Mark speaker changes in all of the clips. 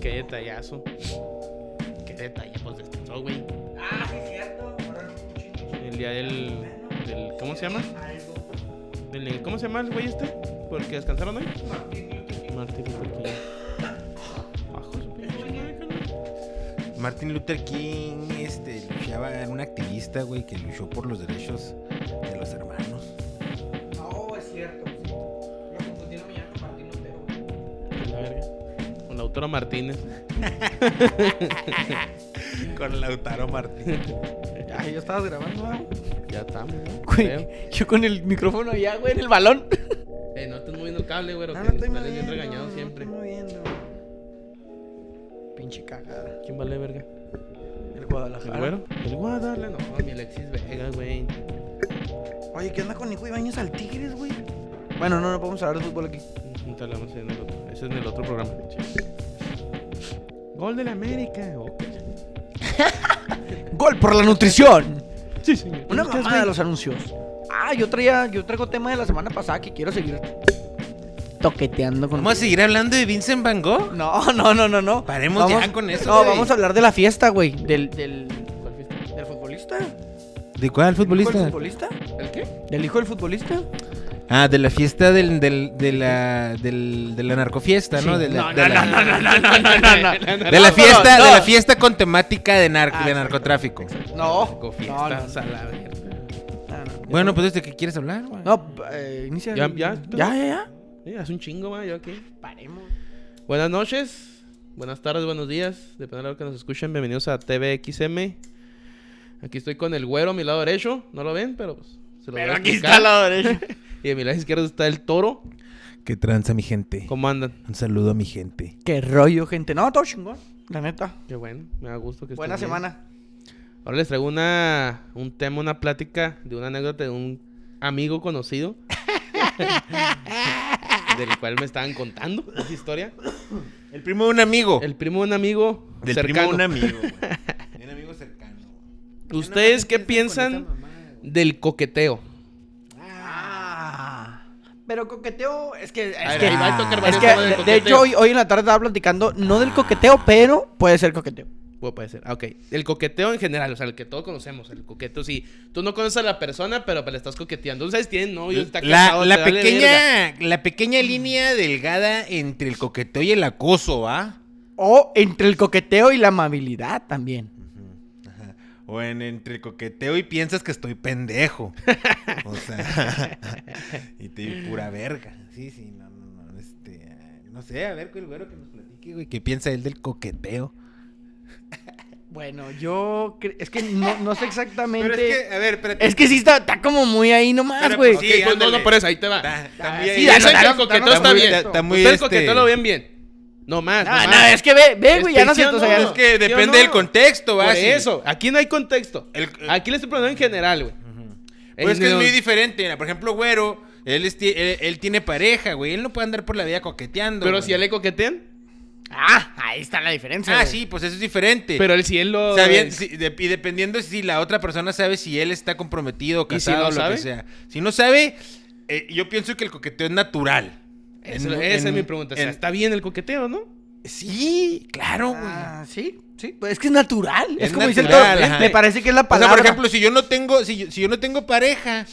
Speaker 1: qué detallazo. Qué detalle, pues descansó, güey.
Speaker 2: Ah, sí, cierto. Ahora un chingo. Ah,
Speaker 1: El día del, del- ¿Cómo se llama?
Speaker 2: Algo.
Speaker 1: Del- ¿Cómo se llama el güey este? Porque descansaron hoy.
Speaker 2: Martín Luther King.
Speaker 1: Martín Luther King. Bajo su pinche madre, carnal.
Speaker 3: Martin Luther King este, luchaba, era un activista, güey, que luchó por los derechos de los hermanos.
Speaker 2: Oh, es cierto. sí. Lo confundieron mañana con Martín Lutero. güey.
Speaker 1: A la verga. Con la autora Martínez.
Speaker 3: Con Lautaro Martín.
Speaker 4: Ya, ya estabas grabando, ¿ah? güey.
Speaker 1: Ya estamos, ¿no? Creo.
Speaker 4: Güey, yo con el micrófono allá, güey, en el balón.
Speaker 1: Eh, no estés moviendo el cable, güey.
Speaker 4: No,
Speaker 1: que
Speaker 4: Ah, no estoy
Speaker 1: sales bien
Speaker 4: moviendo,
Speaker 1: regañado
Speaker 4: no
Speaker 1: siempre.
Speaker 4: estoy moviendo. Pinche cagada.
Speaker 1: ¿Quién vale verga?
Speaker 4: El
Speaker 1: ¿El
Speaker 4: Guadalajara.
Speaker 1: güero? El Guadalajara, no, mi Alexis Vega, güey.
Speaker 4: Oye, ¿qué onda con Nico Ibañez al Tigres, güey? Bueno, no, no podemos hablar de fútbol aquí.
Speaker 1: Ahorita hablamos en el otro. Ese es en el otro programa. Gol de la América. Ok.
Speaker 4: ¡Gol por la nutrición!
Speaker 1: Sí, señor.
Speaker 4: Una
Speaker 1: Ustedes
Speaker 4: mamada de
Speaker 1: ven.
Speaker 4: los anuncios. Ah, yo traía, yo traigo tema de la semana pasada que quiero seguir toqueteando con.
Speaker 3: ¿Vamos a seguir hablando de Vincent Van Gogh?
Speaker 4: No, no, no, no, no.
Speaker 3: Paremos ya con eso,
Speaker 4: No,
Speaker 3: güey.
Speaker 4: vamos a hablar de la fiesta, güey. Del, del,
Speaker 1: ¿Cuál fiesta?
Speaker 4: del futbolista.
Speaker 3: ¿De cuál
Speaker 4: ¿Del
Speaker 3: futbolista?
Speaker 4: futbolista?
Speaker 1: ¿El qué?
Speaker 4: ¿Del hijo del futbolista?
Speaker 3: Ah, de la fiesta del, del, de, la, del, de la narcofiesta, ¿no? De la, de la-
Speaker 4: no, no, no, no,
Speaker 3: de la
Speaker 4: no,
Speaker 3: fiesta,
Speaker 4: no,
Speaker 3: de la
Speaker 4: no.
Speaker 3: fiesta con temáfica de, nar- de narcotráfico.
Speaker 4: No. No,
Speaker 1: Con
Speaker 4: no,
Speaker 1: fiesta, a la verga.
Speaker 4: no, no.
Speaker 3: Bueno, pues ¿de qué quieres hablar, güey?
Speaker 4: No, eh, inicia.
Speaker 1: Ya, ya.
Speaker 4: ya, ya, ya.
Speaker 1: Eh, hace un chingo, más yo aquí.
Speaker 4: Paremos.
Speaker 1: Buenas noches, buenas tardes, buenos días. Depende de la hora que nos escuchen. Bienvenidos a TVXM. Aquí estoy con el güero a mi lado derecho. No lo ven, pero pues, se lo voy a explicar.
Speaker 4: derecha.
Speaker 1: Y a mi lado izquierdo está el toro.
Speaker 3: ¿Qué tranza, mi gente?
Speaker 1: ¿Cómo andan?
Speaker 3: Un saludo a mi gente.
Speaker 4: Qué rollo, gente. No, todo chingón. La neta.
Speaker 1: Qué bueno, me da gusto que estén
Speaker 4: Buena
Speaker 1: bien.
Speaker 4: semana.
Speaker 1: Ahora les traigo una, un tema, una plática de una anécdota de un amigo conocido. del cual me estaban contando esa historia.
Speaker 3: El primo de un amigo.
Speaker 1: El primo de un amigo
Speaker 3: Oh. Del
Speaker 1: cercano.
Speaker 3: primo de un amigo, güey. De un amigo cercano. güey.
Speaker 1: ¿Ustedes
Speaker 3: Yo
Speaker 1: qué
Speaker 3: no pienso con
Speaker 1: piensan
Speaker 3: esa mamada, güey.
Speaker 1: del coqueteo?
Speaker 4: Ah. Pero coqueteo es que. Es
Speaker 1: Ahí
Speaker 4: que,
Speaker 1: va a tocar
Speaker 4: es
Speaker 1: varios
Speaker 4: que,
Speaker 1: temas del
Speaker 4: de, de
Speaker 1: coqueteo.
Speaker 4: hecho, hoy, hoy en la tarde estaba platicando, no del coqueteo, pero puede ser coqueteo.
Speaker 1: Bueno, puede ser. Ah, Ok. El coqueteo en general, o sea, el que todos conocemos. El coqueteo, sí. Tú no conoces a la persona, pero pues le estás coqueteando. Entonces tienen novio, está
Speaker 3: La,
Speaker 1: casado,
Speaker 3: la
Speaker 1: te vale verga.
Speaker 3: pequeña, la pequeña línea delgada entre el coqueteo y el acoso, ¿va?
Speaker 4: O entre el coqueteo y la amabilidad también.
Speaker 3: O en entre el coqueteo y piensas que estoy pendejo. O sea, y te di pura verga. Sí, sí, no, no, no. Este, ah, no sé, a ver, el güero que nos platique, güey, ¿qué piensa él del coqueteo?
Speaker 4: Bueno, yo. cre- Es que no, no sé exactamente.
Speaker 3: Pero es que, a ver, espérate.
Speaker 4: Es que sí está, está como muy ahí nomás,
Speaker 3: Pero,
Speaker 4: güey.
Speaker 1: Ok,
Speaker 3: Sí,
Speaker 1: pues, no,
Speaker 3: ándale.
Speaker 1: no, por eso, ahí te va.
Speaker 3: Está- está
Speaker 4: Ah,
Speaker 3: muy
Speaker 4: sí,
Speaker 3: ahí,
Speaker 1: Y
Speaker 4: ya
Speaker 3: está
Speaker 1: eso
Speaker 4: no,
Speaker 1: que
Speaker 4: no,
Speaker 1: el coqueteo
Speaker 4: no,
Speaker 1: está
Speaker 3: muy-
Speaker 1: bien.
Speaker 3: Está, está muy
Speaker 1: Usted el
Speaker 3: este-
Speaker 1: coqueteo lo ven bien. No más.
Speaker 4: No,
Speaker 1: no
Speaker 4: no,
Speaker 1: más.
Speaker 4: es que ve, ve, güey, ya no
Speaker 1: Este,
Speaker 4: siento. o
Speaker 1: ¿sí
Speaker 4: sea,
Speaker 1: o
Speaker 4: ya-
Speaker 1: no?
Speaker 3: Es que
Speaker 1: ¿Sí o
Speaker 3: depende
Speaker 1: no?
Speaker 3: del contexto, ¿va?
Speaker 1: Por
Speaker 3: Sí.
Speaker 1: eso. Aquí no hay contexto.
Speaker 3: El-
Speaker 1: Aquí les estoy preguntando en general, güey.
Speaker 3: Pero Pues es que es
Speaker 1: En-
Speaker 3: muy diferente. Mira, por ejemplo, güero, él, es ti- él, él tiene pareja, güey. Él no puede andar por la vida coqueteando.
Speaker 1: Pero
Speaker 3: güey.
Speaker 1: si a él le coquetean.
Speaker 4: Ah, ahí está la diferencia.
Speaker 3: Ah,
Speaker 4: güey.
Speaker 3: sí, pues eso es diferente.
Speaker 1: Pero él si él lo.
Speaker 3: O sea, bien, si- de- y dependiendo si la otra persona sabe si él está comprometido o
Speaker 1: ¿Y si
Speaker 3: casado
Speaker 1: no
Speaker 3: o lo
Speaker 1: sabe?
Speaker 3: que sea. Si no sabe, eh, yo pienso que el coqueteo es natural.
Speaker 1: Eso-
Speaker 3: En-
Speaker 1: esa es
Speaker 3: en-
Speaker 1: mi pregunta. O sea,
Speaker 3: en-
Speaker 1: está bien el coqueteo, ¿no?
Speaker 3: Sí, claro, güey.
Speaker 4: Ah, sí, sí. Pues es que es natural. Es,
Speaker 3: Es
Speaker 4: como dice el
Speaker 3: natural,
Speaker 4: todo.
Speaker 3: ajá.
Speaker 4: Me parece que es la
Speaker 3: O sea,
Speaker 4: palabra.
Speaker 3: por ejemplo, si yo no tengo, si yo, si yo no tengo pareja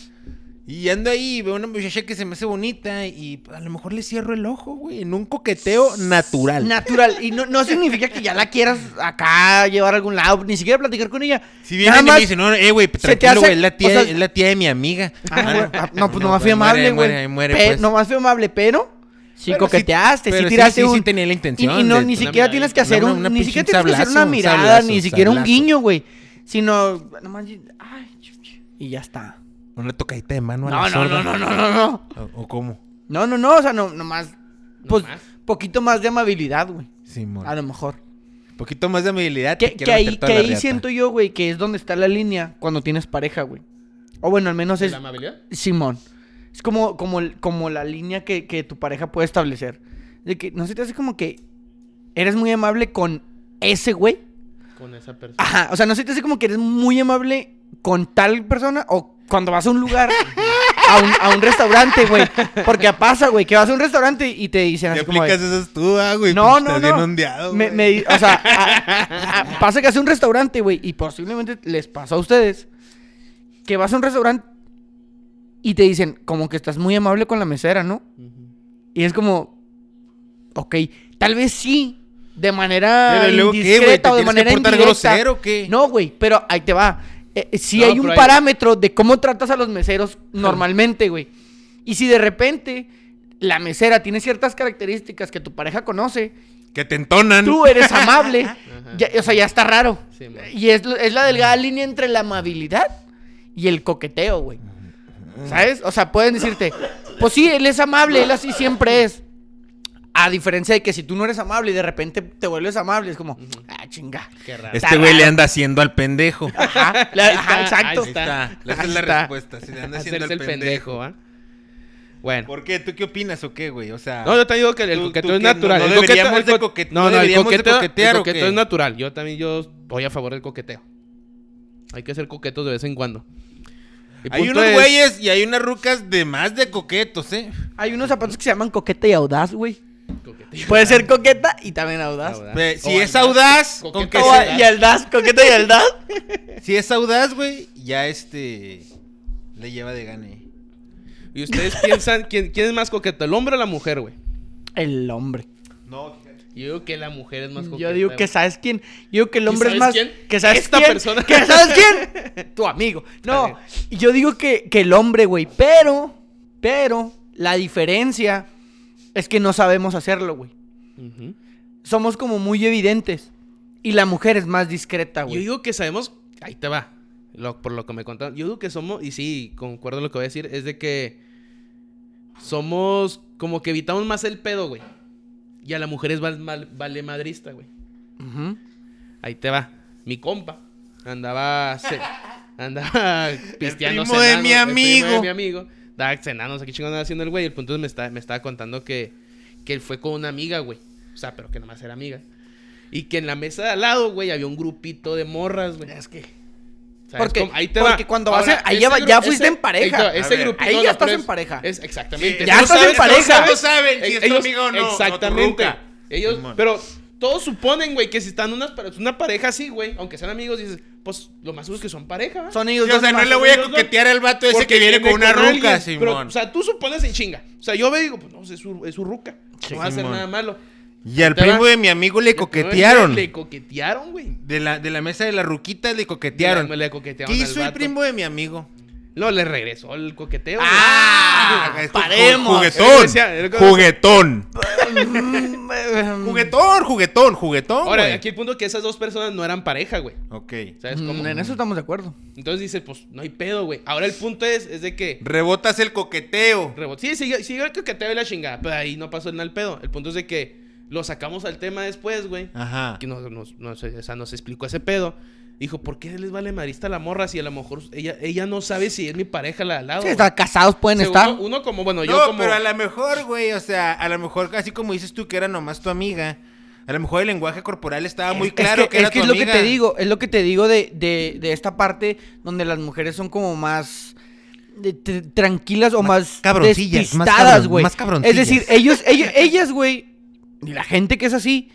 Speaker 3: y ando ahí y veo una muchacha que se me hace bonita y a lo mejor le cierro el ojo, güey, en un coqueteo natural.
Speaker 4: Natural. Y no, no significa que ya la quieras acá llevar a algún lado, ni siquiera platicar con ella.
Speaker 3: si viene y
Speaker 4: Nada
Speaker 3: me
Speaker 4: más-
Speaker 3: dice, no, eh, güey,
Speaker 4: te
Speaker 3: tranquilo,
Speaker 4: hace-
Speaker 3: güey, es la tía,
Speaker 4: o sea-
Speaker 3: es la tía de mi amiga.
Speaker 4: Ah,
Speaker 3: Ah,
Speaker 4: güey, ah, no, pues nomás
Speaker 3: ahí
Speaker 4: fui amable,
Speaker 3: muere, ahí
Speaker 4: güey.
Speaker 3: muere, ahí muere,
Speaker 4: Pe-
Speaker 3: pues.
Speaker 4: Nomás fui amable, pero si
Speaker 3: Pero sí-
Speaker 4: coqueteaste, si
Speaker 3: pero sí,
Speaker 4: tiraste
Speaker 3: sí, sí
Speaker 4: un.
Speaker 3: tenía la
Speaker 4: y- Y,
Speaker 3: intención
Speaker 4: no,
Speaker 3: de-
Speaker 4: ni
Speaker 3: una
Speaker 4: siquiera
Speaker 1: miradita,
Speaker 4: tienes que hacer
Speaker 3: una-
Speaker 4: un.
Speaker 3: una
Speaker 4: ni
Speaker 3: pinche
Speaker 4: siquiera tienes que hacer una
Speaker 3: sablazo, un
Speaker 4: mirada, ni
Speaker 3: sablazo,
Speaker 4: siquiera un
Speaker 3: sablazo.
Speaker 4: guiño, güey. Sino. Nomás. ay, y ya está.
Speaker 3: Una tocadita de mano a
Speaker 4: No,
Speaker 3: la
Speaker 4: no,
Speaker 3: sorda.
Speaker 4: no, no, no, no, no.
Speaker 3: ¿O, o cómo?
Speaker 4: No, no, no, o sea, no, nomás. Pues,
Speaker 1: Nomás.
Speaker 4: poquito más de amabilidad, güey.
Speaker 3: Simón.
Speaker 4: A lo mejor.
Speaker 3: poquito más de amabilidad. te
Speaker 4: Ah, Que,
Speaker 3: quiero
Speaker 4: que
Speaker 3: meter
Speaker 4: ahí,
Speaker 3: toda
Speaker 4: que
Speaker 3: la
Speaker 4: ahí
Speaker 3: riata.
Speaker 4: siento yo, güey, que es donde está la línea cuando tienes pareja, güey. O bueno, al menos
Speaker 1: ¿De
Speaker 4: es
Speaker 1: ¿La amabilidad?
Speaker 4: Simón. Es como, como, el- como la línea que, que tu pareja puede establecer. De que no se te hace como que eres muy amable con ese güey.
Speaker 1: Con esa persona.
Speaker 4: Ajá, o sea, no se te hace como que eres muy amable con tal persona o cuando vas a un lugar a un, a un restaurante, güey. Porque pasa, güey, que vas a un restaurante y te dicen
Speaker 3: Te
Speaker 4: así como. de,
Speaker 3: aplicas esas tú, ah, güey.
Speaker 4: No,
Speaker 3: pues,
Speaker 4: no,
Speaker 3: estás
Speaker 4: no.
Speaker 3: bien ondeado,
Speaker 4: Me-
Speaker 3: güey.
Speaker 4: me di- o sea, a- a- pasa que hace un restaurante, güey, y posiblemente les pasa a ustedes que vas a un restaurante y te dicen, como que estás muy amable con la mesera, ¿no?
Speaker 3: Ah,
Speaker 1: Ujú.
Speaker 4: Y es como, ok, tal vez sí, de manera
Speaker 3: Pero ¿y luego qué, güey?
Speaker 4: ah, indiscreta
Speaker 3: ¿Te
Speaker 4: o de
Speaker 3: tienes
Speaker 4: manera
Speaker 3: que portar
Speaker 4: indirecta.
Speaker 3: grosero o qué?
Speaker 4: No, güey, pero ahí te va. Eh, eh, sí
Speaker 1: No,
Speaker 4: hay un
Speaker 1: pero ahí-
Speaker 4: parámetro de cómo tratas a los meseros normalmente, güey. Y si de repente la mesera tiene ciertas características que tu pareja conoce,
Speaker 3: Que te entonan.
Speaker 4: tú eres amable, ya-
Speaker 3: eh,
Speaker 4: o sea, ya está raro.
Speaker 1: Sí, man.
Speaker 4: y es, lo- es la delgada línea entre la amabilidad y el coqueteo, güey. ¿Sabes? O sea, pueden decirte, pues sí, él es amable, él así siempre es. A diferencia de que si tú no eres amable y de repente te vuelves amable, es como, ah, chinga.
Speaker 1: Qué raro.
Speaker 3: Este güey le
Speaker 4: raro.
Speaker 3: anda haciendo al pendejo.
Speaker 4: Ajá, la-
Speaker 1: Ahí
Speaker 4: ajá,
Speaker 1: está,
Speaker 4: exacto.
Speaker 1: ahí está.
Speaker 3: Esa es la
Speaker 4: Está.
Speaker 3: respuesta. Si le anda haciendo
Speaker 1: Hacerse
Speaker 3: al
Speaker 1: el pendejo, ¿ah? Bueno.
Speaker 3: ¿Por qué? ¿Tú qué opinas o qué, güey? O sea,
Speaker 1: No, yo te digo que el, el
Speaker 3: Tú-
Speaker 1: coqueteo
Speaker 3: tú
Speaker 1: es
Speaker 3: que no-
Speaker 1: natural.
Speaker 3: no
Speaker 1: El coqueteo-
Speaker 3: deberíamos
Speaker 1: el
Speaker 3: de
Speaker 1: co-
Speaker 3: coquete- no
Speaker 1: No, no, el
Speaker 3: deberíamos de
Speaker 1: coqueteo, el
Speaker 3: coquetear, ¿o
Speaker 1: coqueteo
Speaker 3: qué?
Speaker 1: es natural. Yo también yo voy a favor del coqueteo. Hay que ser coquetos de vez en cuando. Mi
Speaker 3: hay
Speaker 1: punto
Speaker 3: unos
Speaker 1: es-
Speaker 3: güeyes y hay unas rucas de más de coquetos, ¿eh?
Speaker 4: Hay unos zapatos que se llaman coqueta y audaz, güey.
Speaker 1: Coqueteo.
Speaker 4: Puede ser coqueta y también audaz.
Speaker 1: Audaz.
Speaker 3: Pe- si
Speaker 1: O
Speaker 3: es audaz,
Speaker 1: coqueto
Speaker 3: Oh, con que
Speaker 4: O
Speaker 1: o
Speaker 3: sea-
Speaker 4: a- y audaz, coqueta y audaz.
Speaker 3: Si es audaz, güey, ya este. Le lleva de gane.
Speaker 1: ¿Y ustedes piensan quién, quién es más coqueto, el hombre o la mujer, güey?
Speaker 4: El hombre.
Speaker 3: No,
Speaker 1: Yo digo que la mujer es más coqueta.
Speaker 4: Yo digo que
Speaker 1: güey.
Speaker 4: sabes quién. Yo digo que el hombre es
Speaker 1: sabes
Speaker 4: más.
Speaker 1: quién?
Speaker 4: Que sabes
Speaker 1: Esta
Speaker 4: quién.
Speaker 1: persona.
Speaker 4: Que sabes quién. tu amigo. No. Yo digo que, que el hombre, güey. Pero, pero, la diferencia es que no sabemos hacerlo, güey.
Speaker 1: Ujú.
Speaker 4: Somos como muy evidentes. Y la mujer es más discreta,
Speaker 1: Yo
Speaker 4: güey.
Speaker 1: digo que sabemos, ahí te va, lo- por lo que me contaron. Yo digo que somos, y sí, concuerdo lo que voy a decir, es de que somos como que evitamos más el pedo, güey. Y a la mujer es val- mal- vale madrista, güey.
Speaker 4: Ujú.
Speaker 1: Ahí te va. Mi compa andaba ce- andaba pisteando
Speaker 3: primo de
Speaker 1: el primo
Speaker 3: mi
Speaker 1: de
Speaker 3: amigo.
Speaker 1: mi amigo. Estaba cenando, no sé qué chingón andaba haciendo el güey. El punto es me está- me estaba contando que, que él fue con una amiga, güey. O sea, pero que nomás era amiga. Y que en la mesa de al lado, güey, había un grupito de morras, güey.
Speaker 4: Es que.
Speaker 1: ¿Sabes
Speaker 4: Porque-
Speaker 1: cómo?
Speaker 4: porque cuando vas a- ahí ya va-
Speaker 1: gru-
Speaker 4: ya fuiste en
Speaker 1: ahí
Speaker 4: pareja.
Speaker 1: te va, ese
Speaker 3: A ver,
Speaker 1: grupito
Speaker 4: ahí ya
Speaker 1: de
Speaker 4: estás
Speaker 1: tres-
Speaker 4: en pareja.
Speaker 1: Es, exactamente.
Speaker 4: Ya
Speaker 3: no
Speaker 4: estás en
Speaker 3: sabes- no
Speaker 4: pareja.
Speaker 3: sabes- No saben si es tu
Speaker 1: Ellos-
Speaker 3: amigo o no.
Speaker 1: Exactamente. Ellos,
Speaker 3: Simón.
Speaker 1: pero todos suponen, güey, que si están unas, pare- una pareja así, güey, aunque sean amigos, dices, pues lo más seguro es que son pareja. ¿va?
Speaker 4: Son
Speaker 3: Sí,
Speaker 4: ellos
Speaker 3: o
Speaker 4: dos
Speaker 3: sea, no
Speaker 4: más.
Speaker 3: le voy a
Speaker 1: ellos dos.
Speaker 3: coquetear al vato ese
Speaker 1: Porque
Speaker 3: que viene con una
Speaker 1: alguien,
Speaker 3: ruca,
Speaker 1: pero,
Speaker 3: Simón.
Speaker 1: o sea, tú supones en chinga. O sea, yo veo y digo, pues no, es su, es su ruca.
Speaker 4: Sí,
Speaker 1: no va a hacer
Speaker 3: Simón.
Speaker 1: nada malo.
Speaker 3: y al
Speaker 1: te va-
Speaker 3: primo de mi amigo le coquetearon.
Speaker 1: Le coquetearon, güey.
Speaker 3: De la, de la mesa de la ruquita le coquetearon.
Speaker 1: Le, le coquetearon
Speaker 3: ¿Qué
Speaker 1: al
Speaker 3: hizo el
Speaker 1: vato.
Speaker 3: primo de mi amigo?
Speaker 1: No, le regresó el coqueteo. güey.
Speaker 4: ¡Ah!
Speaker 3: es ju-
Speaker 4: ¡Paremos!
Speaker 1: Él
Speaker 3: Juguetón.
Speaker 1: decía- él-
Speaker 3: Juguetón.
Speaker 4: Mm, eh,
Speaker 3: Juguetón, juguetón, juguetón.
Speaker 1: Ahora,
Speaker 3: güey.
Speaker 1: aquí el punto es que esas dos personas no eran pareja, güey.
Speaker 3: Ok.
Speaker 1: ¿Sabes cómo?
Speaker 4: mm, En eso estamos de acuerdo.
Speaker 1: Entonces dice, pues no hay pedo, güey. Ahora el punto es, es de que.
Speaker 3: Rebotas el coqueteo.
Speaker 1: Rebot. Sí, siguió, siguió el coqueteo y la chingada. Pero ahí no pasó nada el pedo. El punto es de que lo sacamos al tema después, güey.
Speaker 3: Ajá.
Speaker 1: Que nos, nos- nos- o sea, nos explicó ese pedo. Dijo, ¿por qué les vale marista la morra si a lo mejor ella, ella no sabe si es mi pareja la de al lado?
Speaker 4: Sí,
Speaker 1: güey?
Speaker 4: está- casados pueden
Speaker 1: O sea,
Speaker 4: estar.
Speaker 1: Uno, uno como, bueno,
Speaker 3: No,
Speaker 1: yo como.
Speaker 3: pero a lo mejor, güey, o sea, a lo mejor, así como dices tú que era nomás tu amiga, a lo mejor el lenguaje corporal estaba muy
Speaker 4: Es
Speaker 3: claro que, era
Speaker 4: es, que
Speaker 3: tu
Speaker 4: es lo
Speaker 3: amiga.
Speaker 4: que te digo, es lo que te digo de, de- de esta parte donde las mujeres son como más de- te- tranquilas o más,
Speaker 3: cabroncillas, más
Speaker 4: despistadas,
Speaker 3: cabron-
Speaker 4: güey.
Speaker 3: más cabroncillas.
Speaker 4: Es decir, ellos, ellos- ellas, güey, y la gente que es así,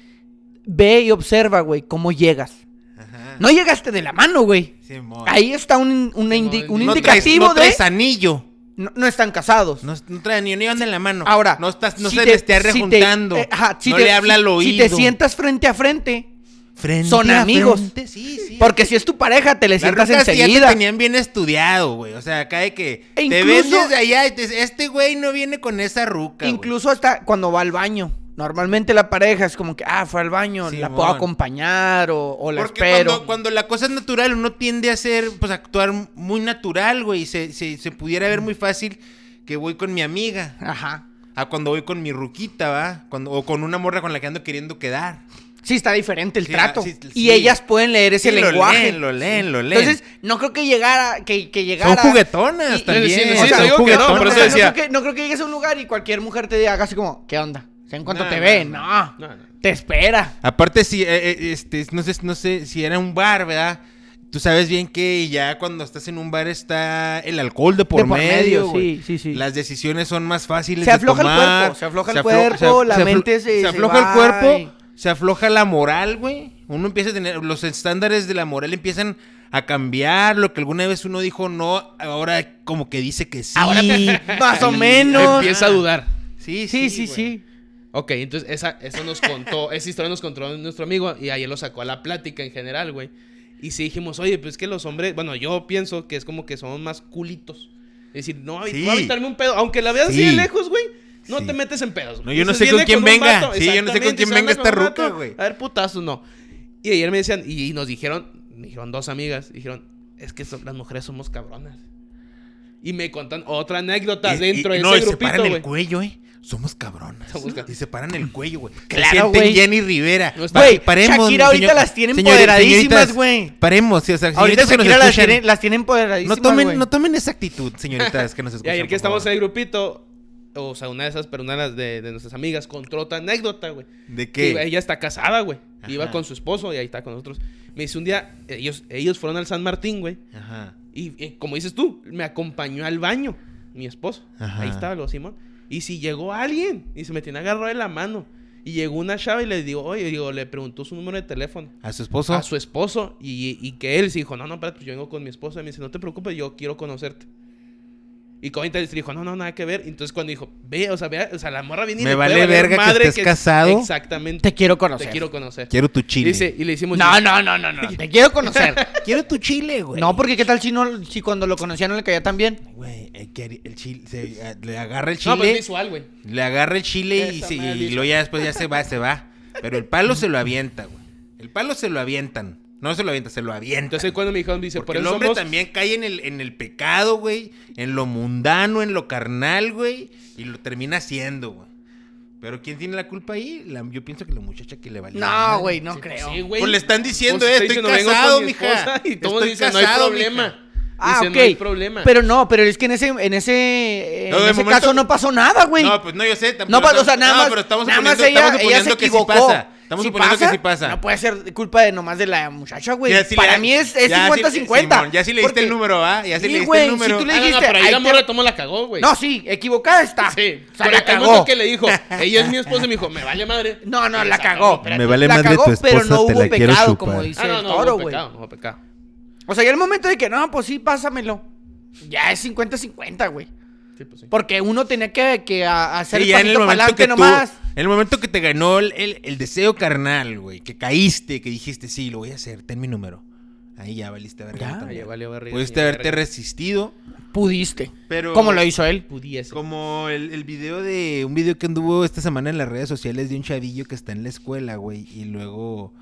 Speaker 4: ve y observa, güey, cómo llegas.
Speaker 3: Ajá.
Speaker 4: No llegaste de la mano, güey.
Speaker 3: Simón.
Speaker 4: Ahí está un, una indi- un
Speaker 1: No
Speaker 3: traes-
Speaker 4: indicativo
Speaker 3: no traes
Speaker 4: de...
Speaker 3: anillo.
Speaker 4: No, no están casados.
Speaker 3: No, no trae ni una en la mano.
Speaker 4: Ahora,
Speaker 3: no, estás, no
Speaker 4: si
Speaker 3: se
Speaker 4: te-
Speaker 3: le esté
Speaker 4: si te-
Speaker 3: rejuntando.
Speaker 4: eh, ajá, si
Speaker 3: no
Speaker 4: te-
Speaker 3: le habla
Speaker 4: si-
Speaker 3: al oído.
Speaker 4: Si te sientas frente a frente,
Speaker 3: Frente
Speaker 4: son
Speaker 3: a
Speaker 4: amigos.
Speaker 3: frente, sí, sí.
Speaker 4: porque si es tu pareja, te le
Speaker 3: Las
Speaker 4: sientas
Speaker 3: rucas que ya te
Speaker 4: enseguida.
Speaker 3: tenían bien estudiado, güey. O sea, acá de que
Speaker 4: E
Speaker 3: te ves
Speaker 4: incluso-
Speaker 3: desde allá y te dices, este güey no viene con esa ruca. güey".
Speaker 4: Incluso hasta cuando va al baño. Normalmente la pareja es como que, ah, fue al baño, la puedo
Speaker 3: Simón.
Speaker 4: acompañar o, o la
Speaker 3: Porque
Speaker 4: espero.
Speaker 3: cuando, cuando la cosa es natural, uno tiende a ser, pues actuar muy natural, güey. y Se, se, se pudiera ver muy fácil que voy con mi amiga.
Speaker 4: Ajá.
Speaker 3: A cuando voy con mi ruquita, ¿va? Cuando, o con una morra con la que ando queriendo quedar.
Speaker 4: Sí, está diferente el
Speaker 3: Sí,
Speaker 4: trato.
Speaker 3: ah, sí,
Speaker 4: Y
Speaker 3: sí.
Speaker 4: ellas pueden leer ese
Speaker 3: Sí, lo
Speaker 4: lenguaje.
Speaker 3: leen, lo leen, lo leen.
Speaker 4: Entonces, no creo que llegara, que, que
Speaker 3: Son
Speaker 4: llegara.
Speaker 3: juguetonas
Speaker 4: y-
Speaker 1: sí,
Speaker 3: también.
Speaker 1: sí,
Speaker 3: O sea,
Speaker 1: sí, te digo
Speaker 3: son
Speaker 1: que no,
Speaker 3: juguetonas.
Speaker 1: por
Speaker 4: O
Speaker 1: eso
Speaker 4: sea,
Speaker 1: decía-
Speaker 4: No creo, que, no creo que llegues a un lugar y cualquier mujer te diga así como, ¿qué onda? O sea, en cuanto
Speaker 3: No,
Speaker 4: te
Speaker 3: no,
Speaker 4: ve,
Speaker 3: no.
Speaker 4: no,
Speaker 1: No, no.
Speaker 4: Te espera.
Speaker 3: Aparte, si, eh, eh, este, no, sé, no sé si era un bar, ¿verdad? Tú sabes bien que ya cuando estás en un bar está el alcohol de por,
Speaker 4: De por
Speaker 3: medio.
Speaker 4: medio,
Speaker 3: güey.
Speaker 4: sí, sí, sí.
Speaker 3: Las decisiones son más fáciles
Speaker 4: Se
Speaker 3: de
Speaker 4: afloja el
Speaker 3: tomar.
Speaker 4: cuerpo, se afloja el
Speaker 3: aflo-
Speaker 4: cuerpo, la
Speaker 3: aflo-
Speaker 4: mente se- se va
Speaker 3: afloja el cuerpo, se afloja la moral, güey. Uno empieza a tener los estándares de la moral empiezan a cambiar, lo que alguna vez uno dijo no, ahora como que dice que sí.
Speaker 4: Ahora más o
Speaker 3: Y
Speaker 4: menos.
Speaker 3: empieza-
Speaker 1: Empieza a dudar.
Speaker 3: Sí,
Speaker 4: Sí, sí,
Speaker 3: güey.
Speaker 4: sí.
Speaker 1: Ok, entonces esa, eso nos contó, esa historia nos contó nuestro amigo y ayer lo sacó a la plática en general, güey. Y sí dijimos, oye, pues que los hombres, bueno, yo pienso que es como que somos más culitos. Es decir, no, voy
Speaker 3: Sí.
Speaker 1: a aventarme un pedo, aunque la veas así de
Speaker 3: Sí.
Speaker 1: lejos, güey. No
Speaker 3: Sí.
Speaker 1: te metes en pedos.
Speaker 3: No,
Speaker 1: güey.
Speaker 3: yo no
Speaker 1: Dices,
Speaker 3: sé con
Speaker 1: "Viene
Speaker 3: quién
Speaker 1: un
Speaker 3: venga".
Speaker 1: vato".
Speaker 3: Sí, yo no sé con
Speaker 1: Exactamente,
Speaker 3: quién
Speaker 1: dices,
Speaker 3: venga
Speaker 1: "Anda con
Speaker 3: esta
Speaker 1: un
Speaker 3: ruca,
Speaker 1: vato".
Speaker 3: güey.
Speaker 1: A ver, putazos, no. Y ayer me decían, y nos dijeron, me dijeron dos amigas, dijeron, es que son- las mujeres somos cabronas. Y me contan otra anécdota
Speaker 3: Y-
Speaker 1: dentro
Speaker 3: y-
Speaker 1: de
Speaker 3: no,
Speaker 1: ese
Speaker 3: y se
Speaker 1: grupito,
Speaker 3: paran
Speaker 1: güey.
Speaker 3: el cuello, eh. Somos cabronas.
Speaker 1: Somos cabronas.
Speaker 3: Y se paran el cuello, güey. Se
Speaker 4: Claro,
Speaker 3: sienten
Speaker 4: güey.
Speaker 3: Jenny Rivera.
Speaker 1: No está-
Speaker 3: Pa-
Speaker 4: Güey,
Speaker 3: paremos,
Speaker 4: Shakira ahorita las tiene empoderadísimas,
Speaker 3: señoritas,
Speaker 4: güey.
Speaker 3: Paremos, sí, o sea,
Speaker 4: Ahorita
Speaker 3: señoritas que nos
Speaker 4: Shakira las
Speaker 3: escuchan,
Speaker 4: tiene, las tiene
Speaker 3: no,
Speaker 4: empoderadísimas,
Speaker 3: tomen,
Speaker 4: güey.
Speaker 3: no tomen esa actitud, señoritas que nos
Speaker 1: Y
Speaker 3: escuchan.
Speaker 1: ayer que
Speaker 3: por
Speaker 1: estamos en
Speaker 3: favor.
Speaker 1: el grupito, o sea, una de esas personas de, de nuestras amigas contó otra anécdota, güey.
Speaker 3: ¿De
Speaker 1: Que
Speaker 3: qué?
Speaker 1: ella está casada, güey.
Speaker 3: Ajá.
Speaker 1: Iba con su esposo y ahí está con nosotros. Me dice un día, ellos, ellos fueron al San Martín, güey.
Speaker 3: Ajá.
Speaker 1: Y eh, como dices tú, me acompañó al baño, mi esposo.
Speaker 3: Ajá.
Speaker 1: Ahí estaba lo Simón. Y si llegó alguien y se me tiene agarrado de la mano. Y llegó una chava y le digo, oye, digo, le preguntó su número de teléfono
Speaker 3: ¿A su esposo?
Speaker 1: a su esposo y, y que él se dijo, no, no, espérate, pues yo vengo con mi esposa. Y me dice, no te preocupes, yo quiero conocerte. Y con le dijo, no, no, nada que ver. Entonces cuando dijo, ve, o sea, ve, o sea, la morra viene y
Speaker 3: Me
Speaker 1: le puede
Speaker 3: vale
Speaker 1: valer
Speaker 3: verga que estés casado.
Speaker 1: Exactamente.
Speaker 4: Te quiero
Speaker 1: Te,
Speaker 4: conocer.
Speaker 1: quiero conocer.
Speaker 3: Quiero tu
Speaker 1: Y
Speaker 3: chile.
Speaker 1: dice, y le hicimos...
Speaker 4: No, no, no, no, no. Te quiero conocer.
Speaker 3: quiero tu chile, güey.
Speaker 4: No, porque qué tal si no, si cuando lo conocía no le caía tan bien.
Speaker 3: Güey, eh, que el chile, se- eh, le agarra el chile,
Speaker 1: No,
Speaker 4: pues
Speaker 1: pero es visual, güey.
Speaker 3: le agarra el chile y,
Speaker 1: Esa
Speaker 3: se- y
Speaker 1: madre.
Speaker 3: luego ya después ya se va, se va. Pero el palo se lo avienta, güey. El palo se lo avientan. No se lo avienta, se lo avienta.
Speaker 1: Entonces cuando me dijeron, dice,
Speaker 3: Porque
Speaker 1: por
Speaker 3: el
Speaker 1: eso
Speaker 3: hombre
Speaker 1: somos...
Speaker 3: también cae en el, en el pecado, güey. En lo mundano, en lo carnal, güey. Y lo termina haciendo, güey. Pero ¿quién tiene la culpa ahí? La- yo pienso que la muchacha que le valió.
Speaker 4: No, güey, no
Speaker 1: Sí, pues,
Speaker 4: creo.
Speaker 1: sí, güey.
Speaker 3: Pues le están diciendo,
Speaker 1: Pues
Speaker 3: eh,
Speaker 1: está
Speaker 3: estoy
Speaker 1: diciendo, vengo
Speaker 3: casado,
Speaker 1: con mi
Speaker 3: mija.
Speaker 1: esposa, Y todos
Speaker 3: Estoy
Speaker 1: dicen, no
Speaker 3: casado,
Speaker 1: hay problema.
Speaker 4: Ah,
Speaker 1: Dice,
Speaker 4: ok.
Speaker 1: no hay problema.
Speaker 4: Pero no, pero es que en ese, en ese, eh,
Speaker 3: No,
Speaker 4: en
Speaker 3: de
Speaker 4: ese
Speaker 3: momento-
Speaker 4: caso no pasó nada, güey.
Speaker 3: No, pues no, yo sé.
Speaker 4: No,
Speaker 3: pero
Speaker 4: pa- o sea, nada
Speaker 3: no,
Speaker 4: más.
Speaker 3: pero estamos
Speaker 4: nada más
Speaker 3: suponiendo,
Speaker 4: ella,
Speaker 3: estamos
Speaker 4: ella se
Speaker 3: suponiendo que sí
Speaker 4: equivocó.
Speaker 3: pasa. Estamos
Speaker 4: ¿Sí
Speaker 3: suponiendo que
Speaker 4: pasa?
Speaker 3: sí pasa.
Speaker 4: No puede ser culpa de nomás de la muchacha, güey.
Speaker 3: Ya sí le-
Speaker 4: Para mí es es
Speaker 3: ya sí-
Speaker 4: 50-50.
Speaker 3: Simón, ya sí le diste
Speaker 4: Porque-
Speaker 3: el número, ¿ah? Ya sí
Speaker 4: Sí,
Speaker 3: le diste
Speaker 4: güey,
Speaker 3: el
Speaker 4: si
Speaker 3: número.
Speaker 4: tú le
Speaker 1: Ah, no,
Speaker 4: dijiste,
Speaker 1: pero ahí
Speaker 4: ahí
Speaker 1: la
Speaker 4: te-
Speaker 1: morra tomó la cagó, güey.
Speaker 4: No, sí, equivocada está.
Speaker 1: Sí,
Speaker 4: Ah, O sea,
Speaker 1: pero
Speaker 4: la
Speaker 1: el
Speaker 4: cagó.
Speaker 1: momento que le dijo, ella es mi esposa, y me dijo, me vale madre.
Speaker 4: No, no,
Speaker 1: Y
Speaker 4: la
Speaker 1: se
Speaker 4: cagó.
Speaker 1: acabó, espérate.
Speaker 3: Me vale
Speaker 4: la
Speaker 3: madre
Speaker 4: cagó,
Speaker 3: tu esposa,
Speaker 4: pero no
Speaker 3: te
Speaker 4: hubo
Speaker 3: la quiero
Speaker 4: pecado,
Speaker 3: chupar.
Speaker 4: como dice
Speaker 1: Ah, no,
Speaker 4: el
Speaker 1: no,
Speaker 4: toro,
Speaker 1: no
Speaker 4: güey.
Speaker 1: pecado, no pecado.
Speaker 4: O sea, ya el momento de que, no, pues sí, pásamelo. Ya es 50-50, güey.
Speaker 1: Sí, pues sí.
Speaker 4: Porque uno tenía que, que a- hacer
Speaker 3: Sí,
Speaker 4: el
Speaker 3: ya en el
Speaker 4: pasito para
Speaker 3: momento
Speaker 4: adelante
Speaker 3: que tú,
Speaker 4: nomás.
Speaker 3: en el momento que te ganó el, el- el deseo carnal, güey, que caíste, que dijiste, sí, lo voy a hacer, ten mi número. Ahí ya valiste verga.
Speaker 4: Ya,
Speaker 3: tú
Speaker 1: Ah,
Speaker 3: también.
Speaker 1: ya valió verga,
Speaker 3: Pudiste
Speaker 1: señor
Speaker 3: haberte
Speaker 1: verga.
Speaker 3: resistido,
Speaker 4: Pudiste.
Speaker 3: pero...
Speaker 4: Como lo hizo él.
Speaker 1: Pudiese.
Speaker 3: Como el, el video de... Un video que anduvo esta semana en las redes sociales de un chavillo que está en la escuela, güey, y luego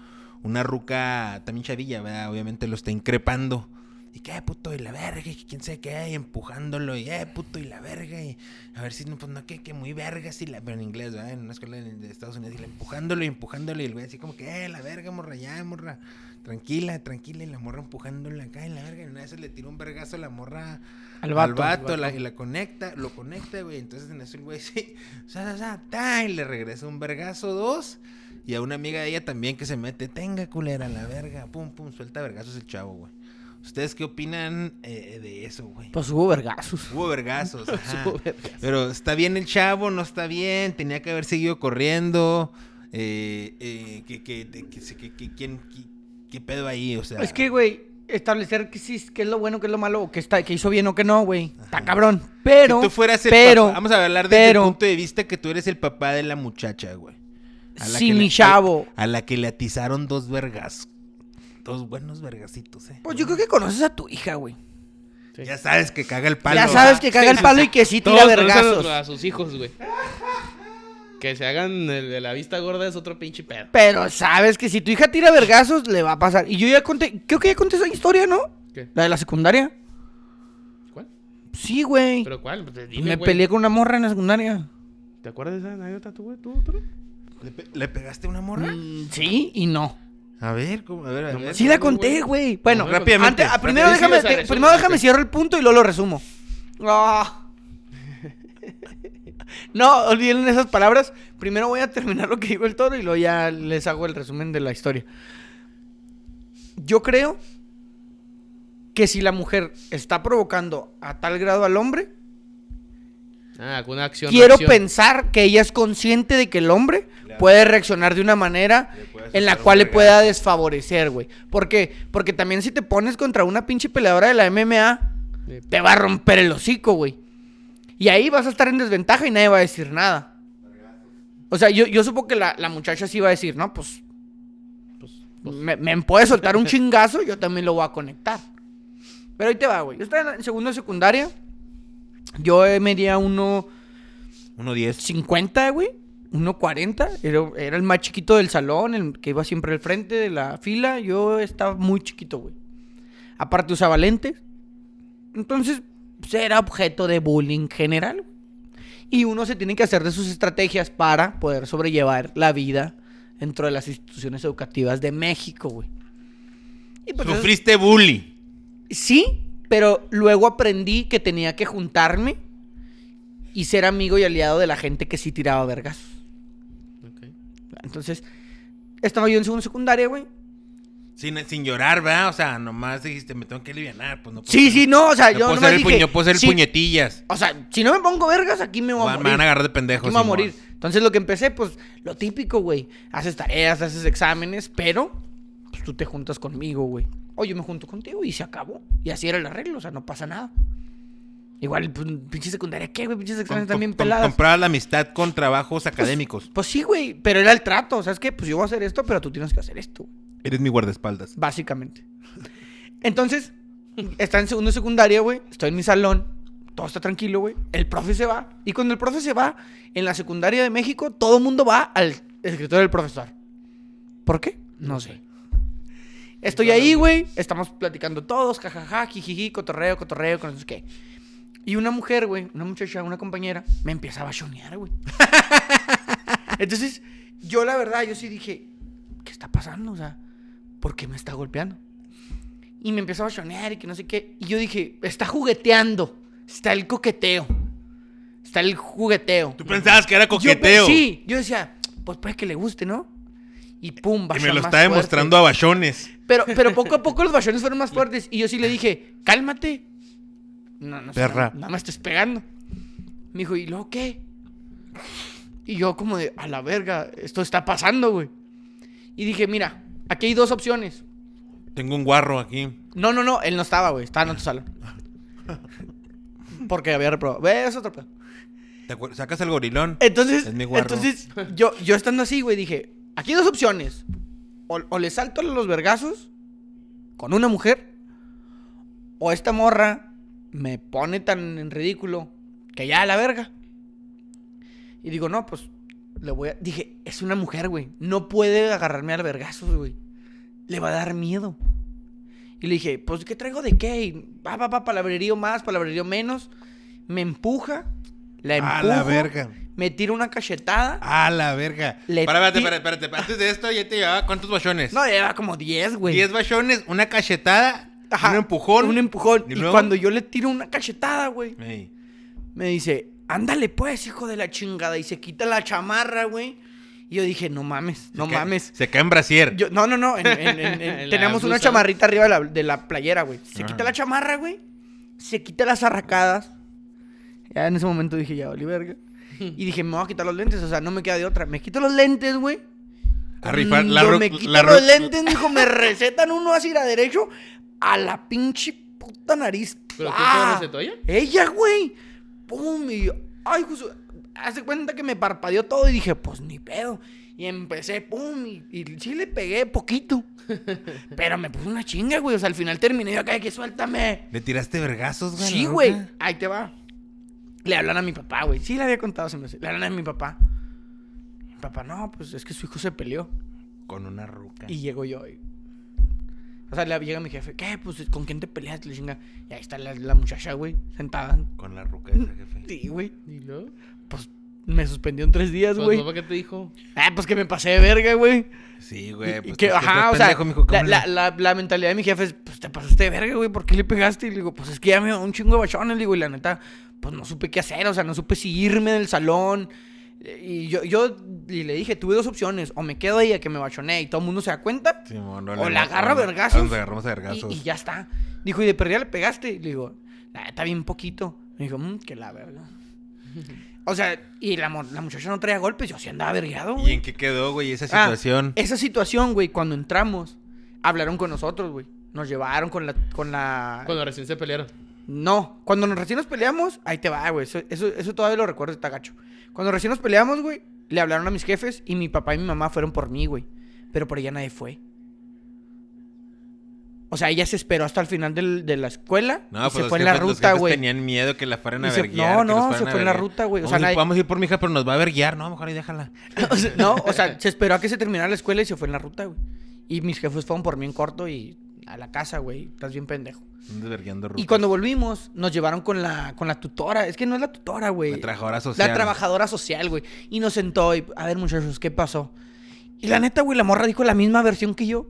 Speaker 3: una ruca, también chavilla, ¿verdad? Obviamente lo está increpando. Y que, eh, puto, y la verga, y que quién sabe qué, y empujándolo, y eh, puto, y la verga, y a ver si no, pues no, que, que muy vergas, y la, pero en inglés, ¿verdad? En una escuela de, de Estados Unidos, y la empujándolo, y empujándolo, y el güey así como que, eh, la verga, morra, ya, morra, tranquila, tranquila, y la morra empujándola acá, y la verga, y una vez le tiró un vergazo a la morra,
Speaker 4: Al vato, al
Speaker 3: la-
Speaker 4: vato.
Speaker 3: y la conecta, lo conecta, güey, entonces en eso el güey sí, sa, sa, sa, ta, y le regresa un vergazo, dos, y a una amiga de ella también que se mete, tenga culera la verga, pum, pum, suelta vergazos el chavo, güey. ¿Ustedes qué opinan eh, de eso, güey?
Speaker 4: Pues hubo vergazos.
Speaker 3: Hubo vergazos, ajá.
Speaker 1: Hubo vergazos.
Speaker 3: Pero está bien el chavo, no está bien, tenía que haber seguido corriendo. Eh, eh, que, que, de- que, se- que- que- quién- qui- ¿Qué pedo ahí? O sea,
Speaker 4: Es que, güey, establecer qué, sí- qué es lo bueno, qué es lo malo, o qué, está, qué hizo bien o qué no, güey. Está cabrón. Pero.
Speaker 3: si tú fueras el
Speaker 4: pero,
Speaker 3: papá- vamos a hablar desde
Speaker 4: pero-
Speaker 3: el punto de vista que tú eres el papá de la muchacha, güey. A la
Speaker 4: Sí,
Speaker 3: que
Speaker 4: mi
Speaker 3: le-
Speaker 4: chavo.
Speaker 3: A, a la que le atizaron dos vergas. Dos buenos vergacitos, eh.
Speaker 4: Pues yo creo que conoces a tu hija, güey.
Speaker 3: Ya sabes que caga el palo. Ah,
Speaker 4: Ya sabes que caga el palo y que sí tira
Speaker 1: Todos conocen a,
Speaker 4: vergazos.
Speaker 1: los- a sus hijos, güey. Que se hagan el de la vista gorda es otro pinche pedo.
Speaker 4: Pero sabes que si tu hija tira vergazos, le va a pasar. Y yo ya conté, creo que ya conté esa historia, ¿no?
Speaker 1: ¿Qué?
Speaker 4: La de la secundaria.
Speaker 1: ¿Cuál?
Speaker 4: Sí, güey.
Speaker 1: ¿Pero cuál? Pues
Speaker 4: Y
Speaker 1: dime,
Speaker 4: me
Speaker 1: güey.
Speaker 4: peleé con una morra en la secundaria.
Speaker 1: ¿Te acuerdas de esa anécdota tú, güey? ¿Tú, tú?
Speaker 3: ¿Le, pe- le pegaste una morra?
Speaker 4: Mm, sí y no.
Speaker 3: A ver, ¿cómo? A ver, a
Speaker 1: No
Speaker 3: ver.
Speaker 1: más.
Speaker 4: Sí la conté, güey. Bueno,
Speaker 1: No,
Speaker 3: rápidamente,
Speaker 4: antes- ah, primero déjame,
Speaker 1: rápidamente. Sí, o sea,
Speaker 4: te-
Speaker 1: resumen,
Speaker 4: primero déjame
Speaker 1: ok.
Speaker 4: cierro el punto y luego lo resumo. Ah. No, olviden esas palabras. Primero voy a terminar lo que dijo el toro y luego ya les hago el resumen de la historia. Yo creo que si la mujer está provocando a tal grado al hombre,
Speaker 1: Ah, con una acción.
Speaker 4: quiero
Speaker 1: acción.
Speaker 4: pensar que ella es consciente de que el hombre
Speaker 3: Le hace-
Speaker 4: puede reaccionar de una manera
Speaker 3: Le puede
Speaker 4: en la
Speaker 3: soltar un
Speaker 4: cual le
Speaker 3: vergazo.
Speaker 4: pueda desfavorecer, güey. ¿Por qué? Porque también si te pones contra una pinche peleadora de la MMA,
Speaker 1: Eh,
Speaker 4: te va a romper el hocico, güey. Y ahí vas a estar en desventaja y nadie va a decir nada. O sea, yo, yo supo que la, la muchacha sí iba a decir, no, pues, me, me puede soltar un chingazo, yo también lo voy a conectar. Pero ahí te va, güey. Yo estaba en la- en segundo de secundaria. Yo eh, medía uno...
Speaker 3: 1.10.
Speaker 4: 50, güey. 1.40. Era, era el más chiquito del salón, el que iba siempre al frente de la fila. Yo estaba muy chiquito, güey. Aparte usaba lentes. Entonces, pues, era objeto de bullying general. güey. Y uno se tiene que hacer de sus estrategias para poder sobrellevar la vida dentro de las instituciones educativas de México, güey. Y pues, eso-
Speaker 3: Sufriste bully.
Speaker 4: Sí, pero luego aprendí que tenía que juntarme y ser amigo y aliado de la gente que sí tiraba vergas.
Speaker 1: ok.
Speaker 4: Entonces, estaba yo en segundo secundaria, güey.
Speaker 3: Sin, sin llorar, ¿verdad? O sea, nomás dijiste, me tengo que alivianar. Pues no puedo
Speaker 4: Sí,
Speaker 3: ser-
Speaker 4: sí, no, o sea,
Speaker 3: no
Speaker 4: yo
Speaker 3: puedo
Speaker 4: nomás
Speaker 3: ser el
Speaker 4: dije,
Speaker 3: puño- no puedo ser el
Speaker 4: sí,
Speaker 3: puñetillas.
Speaker 4: O sea, si no me pongo vergas, aquí me voy a
Speaker 3: Va- Me
Speaker 4: morir.
Speaker 3: van a agarrar de
Speaker 4: aquí
Speaker 3: pendejo.
Speaker 4: me voy a
Speaker 3: Simón.
Speaker 4: morir. Entonces, lo que empecé, pues, lo típico, güey. Haces tareas, haces exámenes, pero pues, tú te juntas conmigo, güey. O yo me junto contigo y se acabó. Y así era el arreglo, o sea, no pasa nada. Igual, pues, pinche secundaria, ¿qué, güey? Pinches
Speaker 3: Com-
Speaker 4: exámenes también
Speaker 3: com- com-
Speaker 4: peladas.
Speaker 3: Compraba la amistad con trabajos académicos.
Speaker 4: Pues sí, güey, pero era el trato. ¿Sabes qué? Pues yo voy a hacer esto, pero tú tienes que hacer esto, güey,
Speaker 3: Eres mi guardaespaldas.
Speaker 4: básicamente. Entonces, está en segundo de secundaria, güey. Estoy en mi salón. Todo está tranquilo, güey. El profe se va. Y cuando el profe se va, en la secundaria de México, todo mundo va al escritorio del profesor. ¿Por qué? No sé. Estoy ahí, güey. Estamos platicando todos, jajaja, jijiji, cotorreo, cotorreo, con no sé qué. Y una mujer, güey, una muchacha, una compañera, me empieza a bachonear, güey. Entonces, yo la verdad, yo sí dije, ¿qué está pasando? O sea, ¿por qué me está golpeando? Y me empezó a bachonear y que no sé qué. Y yo dije, está jugueteando. Está el coqueteo. Está el jugueteo.
Speaker 3: Tú pensabas que era
Speaker 4: Yo pe-
Speaker 3: coqueteo.
Speaker 4: sí, yo decía, pues puede que le guste, ¿no? Y pum,
Speaker 3: Y
Speaker 4: bachón
Speaker 3: me lo
Speaker 4: más
Speaker 3: está demostrando
Speaker 4: fuerte.
Speaker 3: a bachones.
Speaker 4: Pero, pero poco a poco los bachones fueron más fuertes. Y yo sí le dije, cálmate. No, no,
Speaker 3: Perra.
Speaker 4: No, no me estés pegando. Me dijo, ¿y luego qué? Y yo como de, a la verga, esto está pasando, güey. Y dije, mira, aquí hay dos opciones.
Speaker 3: Tengo un guarro aquí.
Speaker 4: No, no, no, él no estaba, güey. Estaba en otro salón. Porque había reprobado. Ve, es otro pedo.
Speaker 3: ¿Te acuer- ¿Sacas el gorilón?
Speaker 4: Entonces,
Speaker 3: Es mi guarro.
Speaker 4: entonces yo, yo estando así, güey, dije, aquí hay dos opciones. O, o le salto a los vergazos con una mujer, o esta morra me pone tan en ridículo que ya a la verga. Y digo, no, pues le voy a... Dije, es una mujer, güey. No puede agarrarme al vergazos, güey. Le va a dar miedo. Y le dije, pues, ¿qué traigo de qué? Y va, va, va, palabrerío más, palabrerío menos. Me empuja, la empujo.
Speaker 3: A la verga.
Speaker 4: Me tira una cachetada.
Speaker 3: A la verga.
Speaker 4: Le
Speaker 3: Para, espérate,
Speaker 4: ti-
Speaker 3: espérate, espérate. Antes de esto ya te llevaba cuántos bachones.
Speaker 4: No, lleva como 10, güey.
Speaker 3: 10 bachones, una cachetada,
Speaker 4: Ajá,
Speaker 3: un empujón.
Speaker 4: Un empujón.
Speaker 3: ¿Y
Speaker 4: Y,
Speaker 3: luego?
Speaker 4: cuando yo le tiro una cachetada, güey,
Speaker 3: Ey.
Speaker 4: me dice, ándale pues, hijo de la chingada. Y se quita la chamarra, güey. Y yo dije, no mames, no
Speaker 3: Se cae-
Speaker 4: mames.
Speaker 3: Se cae en brasier.
Speaker 4: Yo- no, no, no. en- en- en- en-
Speaker 1: En la
Speaker 4: tenemos una
Speaker 1: blusa.
Speaker 4: chamarrita arriba de la, de la playera, güey. Se
Speaker 3: Ajá.
Speaker 4: quita la chamarra, güey. Se quita las arracadas. Ya en ese momento dije, ya, vale, verga. Y dije, me voy a quitar los lentes. O sea, no me queda de otra. Me quito los lentes, güey.
Speaker 3: A rifar la
Speaker 4: Cuando
Speaker 3: ru-
Speaker 4: me quito
Speaker 3: la ru-
Speaker 4: los lentes, dijo, me recetan uno así a derecho a la pinche puta nariz.
Speaker 1: ¿Pero quién te
Speaker 4: ¡Ah!
Speaker 1: recetó ella?
Speaker 4: Ella, güey. Pum, y yo, ay, justo, hace cuenta que me parpadeó todo y dije, pues ni pedo. Y empecé, pum, y, y sí le pegué poquito. Pero me puse una chinga, güey. O sea, al final terminé yo acá de que suéltame.
Speaker 3: ¿Le tiraste vergazos, güey? a la
Speaker 4: Sí,
Speaker 3: ruca?
Speaker 4: güey. Ahí te va. Le hablan a mi papá, güey. Sí, le había contado, se me hace. Le hablan a mi papá. Mi papá, no, pues es que su hijo se peleó.
Speaker 3: Con una ruca.
Speaker 4: Y llego yo. y- O sea, le llega mi jefe. ¿Qué? Pues, ¿con quién te peleaste? Le chinga. Y ahí está la, la muchacha, güey, sentada.
Speaker 3: Con la ruca esa, jefe.
Speaker 4: Sí, güey.
Speaker 1: ¿Y luego?
Speaker 4: Pues, me suspendió en tres días,
Speaker 1: ¿Pero tu
Speaker 4: güey.
Speaker 1: papá qué te dijo?
Speaker 4: Ah, pues que me pasé de verga, güey.
Speaker 3: Sí,
Speaker 4: Y-
Speaker 3: güey.
Speaker 4: y
Speaker 3: Pues
Speaker 4: que,
Speaker 3: tú- tú
Speaker 4: ajá,
Speaker 3: estás
Speaker 4: o sea,
Speaker 3: pendejo, mijo,
Speaker 4: la,
Speaker 3: ¿cómo no?
Speaker 4: la- la- la mentalidad de mi jefe es, pues te pasaste de verga, güey, ¿por qué le pegaste? Y le digo, pues es que ya me dio un chingo de bachones, le digo, y la neta, pues no supe qué hacer, o sea, no supe si irme del salón, Y yo, yo y le dije, tuve dos opciones. O me quedo ahí a que me bachonee y todo el mundo se da cuenta.
Speaker 3: Simón, no,
Speaker 4: o la agarro a
Speaker 3: no,
Speaker 4: vergazos.
Speaker 3: Nos agarramos a vergazos.
Speaker 4: Y, y ya está. Dijo, y de perdida le pegaste. Y le digo, "Ah, está bien poquito. Me dijo, "Mm, que la verga. O sea, y la, mo- la muchacha no traía golpes. Yo sí andaba vergueado,
Speaker 3: ¿Y
Speaker 4: güey.
Speaker 3: en qué quedó, güey, esa
Speaker 4: Ah,
Speaker 3: situación?
Speaker 4: esa situación, güey, cuando entramos, hablaron con nosotros, güey. Nos llevaron con la, con la.
Speaker 1: Cuando recién se pelearon.
Speaker 4: No, cuando nos recién nos peleamos, ahí te va, güey. Eso, eso, eso todavía lo recuerdo, está gacho. Cuando recién nos peleamos, güey, le hablaron a mis jefes y mi papá y mi mamá fueron por mí, güey. Pero por ella nadie fue. O sea, ella se esperó hasta el final del- de la escuela
Speaker 3: No,
Speaker 4: y
Speaker 3: pues
Speaker 4: se
Speaker 3: los
Speaker 4: fue en la
Speaker 3: jefes- los
Speaker 4: ruta,
Speaker 3: jefes
Speaker 4: güey.
Speaker 3: Tenían miedo que la fueran
Speaker 4: Y
Speaker 3: a
Speaker 4: se-
Speaker 3: verguear.
Speaker 4: no,
Speaker 3: que nos
Speaker 4: no,
Speaker 3: fueran
Speaker 4: se
Speaker 3: a
Speaker 4: fue en la
Speaker 3: verguear.
Speaker 4: ruta, güey, o
Speaker 3: Vamos,
Speaker 4: sea,
Speaker 3: a ir-
Speaker 4: nadie-
Speaker 3: vamos a ir por mi hija, pero nos va a verguiar. No, mejor ahí déjala.
Speaker 4: O sea, no, o sea, se esperó a que se terminara la escuela y se fue en la ruta, güey. Y mis jefes fueron por mí en corto y a la casa, güey. Estás bien pendejo.
Speaker 3: Andas vergueando
Speaker 4: Y
Speaker 3: rutas.
Speaker 4: cuando volvimos, nos llevaron con la, con la tutora. Es que no es la tutora, güey.
Speaker 3: La trabajadora social.
Speaker 4: La trabajadora social, güey. Y nos sentó y, a ver, muchachos, ¿qué pasó? Y la neta, güey, la morra dijo la misma versión que yo.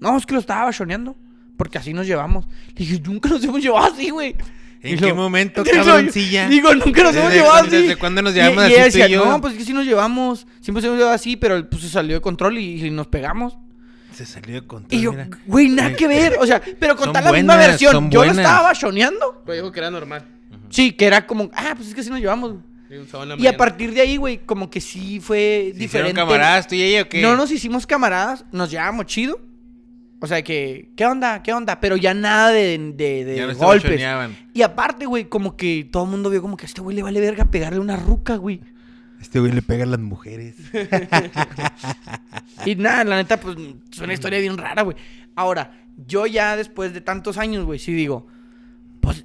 Speaker 4: No, es que lo estaba bachoneando. Porque así nos llevamos. Le dije, nunca nos hemos llevado así, güey.
Speaker 3: ¿En
Speaker 4: Y
Speaker 3: qué
Speaker 4: lo-
Speaker 3: momento,
Speaker 4: Digo,
Speaker 3: cabroncilla?
Speaker 4: Digo, nunca nos hemos
Speaker 3: ¿Desde
Speaker 4: llevado
Speaker 3: cuándo-
Speaker 4: así.
Speaker 3: desde cuándo nos llevamos
Speaker 4: Y- y
Speaker 3: así
Speaker 4: ella
Speaker 3: tú y
Speaker 4: decía,
Speaker 3: yo?
Speaker 4: No, pues es que sí nos llevamos. Siempre se nos llevado así, pero pues, se salió de control y, y nos pegamos.
Speaker 3: Se salió de control.
Speaker 4: Y yo,
Speaker 3: Pues mira.
Speaker 4: güey, nada que ver. O sea, pero
Speaker 3: Son
Speaker 4: contar la misma
Speaker 3: buenas,
Speaker 4: versión.
Speaker 3: son
Speaker 4: Yo lo
Speaker 3: buenas.
Speaker 4: estaba bachoneando.
Speaker 1: Pero Pues, dijo que era normal.
Speaker 4: Sí, que era como, ah, pues es que sí nos llevamos.
Speaker 1: Sí, un sábado en la
Speaker 4: Y a
Speaker 1: mañana.
Speaker 4: partir de ahí, güey, como que sí fue
Speaker 3: ¿Se
Speaker 4: diferente.
Speaker 3: ¿Hicieron camaradas tú y ella o qué?
Speaker 4: No nos hicimos camaradas, nos llevábamos chido. O sea que, ¿qué onda? ¿Qué onda? Pero ya nada de, de, de
Speaker 3: Ya no se
Speaker 4: golpes.
Speaker 3: bachoneaban.
Speaker 4: Y aparte, güey, como que todo el mundo vio como que a este güey le vale verga pegarle una ruca, güey.
Speaker 3: Este güey le pega a las mujeres.
Speaker 4: Y nada, la neta, pues es una historia bien rara, güey. Ahora, yo ya después de tantos años, güey, sí digo, pues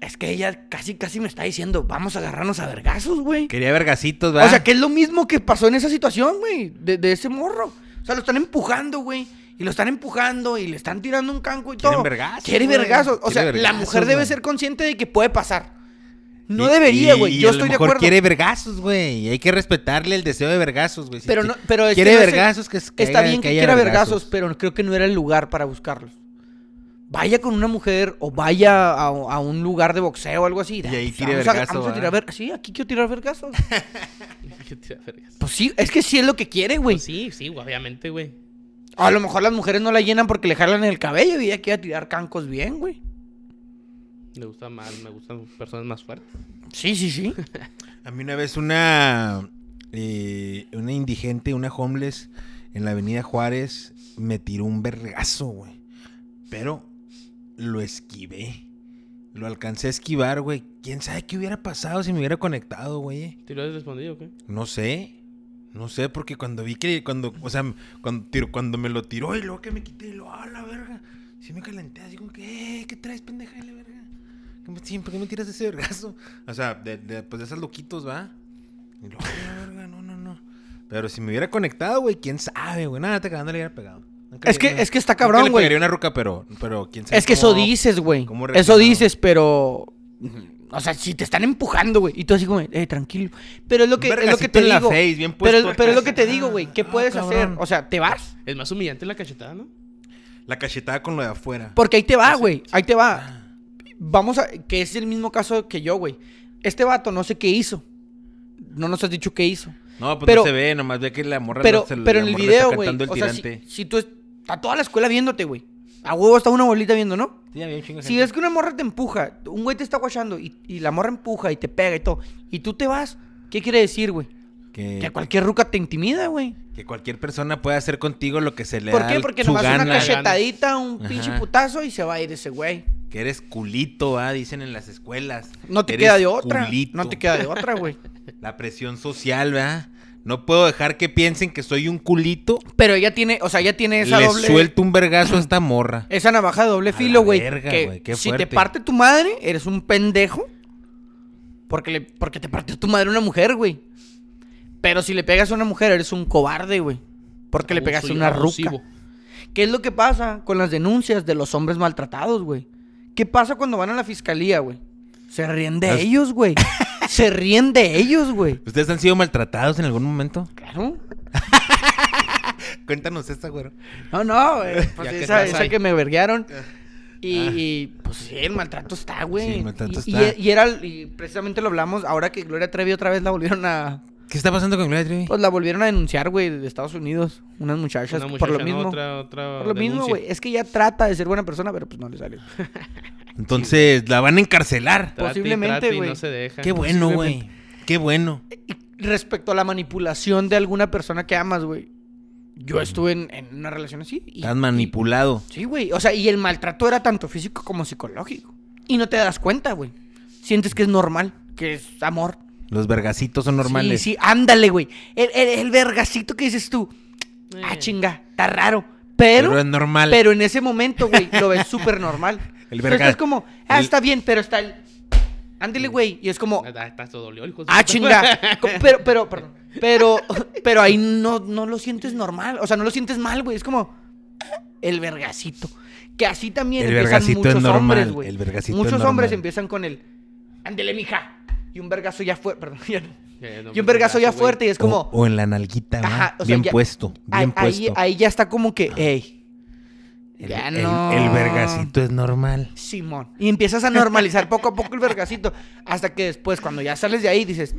Speaker 4: es que ella casi, casi me está diciendo, vamos a agarrarnos a vergazos, güey.
Speaker 3: Quería vergacitos, ¿verdad?
Speaker 4: O sea, que es lo mismo que pasó en esa situación, güey, de, de ese morro. O sea, lo están empujando, güey. Y lo están empujando y le están tirando un canco y
Speaker 3: Quieren
Speaker 4: todo.
Speaker 3: vergazos,
Speaker 4: Quiere
Speaker 3: güey.
Speaker 4: vergazos. O
Speaker 3: Quiere
Speaker 4: sea, la
Speaker 3: vergazos,
Speaker 4: mujer debe
Speaker 3: güey.
Speaker 4: ser consciente de que puede pasar. No
Speaker 3: Y-
Speaker 4: debería,
Speaker 3: y-
Speaker 4: güey.
Speaker 3: y
Speaker 4: Yo
Speaker 3: a lo
Speaker 4: estoy de
Speaker 3: mejor
Speaker 4: acuerdo.
Speaker 3: quiere vergazos, güey. Y hay que respetarle el deseo de vergazos, güey. Si
Speaker 4: Pero
Speaker 3: que-
Speaker 4: no, pero es
Speaker 3: quiere
Speaker 4: que no sé-
Speaker 3: vergazos que, es- que
Speaker 4: está
Speaker 3: haya-
Speaker 4: bien que,
Speaker 3: haya
Speaker 4: quiera vergazos, pero creo que no era el lugar para buscarlos. Vaya con una mujer o vaya a, a un lugar de boxeo o algo así.
Speaker 3: Y ahí
Speaker 4: pues,
Speaker 3: tire
Speaker 4: vamos a-
Speaker 3: vergazo,
Speaker 4: vamos a tirar ver- Sí, aquí quiero tirar vergazos.
Speaker 1: Que te da vergas.
Speaker 4: pues sí, es que sí es lo que quiere, güey.
Speaker 1: Pues sí, sí, güey, obviamente, güey.
Speaker 4: A lo mejor las mujeres no la llenan porque le jalan el cabello y ella quiere tirar cancos bien, güey.
Speaker 1: Me gusta más, me gustan personas más fuertes.
Speaker 4: Sí, sí, sí.
Speaker 3: A mí una vez una, eh, una indigente, una homeless en la avenida Juárez me tiró un vergazo, güey. Pero lo esquivé. Lo alcancé a esquivar, güey. ¿Quién sabe qué hubiera pasado si me hubiera conectado, güey?
Speaker 1: ¿Tú lo has respondido o qué?
Speaker 3: No sé. No sé, porque cuando vi que, cuando, o sea, cuando, tiró- cuando me lo tiró y luego que me quité y lo, a la verga. Sí me calenté, así como que, "Eh, ¿qué traes, pendeja de la verga? ¿Qué me, sí, ¿Por qué me tiras ese vergazo? O sea, de, de, pues de esos loquitos, ¿va? Y lo, a la verga, no, no, no. Pero si me hubiera conectado, güey, quién sabe, güey. Nada, te cagando le hubiera pegado. Nunca
Speaker 4: Es
Speaker 3: le-
Speaker 4: que- es que está
Speaker 3: nunca
Speaker 4: cabrón,
Speaker 3: le
Speaker 4: güey.
Speaker 3: pegaría una ruca, pero, pero quién sabe.
Speaker 4: Es que eso
Speaker 3: cómo-
Speaker 4: dices, güey.
Speaker 3: cómo
Speaker 4: Eso
Speaker 3: reaccionaba.
Speaker 4: dices, pero. O sea, si te están empujando, güey. Y tú así como, eh, tranquilo. Pero es lo que,
Speaker 3: Un
Speaker 4: es lo que
Speaker 3: vergacito
Speaker 4: te
Speaker 3: en la
Speaker 4: digo.
Speaker 3: face, bien
Speaker 4: pero,
Speaker 3: puesto acá,
Speaker 4: pero es lo
Speaker 3: así,
Speaker 4: que te digo, güey. ¿Qué
Speaker 3: ah,
Speaker 4: puedes hacer?
Speaker 3: cabrón.
Speaker 4: O sea, te vas.
Speaker 1: Es más humillante la cachetada, ¿no?
Speaker 3: La cachetada con lo de afuera.
Speaker 4: Porque ahí te va, güey. Ahí te va. Vamos a. Que es el mismo caso que yo, güey. Este vato no sé qué hizo. No nos has dicho qué hizo.
Speaker 3: No, pues
Speaker 4: pero-
Speaker 3: no se ve, nomás ve que la morra
Speaker 4: Pero,
Speaker 3: no se-
Speaker 4: pero
Speaker 3: la
Speaker 4: en el
Speaker 3: morra le está
Speaker 4: video, güey.
Speaker 3: cantando el
Speaker 4: O sea,
Speaker 3: tirante.
Speaker 4: si, si tú. es- Está toda la escuela viéndote, güey. A huevo está una bolita viendo, ¿no?
Speaker 3: Sí, había un chingo de
Speaker 4: Si
Speaker 3: gente.
Speaker 4: ves que una morra te empuja, un güey te está guachando y, y la morra empuja y te pega y todo, y tú te vas, ¿qué quiere decir, güey?
Speaker 3: que,
Speaker 4: Que cualquier ruca te intimida, güey.
Speaker 3: que cualquier persona puede hacer contigo lo que se le
Speaker 4: ¿Por
Speaker 3: da
Speaker 4: qué?
Speaker 3: al-
Speaker 4: Porque
Speaker 3: su
Speaker 4: nomás una
Speaker 3: gana.
Speaker 4: cachetadita, un pinche
Speaker 3: Ajá.
Speaker 4: putazo y se va a ir ese güey.
Speaker 3: Que eres culito, ah, dicen en las escuelas.
Speaker 4: No te
Speaker 3: Eres
Speaker 4: queda de otra.
Speaker 3: culito.
Speaker 4: No te queda de otra, güey.
Speaker 3: La presión social, ¿verdad? No puedo dejar que piensen que soy un culito.
Speaker 4: Pero ella tiene, o sea, ella tiene esa
Speaker 3: le
Speaker 4: doble.
Speaker 3: suelto un vergazo a esta morra.
Speaker 4: Esa navaja de doble
Speaker 3: la
Speaker 4: filo, güey.
Speaker 3: verga,
Speaker 4: Que
Speaker 3: güey, qué
Speaker 4: si te
Speaker 3: fuerte.
Speaker 4: parte tu madre, eres un pendejo. Porque, le, porque te partió tu madre una mujer, güey. Pero si le pegas a una mujer, eres un cobarde, güey. Porque le
Speaker 1: Abuso
Speaker 4: pegaste
Speaker 1: y
Speaker 4: una
Speaker 1: abusivo.
Speaker 4: ruca. ¿Qué es lo que pasa con las denuncias de los hombres maltratados, güey? ¿Qué pasa cuando van a la fiscalía, güey? Se ríen de
Speaker 3: Las-
Speaker 4: ellos, güey. Se ríen de ellos, güey.
Speaker 3: ¿Ustedes han sido maltratados en algún momento?
Speaker 4: Claro.
Speaker 3: Cuéntanos esta, güero.
Speaker 4: No, no, güey. Pues
Speaker 1: Ya que
Speaker 4: esa
Speaker 1: estás
Speaker 4: esa
Speaker 1: ahí. Ah.
Speaker 4: que me verguearon. Y, y, pues sí, el maltrato está, güey.
Speaker 3: Sí, el maltrato
Speaker 4: y, y-
Speaker 3: está.
Speaker 4: y era, y precisamente lo hablamos ahora que Gloria Trevi otra vez la volvieron a,
Speaker 3: ¿Qué está pasando con Gloria Trevi?
Speaker 4: Pues la volvieron a denunciar, güey, de Estados Unidos. Unas muchachas,
Speaker 1: Una
Speaker 4: por lo
Speaker 1: muchacha, ¿no?
Speaker 4: mismo.
Speaker 1: Otra, otra
Speaker 4: por lo mismo,
Speaker 1: denuncia.
Speaker 4: güey. Es que ella trata de ser buena persona, pero pues no le sale.
Speaker 3: Entonces, la van a encarcelar.
Speaker 1: Trate y
Speaker 4: Posiblemente,
Speaker 1: trate y
Speaker 4: güey.
Speaker 1: no se deja.
Speaker 3: Qué bueno, güey. Qué bueno.
Speaker 4: Y respecto a la manipulación de alguna persona que amas, güey. Yo estuve en, en una relación así. y-
Speaker 3: Estás manipulado.
Speaker 4: Sí, güey. O sea, y el maltrato era tanto físico como psicológico. Y no te das cuenta, güey. Sientes que es normal, que es amor.
Speaker 3: Los vergacitos son normales.
Speaker 4: Sí, sí, ándale, güey. El, el, el vergacito que dices tú. Ah, chinga, está raro. Pero,
Speaker 3: pero, es
Speaker 4: pero,
Speaker 3: normal.
Speaker 4: en ese momento, güey, lo ves súper normal.
Speaker 3: El
Speaker 4: El
Speaker 3: verga-
Speaker 4: Es como, ah,
Speaker 3: el-
Speaker 4: está bien, pero está el. Ándale, güey. Y es como,
Speaker 1: Ah, está, se dolió, hijo de su
Speaker 4: ah,
Speaker 1: puta Eh,
Speaker 4: chinga. Co- Pero, pero, perdón. Pero, pero ahí no, no lo sientes normal. O sea, no lo sientes mal, güey. Es como el vergacito. Que así también
Speaker 3: El
Speaker 4: empiezan
Speaker 3: vergacito
Speaker 4: muchos
Speaker 3: es normal,
Speaker 4: hombres, güey.
Speaker 3: el vergacito
Speaker 4: Muchos
Speaker 3: es
Speaker 4: hombres
Speaker 3: normal.
Speaker 4: empiezan con el, ándele, mija. Y un vergazo ya fue, perdón, ya no.
Speaker 1: Eh, no,
Speaker 4: Y un vergazo ya
Speaker 1: güey.
Speaker 4: fuerte y es como...
Speaker 3: O, o en la nalguita, ¿va?
Speaker 4: Ajá, o sea,
Speaker 3: bien
Speaker 4: ya-
Speaker 3: puesto,
Speaker 4: ahí,
Speaker 3: Oh, bien
Speaker 4: ahí,
Speaker 3: puesto. Ah.
Speaker 4: ahí ya está como que, ey,
Speaker 3: el,
Speaker 4: ya
Speaker 3: el-
Speaker 4: no.
Speaker 3: el vergacito es normal.
Speaker 4: Simón. Y empiezas a normalizar poco a poco el vergacito. Hasta que después, cuando ya sales de ahí, dices,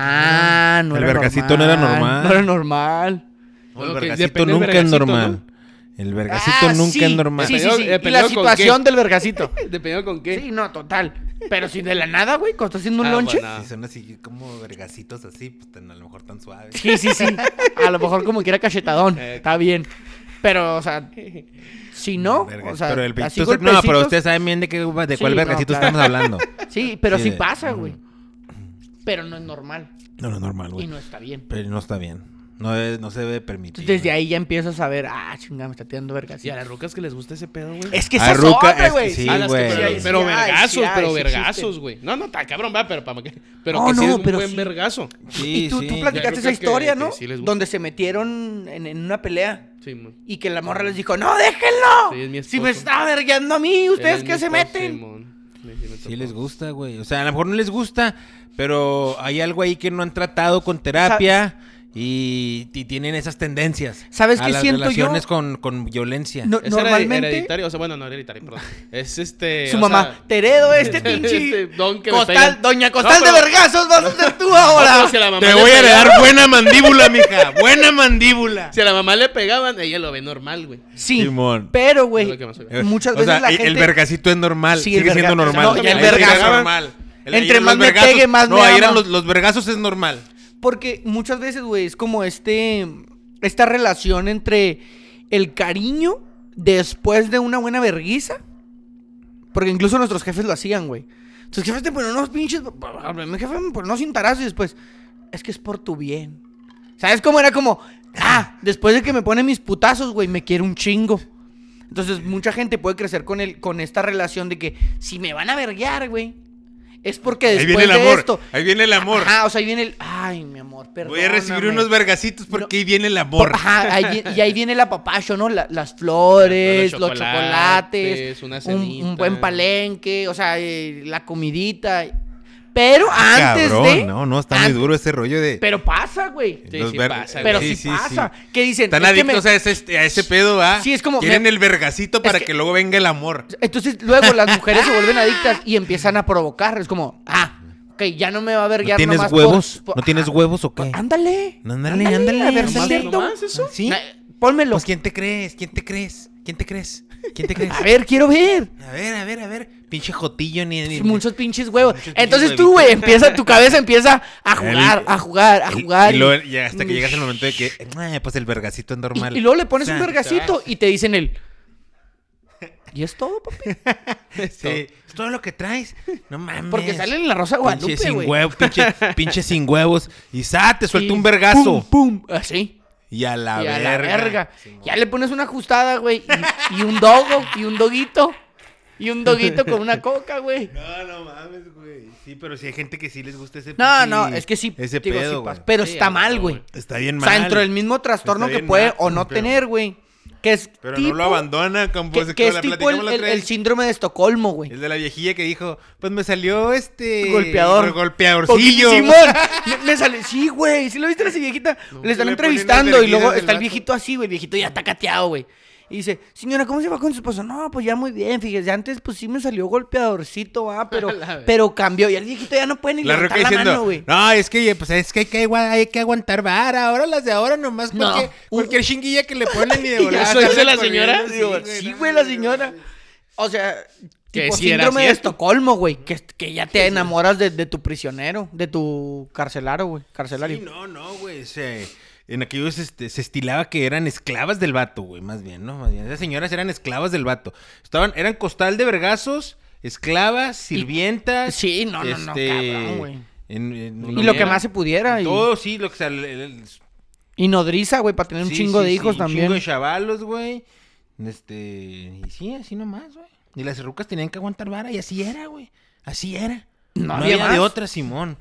Speaker 4: ah, no
Speaker 3: El
Speaker 4: era
Speaker 3: vergacito no era normal.
Speaker 4: No era normal.
Speaker 3: O el
Speaker 1: Bueno, que
Speaker 3: vergacito
Speaker 1: depende del
Speaker 3: nunca es
Speaker 1: vergacito,
Speaker 3: normal. El vergacito
Speaker 4: Ah,
Speaker 3: nunca
Speaker 4: sí,
Speaker 3: es normal.
Speaker 4: Sí, sí,
Speaker 1: Pero,
Speaker 4: sí.
Speaker 1: eh,
Speaker 4: Y la
Speaker 1: pero con qué.
Speaker 4: situación del vergacito.
Speaker 1: Dependiendo con qué.
Speaker 4: Sí, no, total. Pero si de la nada, güey, cuando estás haciendo un
Speaker 1: Ah,
Speaker 4: lonche.
Speaker 1: bueno.
Speaker 3: Si son así como vergacitos así, pues tan- a lo mejor tan suaves.
Speaker 4: Sí, sí, sí. A lo mejor como que era cachetadón.
Speaker 1: Eh.
Speaker 4: Está bien. Pero, o sea, si no,
Speaker 3: Vergas-
Speaker 4: o sea,
Speaker 3: pero el
Speaker 4: así
Speaker 3: pito- No, pero
Speaker 4: golpecitos,
Speaker 3: ustedes saben bien de, qué, de
Speaker 4: Sí,
Speaker 3: cuál
Speaker 4: no,
Speaker 3: vergacito
Speaker 4: claro.
Speaker 3: estamos hablando.
Speaker 4: Sí, pero
Speaker 3: Sí,
Speaker 4: sí
Speaker 3: de-
Speaker 4: pasa, güey. Pero no es normal
Speaker 3: No, no es normal,
Speaker 4: y
Speaker 3: güey.
Speaker 4: no está bien.
Speaker 3: Pero no está bien. No, es- no se debe permitir.
Speaker 4: Entonces, desde ahí ya empiezas a ver, ah, chingada, me está tirando vergas.
Speaker 1: Y a las rucas que les gusta ese pedo, güey.
Speaker 4: Es que
Speaker 3: Ah,
Speaker 4: esa es
Speaker 3: ruca, es
Speaker 4: otra,
Speaker 3: que
Speaker 4: güey.
Speaker 3: sí,
Speaker 1: A las que-
Speaker 3: güey.
Speaker 1: pero,
Speaker 4: Sí, sí,
Speaker 1: pero
Speaker 4: sí,
Speaker 1: vergazos,
Speaker 4: sí,
Speaker 1: pero
Speaker 4: sí
Speaker 1: vergazos,
Speaker 4: existen.
Speaker 1: güey. No, no, está cabrón, va, pero para que. Pero
Speaker 4: No,
Speaker 1: que sí
Speaker 4: no,
Speaker 1: es un
Speaker 4: pero
Speaker 1: buen
Speaker 4: sí.
Speaker 1: vergazo.
Speaker 3: Sí,
Speaker 4: Y tú,
Speaker 3: sí.
Speaker 4: tú
Speaker 1: Yo
Speaker 4: platicaste
Speaker 1: creo
Speaker 4: esa
Speaker 1: que-
Speaker 4: historia,
Speaker 1: que
Speaker 4: ¿no?
Speaker 1: sí les gusta.
Speaker 4: Donde se metieron en, en una pelea
Speaker 1: Sí, mo-
Speaker 4: y que la morra les dijo, no, déjenlo.
Speaker 1: Sí, es mi
Speaker 4: si me
Speaker 1: esposo.
Speaker 4: está vergueando a mí, ustedes
Speaker 1: Eran
Speaker 4: que
Speaker 1: mis
Speaker 4: se
Speaker 1: cosas,
Speaker 4: meten.
Speaker 1: Simón. Sí, sí, me
Speaker 3: Sí les
Speaker 1: tocó.
Speaker 3: gusta, güey. O sea, a lo mejor no les gusta, pero hay algo ahí que no han tratado con terapia y, y tienen esas tendencias.
Speaker 4: ¿Sabes
Speaker 3: a
Speaker 4: qué
Speaker 3: las
Speaker 4: siento yo?
Speaker 3: relaciones con, con violencia.
Speaker 4: No-
Speaker 1: Ese era
Speaker 4: normalmente
Speaker 1: hereditario, o sea, bueno, no hereditario, perdón. Es este.
Speaker 4: su
Speaker 1: o
Speaker 4: mamá,
Speaker 1: sea,
Speaker 4: te heredo este
Speaker 1: Este
Speaker 4: pinche
Speaker 1: don que me
Speaker 4: costal,
Speaker 1: pegan".
Speaker 4: doña costal
Speaker 1: No,
Speaker 4: de
Speaker 1: pero-
Speaker 4: vergazos, vas a ser tú ahora.
Speaker 1: No, si a la mamá
Speaker 3: Te
Speaker 1: le
Speaker 3: voy a
Speaker 1: pegaban-
Speaker 3: heredar buena mandíbula, mija. Buena mandíbula.
Speaker 1: Si a la mamá le pegaban, ella lo ve normal, güey.
Speaker 4: Sí,
Speaker 3: Simón.
Speaker 4: pero,
Speaker 1: Es lo
Speaker 4: güey,
Speaker 1: que más se ve.
Speaker 3: Eh,
Speaker 4: muchas
Speaker 3: o
Speaker 4: veces
Speaker 3: sea,
Speaker 4: la
Speaker 3: el- El
Speaker 4: gente-
Speaker 3: vergacito es normal.
Speaker 4: Sí, el
Speaker 3: sigue siendo
Speaker 4: verga-
Speaker 3: normal.
Speaker 4: no, y el
Speaker 3: Ahí sí
Speaker 4: vergazo.
Speaker 3: era normal. El-
Speaker 4: Entre
Speaker 3: ahí eran
Speaker 4: más
Speaker 3: los
Speaker 4: me
Speaker 3: vergazos-
Speaker 4: pegue, más
Speaker 3: no,
Speaker 4: me
Speaker 3: ahí eran
Speaker 4: ama.
Speaker 3: los, los vergazos es normal.
Speaker 4: Porque muchas veces, güey, es como este. Esta relación entre el cariño después de una buena verguiza. Porque incluso nuestros jefes lo hacían, güey. Tus jefes te ponen unos pinches. Mi jefe me ponen unos cintarazos y después. Es que es por tu bien. ¿Sabes cómo era como? Ah, después de que me pone mis putazos, güey, me quiere un chingo. Entonces, mucha gente puede crecer con, el, con esta relación de que si me van a verguear, güey, es porque
Speaker 3: Ahí viene
Speaker 4: después
Speaker 3: el
Speaker 4: de
Speaker 3: amor.
Speaker 4: esto
Speaker 3: Ahí viene el amor.
Speaker 4: Ajá, o sea, ahí viene el. Ay, mi amor, perdón.
Speaker 3: Voy a recibir unos vergacitos porque ahí viene el amor.
Speaker 4: Ajá, ahí vi- y ahí viene el apapacho, ¿no? La- las flores,
Speaker 1: Los
Speaker 4: los chocolates,
Speaker 1: chocolates, una
Speaker 4: un, un buen
Speaker 1: cenita.
Speaker 4: palenque, o sea, eh, la comidita. Pero antes
Speaker 3: Cabrón,
Speaker 4: de.
Speaker 3: no, no, está
Speaker 4: antes-
Speaker 3: muy duro ese rollo de.
Speaker 4: Pero pasa, güey.
Speaker 1: Sí,
Speaker 3: los
Speaker 1: sí
Speaker 3: ver-
Speaker 1: pasa,
Speaker 4: Pero
Speaker 1: güey.
Speaker 4: eh, sí, pasa. Que dicen.
Speaker 3: Están
Speaker 4: "Es que me-
Speaker 3: adictos a, ese, este- a ese pedo, ¿ah?
Speaker 4: Sí, es como-
Speaker 3: Quieren
Speaker 4: me-
Speaker 3: el vergacito para
Speaker 4: es
Speaker 3: que...
Speaker 4: que-
Speaker 3: luego venga el amor.
Speaker 4: Entonces luego las mujeres se vuelven adictas y empiezan a provocar. Es como, ah, ok, ya no me va a ver
Speaker 3: ¿No tienes huevos? ¿No tienes huevos o
Speaker 4: ¿Ah,
Speaker 3: qué?
Speaker 4: Ándale.
Speaker 3: Ándale, ándale,
Speaker 4: A ver,
Speaker 3: nomás-
Speaker 4: cierto.
Speaker 1: nomás eso.
Speaker 3: ¿Sí?
Speaker 4: Na- Pónmelo.
Speaker 3: Pues, ¿quién te crees? ¿Quién te crees? ¿Quién te crees? ¿Quién te crees?
Speaker 4: A ver, quiero ver.
Speaker 3: A ver, a ver, a ver. Pinche jotillo ni... ni-
Speaker 4: Pues, Muchos pinches huevos.
Speaker 3: Muchos pinches
Speaker 4: Entonces tú, güey, empieza, tu cabeza empieza a jugar,
Speaker 3: El-
Speaker 4: a jugar, a
Speaker 3: Y-
Speaker 4: jugar.
Speaker 3: Y,
Speaker 4: y- Mm.
Speaker 3: luego ya hasta que llegas al momento de que, "Ah, pues el vergacito es normal.
Speaker 4: y- y luego le pones
Speaker 3: O sea,
Speaker 4: un vergacito y te dicen el. Y es todo, papi.
Speaker 3: Sí, es todo lo que traes. No mames.
Speaker 4: Porque salen en la rosa de
Speaker 3: Pinche
Speaker 4: Guadalupe,
Speaker 3: sin
Speaker 4: güey.
Speaker 3: huevos, pinche, pinche sin huevos. Y sa, te suelta
Speaker 4: Y
Speaker 3: un vergazo.
Speaker 4: Pum, pum. Así.
Speaker 3: Y a la
Speaker 4: y a
Speaker 3: verga.
Speaker 4: la verga. Ya le pones una ajustada, güey. Y, y un dogo, y un doguito. Y un doguito con una coca, güey.
Speaker 3: No, no mames, güey. Sí, pero si hay gente que sí les gusta ese
Speaker 4: No,
Speaker 3: pinche-
Speaker 4: no, es que sí.
Speaker 3: Ese
Speaker 4: digo, sí
Speaker 3: pedo, güey.
Speaker 4: pasa, pero
Speaker 1: Sí,
Speaker 4: está
Speaker 1: a
Speaker 4: mal,
Speaker 1: huevo,
Speaker 4: güey.
Speaker 1: güey.
Speaker 3: Está bien
Speaker 4: O
Speaker 3: mal.
Speaker 4: sea, dentro del mismo trastorno
Speaker 3: Está
Speaker 4: que
Speaker 3: bien
Speaker 4: puede
Speaker 3: mal,
Speaker 4: o no
Speaker 3: pero-
Speaker 4: tener, güey. Que es
Speaker 3: Pero no
Speaker 4: tipo-
Speaker 3: lo pues, abandona, como
Speaker 4: Que, que es tipo el, el- el síndrome de Estocolmo, güey.
Speaker 3: de la viejilla que dijo, pues me salió este...
Speaker 4: Golpeador.
Speaker 3: Golpeadorcillo.
Speaker 4: Simón, me, me sale, sí, güey, si lo viste a esa viejita, le están
Speaker 3: Le ponen
Speaker 4: entrevistando y
Speaker 3: unas
Speaker 4: luego
Speaker 3: verguidas
Speaker 4: está el
Speaker 3: del vato.
Speaker 4: viejito así, güey, el viejito ya está cateado, güey. Y dice, señora, ¿cómo se va con su esposo? No, pues ya muy bien, fíjese. Antes, pues sí me salió golpeadorcito, ah, pero,
Speaker 1: La verga.
Speaker 4: pero cambió. Y el viejito ya no puede ni
Speaker 3: La
Speaker 4: levantar
Speaker 3: roca
Speaker 4: la
Speaker 3: diciendo,
Speaker 4: mano, güey.
Speaker 3: no, es que, pues, es que hay que, agua- hay que aguantar vara, ahora las de ahora nomás,
Speaker 4: No.
Speaker 3: porque cualquier chinguilla que le ponen y Este de
Speaker 4: Y
Speaker 3: volada
Speaker 1: eso dice
Speaker 3: sale
Speaker 1: la
Speaker 3: corriendo,
Speaker 1: señora.
Speaker 3: sí,
Speaker 1: Digo,
Speaker 3: güey,
Speaker 4: Sí,
Speaker 3: no,
Speaker 4: güey, la señora. O sea,
Speaker 1: Que
Speaker 4: tipo
Speaker 1: sí era
Speaker 4: síndrome de
Speaker 1: cierto.
Speaker 4: Estocolmo, güey. Que, que ya te enamoras de, de tu prisionero, de tu carcelaro, güey. Carcelario.
Speaker 3: Sí, no, no, güey. se- en aquellos este, se estilaba que eran esclavas del vato, güey, más bien, ¿no? Más bien, Esas señoras eran esclavas del vato. Estaban, eran costal de vergazos, esclavas, sirvientas. este,
Speaker 4: sí, no, no, no, cabrón, güey.
Speaker 3: en- en-
Speaker 4: y lo que
Speaker 1: Era-
Speaker 4: más se pudiera. Y,
Speaker 3: Todo, sí, lo que sea, el- el-
Speaker 4: y nodriza, güey, para tener un
Speaker 3: sí,
Speaker 4: chingo
Speaker 3: sí,
Speaker 4: de
Speaker 3: sí,
Speaker 4: hijos
Speaker 3: Un
Speaker 4: también.
Speaker 3: chingo de chavalos, güey. Este. Y sí, así nomás, güey. Y las cerrucas tenían que aguantar vara, y así era, güey. Así era.
Speaker 4: No
Speaker 3: No,
Speaker 4: había
Speaker 3: había,
Speaker 4: más.
Speaker 3: de otra, Simón.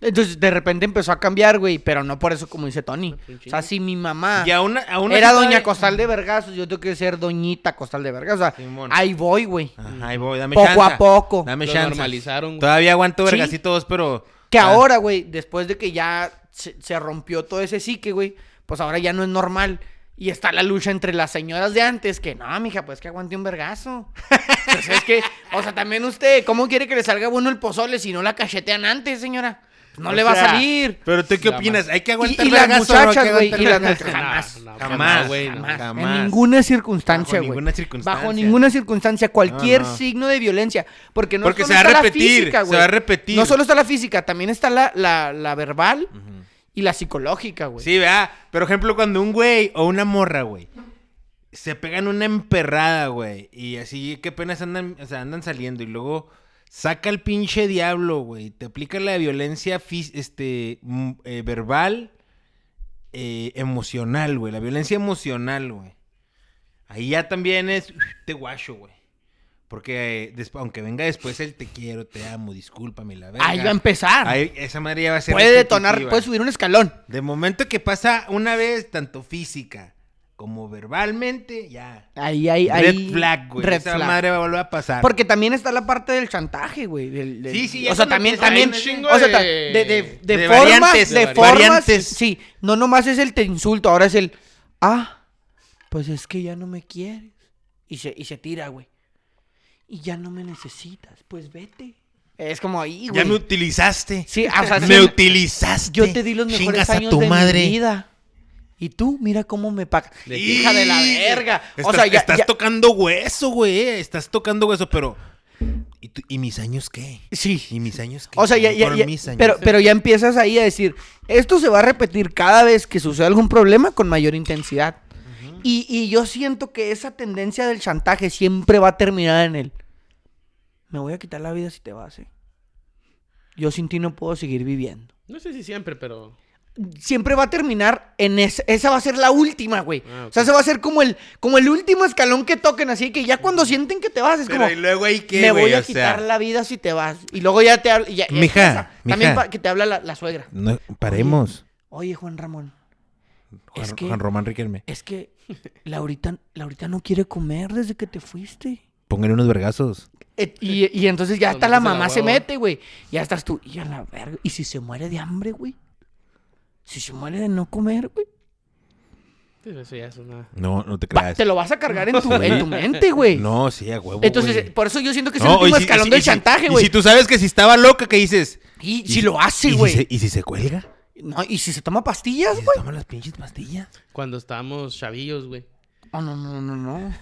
Speaker 4: Entonces, de repente empezó a cambiar, güey. Pero no por eso, como dice Tony. O sea, si mi mamá
Speaker 3: Y a una, a una
Speaker 4: Ah, era
Speaker 3: sí
Speaker 4: doña
Speaker 3: todavía-
Speaker 4: Costal de Vergazos, yo tengo que ser doñita Costal de Vergazos. O sea,
Speaker 3: Simón.
Speaker 4: ahí voy, güey.
Speaker 3: Ajá, ahí voy, dame
Speaker 4: Poco
Speaker 3: chanza.
Speaker 4: a poco.
Speaker 3: Dame
Speaker 1: Lo
Speaker 3: chance.
Speaker 1: normalizaron, güey.
Speaker 3: Todavía aguanto
Speaker 4: Sí.
Speaker 3: vergacitos, pero.
Speaker 4: Que
Speaker 3: ah,
Speaker 4: ahora, güey, después de que ya se, se rompió todo ese psique, güey, pues ahora ya no es normal. Y está la lucha entre las señoras de antes, que no, mija, pues que aguante un vergazo. Pues es que, o sea, también usted, ¿cómo quiere que le salga bueno el pozole si no la cachetean antes, señora? Pues No
Speaker 3: o
Speaker 4: le va
Speaker 3: sea,
Speaker 4: a salir.
Speaker 3: Pero tú qué
Speaker 1: La
Speaker 3: opinas?
Speaker 1: madre.
Speaker 3: Hay que
Speaker 4: Y,
Speaker 3: aguantar
Speaker 4: y las
Speaker 3: vergazos, ¿no? Hay que
Speaker 4: muchachas, güey,
Speaker 3: aguantar
Speaker 4: y las
Speaker 3: vergazos.
Speaker 4: muchachas, jamás.
Speaker 1: no,
Speaker 3: jamás,
Speaker 1: güey, no,
Speaker 4: jamás,
Speaker 3: jamás.
Speaker 4: En ninguna circunstancia,
Speaker 3: Bajo
Speaker 4: güey.
Speaker 3: ninguna circunstancia.
Speaker 4: Bajo ninguna circunstancia, cualquier
Speaker 3: No, no.
Speaker 4: signo de violencia. Porque no
Speaker 3: Porque
Speaker 4: solo
Speaker 3: se va a
Speaker 4: está la
Speaker 3: repetir,
Speaker 4: física,
Speaker 3: se
Speaker 4: güey.
Speaker 3: va a repetir.
Speaker 4: No solo está la física, también está la, la, la verbal y la psicológica, güey.
Speaker 3: Sí, vea. Por ejemplo, cuando un güey o una morra, güey, se pegan una emperrada, güey, y así que apenas andan, o sea, andan saliendo y luego saca el pinche diablo, güey, te aplica la violencia fis- este, mm, eh, verbal, eh, emocional, güey, la violencia emocional, güey. Ahí ya también es te guacho, güey. Porque eh, desp- aunque venga después el te quiero, te amo, discúlpame la verga.
Speaker 4: Ahí va a empezar.
Speaker 3: Ahí- esa madre ya va a ser
Speaker 4: puede detonar, pues,
Speaker 3: repetitiva.
Speaker 4: puede subir un escalón.
Speaker 3: De momento que pasa una vez, tanto física como verbalmente, ya.
Speaker 4: Ahí, ahí, ahí.
Speaker 3: red flag, güey.
Speaker 4: Red
Speaker 3: Esa
Speaker 4: flag.
Speaker 3: madre va a volver a pasar.
Speaker 4: Porque también está la parte del chantaje, güey. del- del-
Speaker 3: Sí, sí,
Speaker 4: O
Speaker 3: eso
Speaker 4: sea,
Speaker 3: me
Speaker 4: también,
Speaker 3: puse ahí
Speaker 4: también.
Speaker 3: un
Speaker 1: chingo
Speaker 4: O sea, ta- de,
Speaker 1: de-
Speaker 4: de, de
Speaker 3: de
Speaker 4: formas,
Speaker 3: variantes,
Speaker 4: de
Speaker 3: de
Speaker 4: formas.
Speaker 3: variantes.
Speaker 4: Sí, no nomás es el te insulto, ahora es el, ah, pues es que ya no me quieres. Y se, y se tira, güey. Y ya no me necesitas, pues vete. Es como ahí,
Speaker 3: ya
Speaker 4: güey.
Speaker 3: me utilizaste.
Speaker 4: Sí, o sea,
Speaker 3: me
Speaker 4: sí,
Speaker 3: utilizaste.
Speaker 4: yo te di los mejores
Speaker 3: Chingas
Speaker 4: años
Speaker 3: a tu
Speaker 4: de
Speaker 3: madre.
Speaker 4: mi vida. Y tú, mira cómo me paga.
Speaker 1: De-
Speaker 4: Hija de la verga. O
Speaker 3: Estás-
Speaker 4: sea, ya,
Speaker 3: estás
Speaker 4: ya-
Speaker 3: tocando hueso, güey. Estás tocando hueso, pero. ¿Y, tú- y mis años qué?
Speaker 4: Sí.
Speaker 3: ¿Y mis años qué?
Speaker 4: O sea, ya, ya-
Speaker 3: Por
Speaker 4: ya-
Speaker 3: mis años.
Speaker 4: pero, pero ya empiezas ahí a decir, esto se va a repetir cada vez que suceda algún problema con mayor intensidad. y, y yo siento que esa tendencia del chantaje siempre va a terminar en el, me voy a quitar la vida si te vas, ¿eh? Yo sin ti no puedo seguir viviendo.
Speaker 1: No sé si siempre, pero.
Speaker 4: Siempre va a terminar en esa, esa va a ser la última, güey.
Speaker 1: Ah, ok.
Speaker 4: O sea, ese va a ser como el, como el último escalón que toquen, así que ya cuando sienten que te vas es
Speaker 3: Pero
Speaker 4: como
Speaker 3: y luego ahí qué,
Speaker 4: me
Speaker 3: güey?
Speaker 4: voy a
Speaker 3: O sea,
Speaker 4: quitar la vida si te vas. Y luego ya te habla. y ya- ya
Speaker 3: Mija,
Speaker 4: empieza. También
Speaker 3: mija.
Speaker 4: pa- que te habla la, la suegra.
Speaker 3: no, paremos.
Speaker 4: Oye, Juan Ramón,
Speaker 3: Juan,
Speaker 4: es que-
Speaker 3: Juan Román Riquelme.
Speaker 4: es que Laurita, Laurita no quiere comer desde que te fuiste.
Speaker 3: Pónganle unos vergazos.
Speaker 4: Eh, Y, y entonces ya
Speaker 1: Nos
Speaker 4: hasta la
Speaker 1: metiste la
Speaker 4: mamá se
Speaker 1: hueva.
Speaker 4: mete, güey. Ya estás tú. Y a la verga. ¿Y si se muere de hambre, güey? Si se muere de no comer, güey.
Speaker 1: pues, Eso ya es una.
Speaker 3: No, no te
Speaker 4: va-
Speaker 3: creas.
Speaker 4: Te lo vas a cargar en tu, en tu mente, güey.
Speaker 3: No, sí, a huevo.
Speaker 4: entonces,
Speaker 3: Oh, güey.
Speaker 4: eh, por eso yo siento que es
Speaker 3: No,
Speaker 4: el último
Speaker 3: y si-
Speaker 4: escalón
Speaker 3: y si-
Speaker 4: del
Speaker 3: y si-
Speaker 4: chantaje,
Speaker 3: Y
Speaker 4: güey.
Speaker 3: si tú sabes que si estaba loca, ¿qué dices?
Speaker 4: Y,
Speaker 3: y
Speaker 4: si
Speaker 3: si-
Speaker 4: lo hace,
Speaker 3: ¿Y si
Speaker 4: güey.
Speaker 3: se- ¿Y si se cuelga?
Speaker 4: No, y si se toma pastillas,
Speaker 3: ¿Y
Speaker 4: güey.
Speaker 3: se toma las pinches pastillas?
Speaker 1: Cuando estábamos chavillos, güey.
Speaker 4: Oh, no, no, no, no.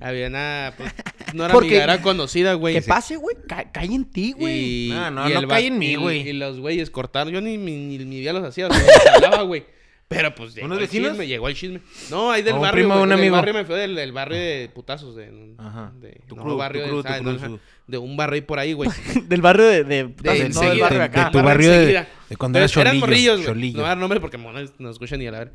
Speaker 1: Había una. Pues, no era
Speaker 4: Porque-
Speaker 1: amiga, era conocida, güey.
Speaker 4: Que pase, güey. Ca- cae en ti, güey.
Speaker 1: Y,
Speaker 3: No, no,
Speaker 1: y
Speaker 3: no
Speaker 1: el
Speaker 3: cae
Speaker 1: va-
Speaker 3: en mí,
Speaker 1: y-
Speaker 3: güey.
Speaker 1: Y los güeyes cortaron. Yo ni mi, ni mi día los hacía, o sea, les hablaba, güey. Pero pues llegó
Speaker 3: ¿Unos
Speaker 1: el
Speaker 3: vecinos?
Speaker 1: chisme, llegó el chisme. No, ahí del
Speaker 3: ¿O un
Speaker 1: barrio,
Speaker 3: primo,
Speaker 1: güey,
Speaker 3: un
Speaker 1: del
Speaker 3: amigo? Ah.
Speaker 1: barrio me fue del, del barrio de putazos de,
Speaker 3: Ajá.
Speaker 1: de-
Speaker 3: Tu
Speaker 1: no,
Speaker 3: crew,
Speaker 1: barrio
Speaker 3: tu
Speaker 1: de,
Speaker 3: crew, tu
Speaker 1: ah, no,
Speaker 3: crew,
Speaker 1: ajá,
Speaker 3: su-
Speaker 1: de un barrio ahí por ahí, güey.
Speaker 4: Del barrio de. de,
Speaker 1: De,
Speaker 4: de- no, del
Speaker 1: enseguida,
Speaker 4: barrio de
Speaker 1: de-
Speaker 4: acá.
Speaker 1: de tu barrio de,
Speaker 3: de cuando eras
Speaker 1: Eran
Speaker 3: cholillo,
Speaker 1: morrillos, güey.
Speaker 3: cholillo.
Speaker 1: No voy a dar nombre porque no nos escuchan ni a la ver.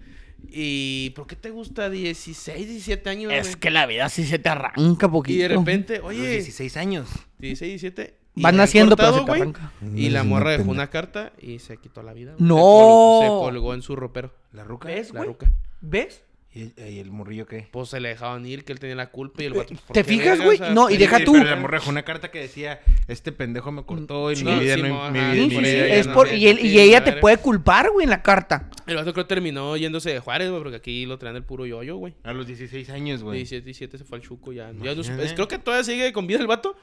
Speaker 1: ¿Y por qué te gusta 16, 17 años,
Speaker 4: Es
Speaker 1: güey?
Speaker 4: que la vida sí se te arranca poquito.
Speaker 1: Y de repente,
Speaker 3: A los
Speaker 1: oye,
Speaker 3: 16 años.
Speaker 1: 16, 17. y
Speaker 4: Van
Speaker 1: la han
Speaker 4: naciendo, pero
Speaker 1: cortado,
Speaker 4: se te
Speaker 1: güey.
Speaker 4: arranca.
Speaker 1: Y la
Speaker 3: Es
Speaker 1: morra
Speaker 3: una
Speaker 1: dejó
Speaker 3: pendeja.
Speaker 1: una carta y se quitó la vida. güey.
Speaker 4: ¡No!
Speaker 1: Se colgó, se colgó en su ropero.
Speaker 3: ¿La ruca?
Speaker 4: ¿Ves?
Speaker 1: La
Speaker 4: güey?
Speaker 1: ruca.
Speaker 4: ¿Ves?
Speaker 3: ¿Y el, y el morrillo qué?
Speaker 1: Pues se le dejaban ir, que él tenía la culpa y el vato. pues, ¿por
Speaker 4: ¿te
Speaker 1: qué
Speaker 4: fijas,
Speaker 1: verga?
Speaker 4: güey? No, y
Speaker 1: él-
Speaker 4: deja
Speaker 1: él-
Speaker 4: tú.
Speaker 3: Pero la morra dejó una carta que decía, este pendejo me cortó y
Speaker 1: Sí,
Speaker 3: mi vida
Speaker 1: sí,
Speaker 3: no...
Speaker 1: mo-
Speaker 3: mi
Speaker 1: ajá,
Speaker 3: vida-
Speaker 1: sí,
Speaker 3: mi
Speaker 4: Sí,
Speaker 1: por
Speaker 4: sí,
Speaker 3: vida
Speaker 1: ella
Speaker 3: ya
Speaker 4: es
Speaker 1: no
Speaker 4: por,
Speaker 1: tiene
Speaker 4: y, él- y
Speaker 1: sentido,
Speaker 4: ella
Speaker 1: la
Speaker 4: te
Speaker 1: verga.
Speaker 4: puede culpar, güey, en la carta.
Speaker 1: El vato creo terminó yéndose de Juárez, güey, porque aquí lo traen el puro yoyo, güey.
Speaker 3: A los 16 años, güey.
Speaker 1: 17, 17 se fue al Chuco ya. ya no
Speaker 3: Imagínate.
Speaker 1: supe- es- creo que todavía sigue con vida el vato.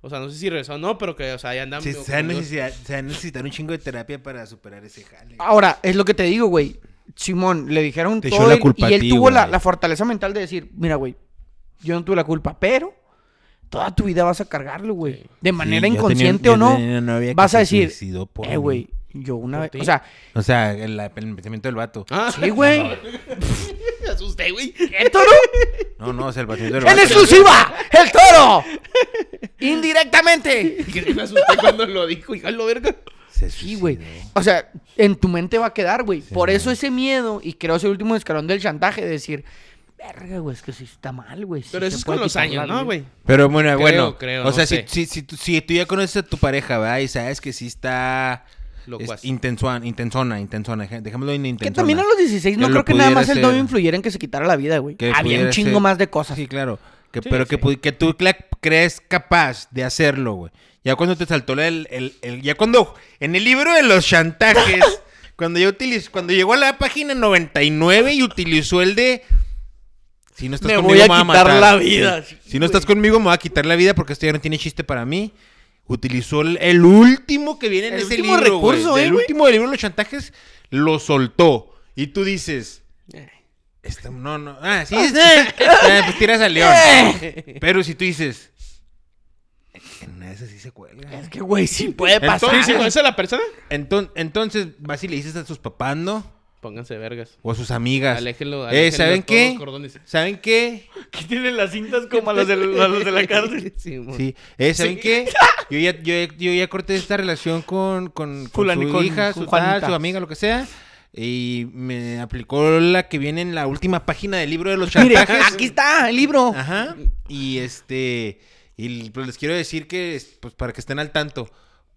Speaker 1: O sea, no sé si regresó o no, pero que, o sea, ya andan.
Speaker 3: Sí,
Speaker 1: medio
Speaker 3: se, va a
Speaker 1: como yo-
Speaker 3: necesitar, se va a necesitar un chingo de terapia para superar ese jale.
Speaker 4: Ahora, es lo que te digo, güey. Simón, le dijeron
Speaker 3: Te echó
Speaker 4: todo
Speaker 3: la
Speaker 4: y-
Speaker 3: culpa
Speaker 4: y
Speaker 3: a
Speaker 4: él
Speaker 3: ti,
Speaker 4: tuvo la,
Speaker 3: güey.
Speaker 4: la fortaleza mental de decir, mira, güey, yo no tuve la culpa, pero toda tu vida vas a cargarlo, güey.
Speaker 1: Sí.
Speaker 4: De manera
Speaker 3: Sí, yo
Speaker 4: inconsciente o
Speaker 3: tenía- yo
Speaker 4: no,
Speaker 3: tenía una novia que
Speaker 4: vas a
Speaker 3: se
Speaker 4: decir,
Speaker 3: suicidó por
Speaker 4: eh,
Speaker 3: mí.
Speaker 4: güey, yo una
Speaker 1: ¿Por
Speaker 4: vez,
Speaker 1: ti?
Speaker 4: o sea,
Speaker 3: O sea, el, el pensamiento del vato.
Speaker 1: Ah,
Speaker 4: sí, güey.
Speaker 1: me asusté, güey.
Speaker 4: ¡El toro!
Speaker 3: No, no, o sea, el pensamiento del
Speaker 4: ¡En
Speaker 3: vato.
Speaker 4: exclusiva! ¡El toro! Indirectamente.
Speaker 1: Que Me asusté cuando lo dijo, híjalo, verga.
Speaker 3: Se
Speaker 4: Sí,
Speaker 3: suicidó.
Speaker 4: güey. O sea, en tu mente va a quedar, güey. Por eso ese miedo, y creo es el último escalón del chantaje, de decir, verga, güey, es que sí está mal, güey. sí
Speaker 1: Pero
Speaker 4: se
Speaker 1: eso es
Speaker 4: puede
Speaker 1: con los
Speaker 4: quitar la
Speaker 1: años, ¿no,
Speaker 4: vida".
Speaker 1: güey?
Speaker 3: Pero bueno,
Speaker 1: Creo,
Speaker 3: bueno.
Speaker 1: creo,
Speaker 3: o
Speaker 1: no
Speaker 3: sea,
Speaker 1: sé.
Speaker 3: si, si, si, tú- si tú ya conoces a tu pareja, ¿verdad? Y sabes que sí está...
Speaker 1: Locuaz.
Speaker 3: Es intensuan- intensona, intensona. dej- Dejémoslo en
Speaker 4: Que
Speaker 3: intensona.
Speaker 4: también a los 16 no
Speaker 3: Que lo
Speaker 4: creo que nada
Speaker 3: pudiera
Speaker 4: más el
Speaker 3: ser.
Speaker 4: novio influyera en que se quitara la vida, güey.
Speaker 3: Que
Speaker 4: Había un
Speaker 3: pudiera
Speaker 4: chingo
Speaker 3: ser.
Speaker 4: más de cosas.
Speaker 3: Sí, claro. Que,
Speaker 1: Sí,
Speaker 3: pero que,
Speaker 1: sí.
Speaker 3: pu- que tú cla- crees capaz de hacerlo, güey. Ya cuando te saltó el, el- el- Ya cuando... En el libro de los chantajes... cuando yo utiliz, Cuando llegó a la página 99 y utilizó el de... Si no estás
Speaker 4: Me
Speaker 3: conmigo,
Speaker 4: voy a
Speaker 3: me va
Speaker 4: quitar
Speaker 3: matar".
Speaker 4: la vida.
Speaker 3: Sí. Si no estás conmigo, me va a quitar la vida porque esto ya no tiene chiste para mí. Utilizó el, el último que viene en
Speaker 4: El
Speaker 3: ese
Speaker 4: último
Speaker 3: libro,
Speaker 4: recurso,
Speaker 3: güey.
Speaker 4: ¿eh,
Speaker 3: El
Speaker 4: güey?
Speaker 3: último del libro de los chantajes lo soltó. Y tú dices... Esta- no, no. Ah, sí. es- Ah, pues tiras al león.
Speaker 4: Eh.
Speaker 3: Pero si tú dices. En una de esas sí se cuelga.
Speaker 4: Es que, güey, sí puede pasar.
Speaker 1: Sí, si conoces a la persona,
Speaker 3: Enton- entonces, vas y le dices a sus papás, ¿no?
Speaker 1: pónganse vergas.
Speaker 3: O a sus amigas.
Speaker 1: Aléjenlo,
Speaker 3: eh,
Speaker 1: aléjenlo
Speaker 3: ¿saben
Speaker 1: todos
Speaker 3: qué?
Speaker 1: los cordones.
Speaker 3: ¿Saben qué?
Speaker 4: que tienen las cintas como a los de, la cárcel.
Speaker 1: Sí, mon.
Speaker 3: Sí. Eh, ¿saben qué? Yo ya, yo, ya- yo ya corté esta relación con, con, con
Speaker 4: Fulani-
Speaker 3: su
Speaker 4: con-
Speaker 3: hija,
Speaker 4: con
Speaker 3: su tal,
Speaker 4: Juanita.
Speaker 3: su amiga, lo que sea. Y me aplicó la que viene en la última página del libro de los
Speaker 4: Mire,
Speaker 3: chantajes.
Speaker 4: aquí está el libro.
Speaker 3: Ajá. Y este. Y pues, les quiero decir que, es- pues para que estén al tanto.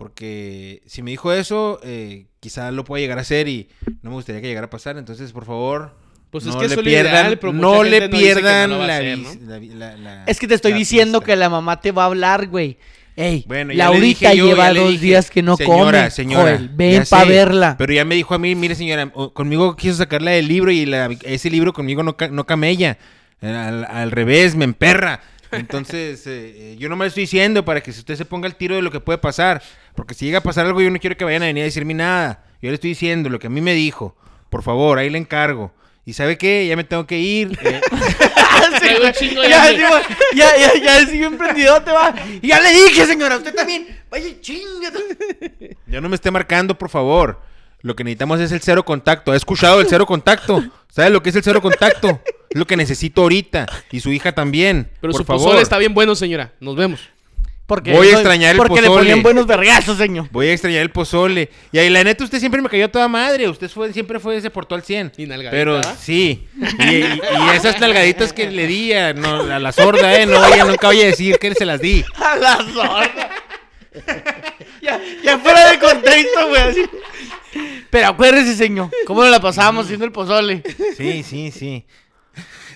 Speaker 3: Porque si me dijo eso, eh, quizá lo pueda llegar a hacer y no me gustaría que llegara a pasar. Entonces, por favor.
Speaker 1: Pues es
Speaker 3: no
Speaker 1: que eso
Speaker 3: le
Speaker 1: es lo ideal,
Speaker 3: pierdan,
Speaker 1: pero mucha
Speaker 3: no
Speaker 1: gente
Speaker 3: le
Speaker 1: no dice que no lo
Speaker 3: pierdan
Speaker 1: va a
Speaker 3: la,
Speaker 1: hacer,
Speaker 3: vis-
Speaker 1: ¿no?
Speaker 3: la vi- la- la-
Speaker 4: Es que te estoy
Speaker 3: la
Speaker 4: diciendo
Speaker 3: pista.
Speaker 4: que la mamá te va a hablar, güey. Ey,
Speaker 3: Bueno, ya le
Speaker 4: Laurita
Speaker 3: dije yo,
Speaker 4: lleva
Speaker 3: ya le
Speaker 4: dos
Speaker 3: dije,
Speaker 4: días que no
Speaker 3: señora,
Speaker 4: come.
Speaker 3: Señora,
Speaker 4: Joel, ven
Speaker 3: ya
Speaker 4: para
Speaker 3: sé,
Speaker 4: verla.
Speaker 3: Pero ya me dijo a mí, mire señora, o- conmigo quiso sacarla del libro y la- ese libro conmigo no, ca- no camella. Eh, Al, al revés, me emperra. Entonces, eh, eh, yo no me lo estoy diciendo para que si usted se ponga al tiro de lo que puede pasar. Porque si llega a pasar algo, yo no quiero que vayan a venir a decirme nada. Yo le estoy diciendo lo que a mí me dijo. Por favor, ahí le encargo. ¿Y sabe qué? Ya me tengo que ir. Eh,
Speaker 1: Traigo un chingo de
Speaker 4: ya,
Speaker 1: hambre.
Speaker 4: digo, ya, ya, ya, sigue emprendido, te va. Y ya le dije, señora, usted también. Vaya chinga.
Speaker 3: Ya no me esté marcando, por favor. Lo que necesitamos es el cero contacto. ¿Ha escuchado el cero contacto? ¿Sabes lo que es el cero contacto? Es lo que necesito ahorita. Y su hija también.
Speaker 1: Pero
Speaker 3: por
Speaker 1: su
Speaker 3: favor.
Speaker 1: pozole está bien bueno, señora. Nos vemos.
Speaker 4: Porque
Speaker 3: Voy a
Speaker 4: no-
Speaker 3: extrañar el
Speaker 4: Porque le
Speaker 3: pozole.
Speaker 4: ponían buenos vergazos, señor.
Speaker 3: Voy a extrañar el pozole. Y ahí, la neta, usted siempre me cayó a toda madre. Usted fue, siempre fue, se portó al 100.
Speaker 1: Y nalgadita,
Speaker 3: Pero
Speaker 1: ¿va?
Speaker 3: sí. Y, y- y esas nalgaditas que le di a, no, a la sorda, ¿eh? No, vaya, nunca voy a decir que se las di.
Speaker 4: A la sorda. ya, ya fuera de contexto, güey. así. Pero acuérdese, señor, cómo la pasábamos haciendo el pozole.
Speaker 3: Sí, sí, sí.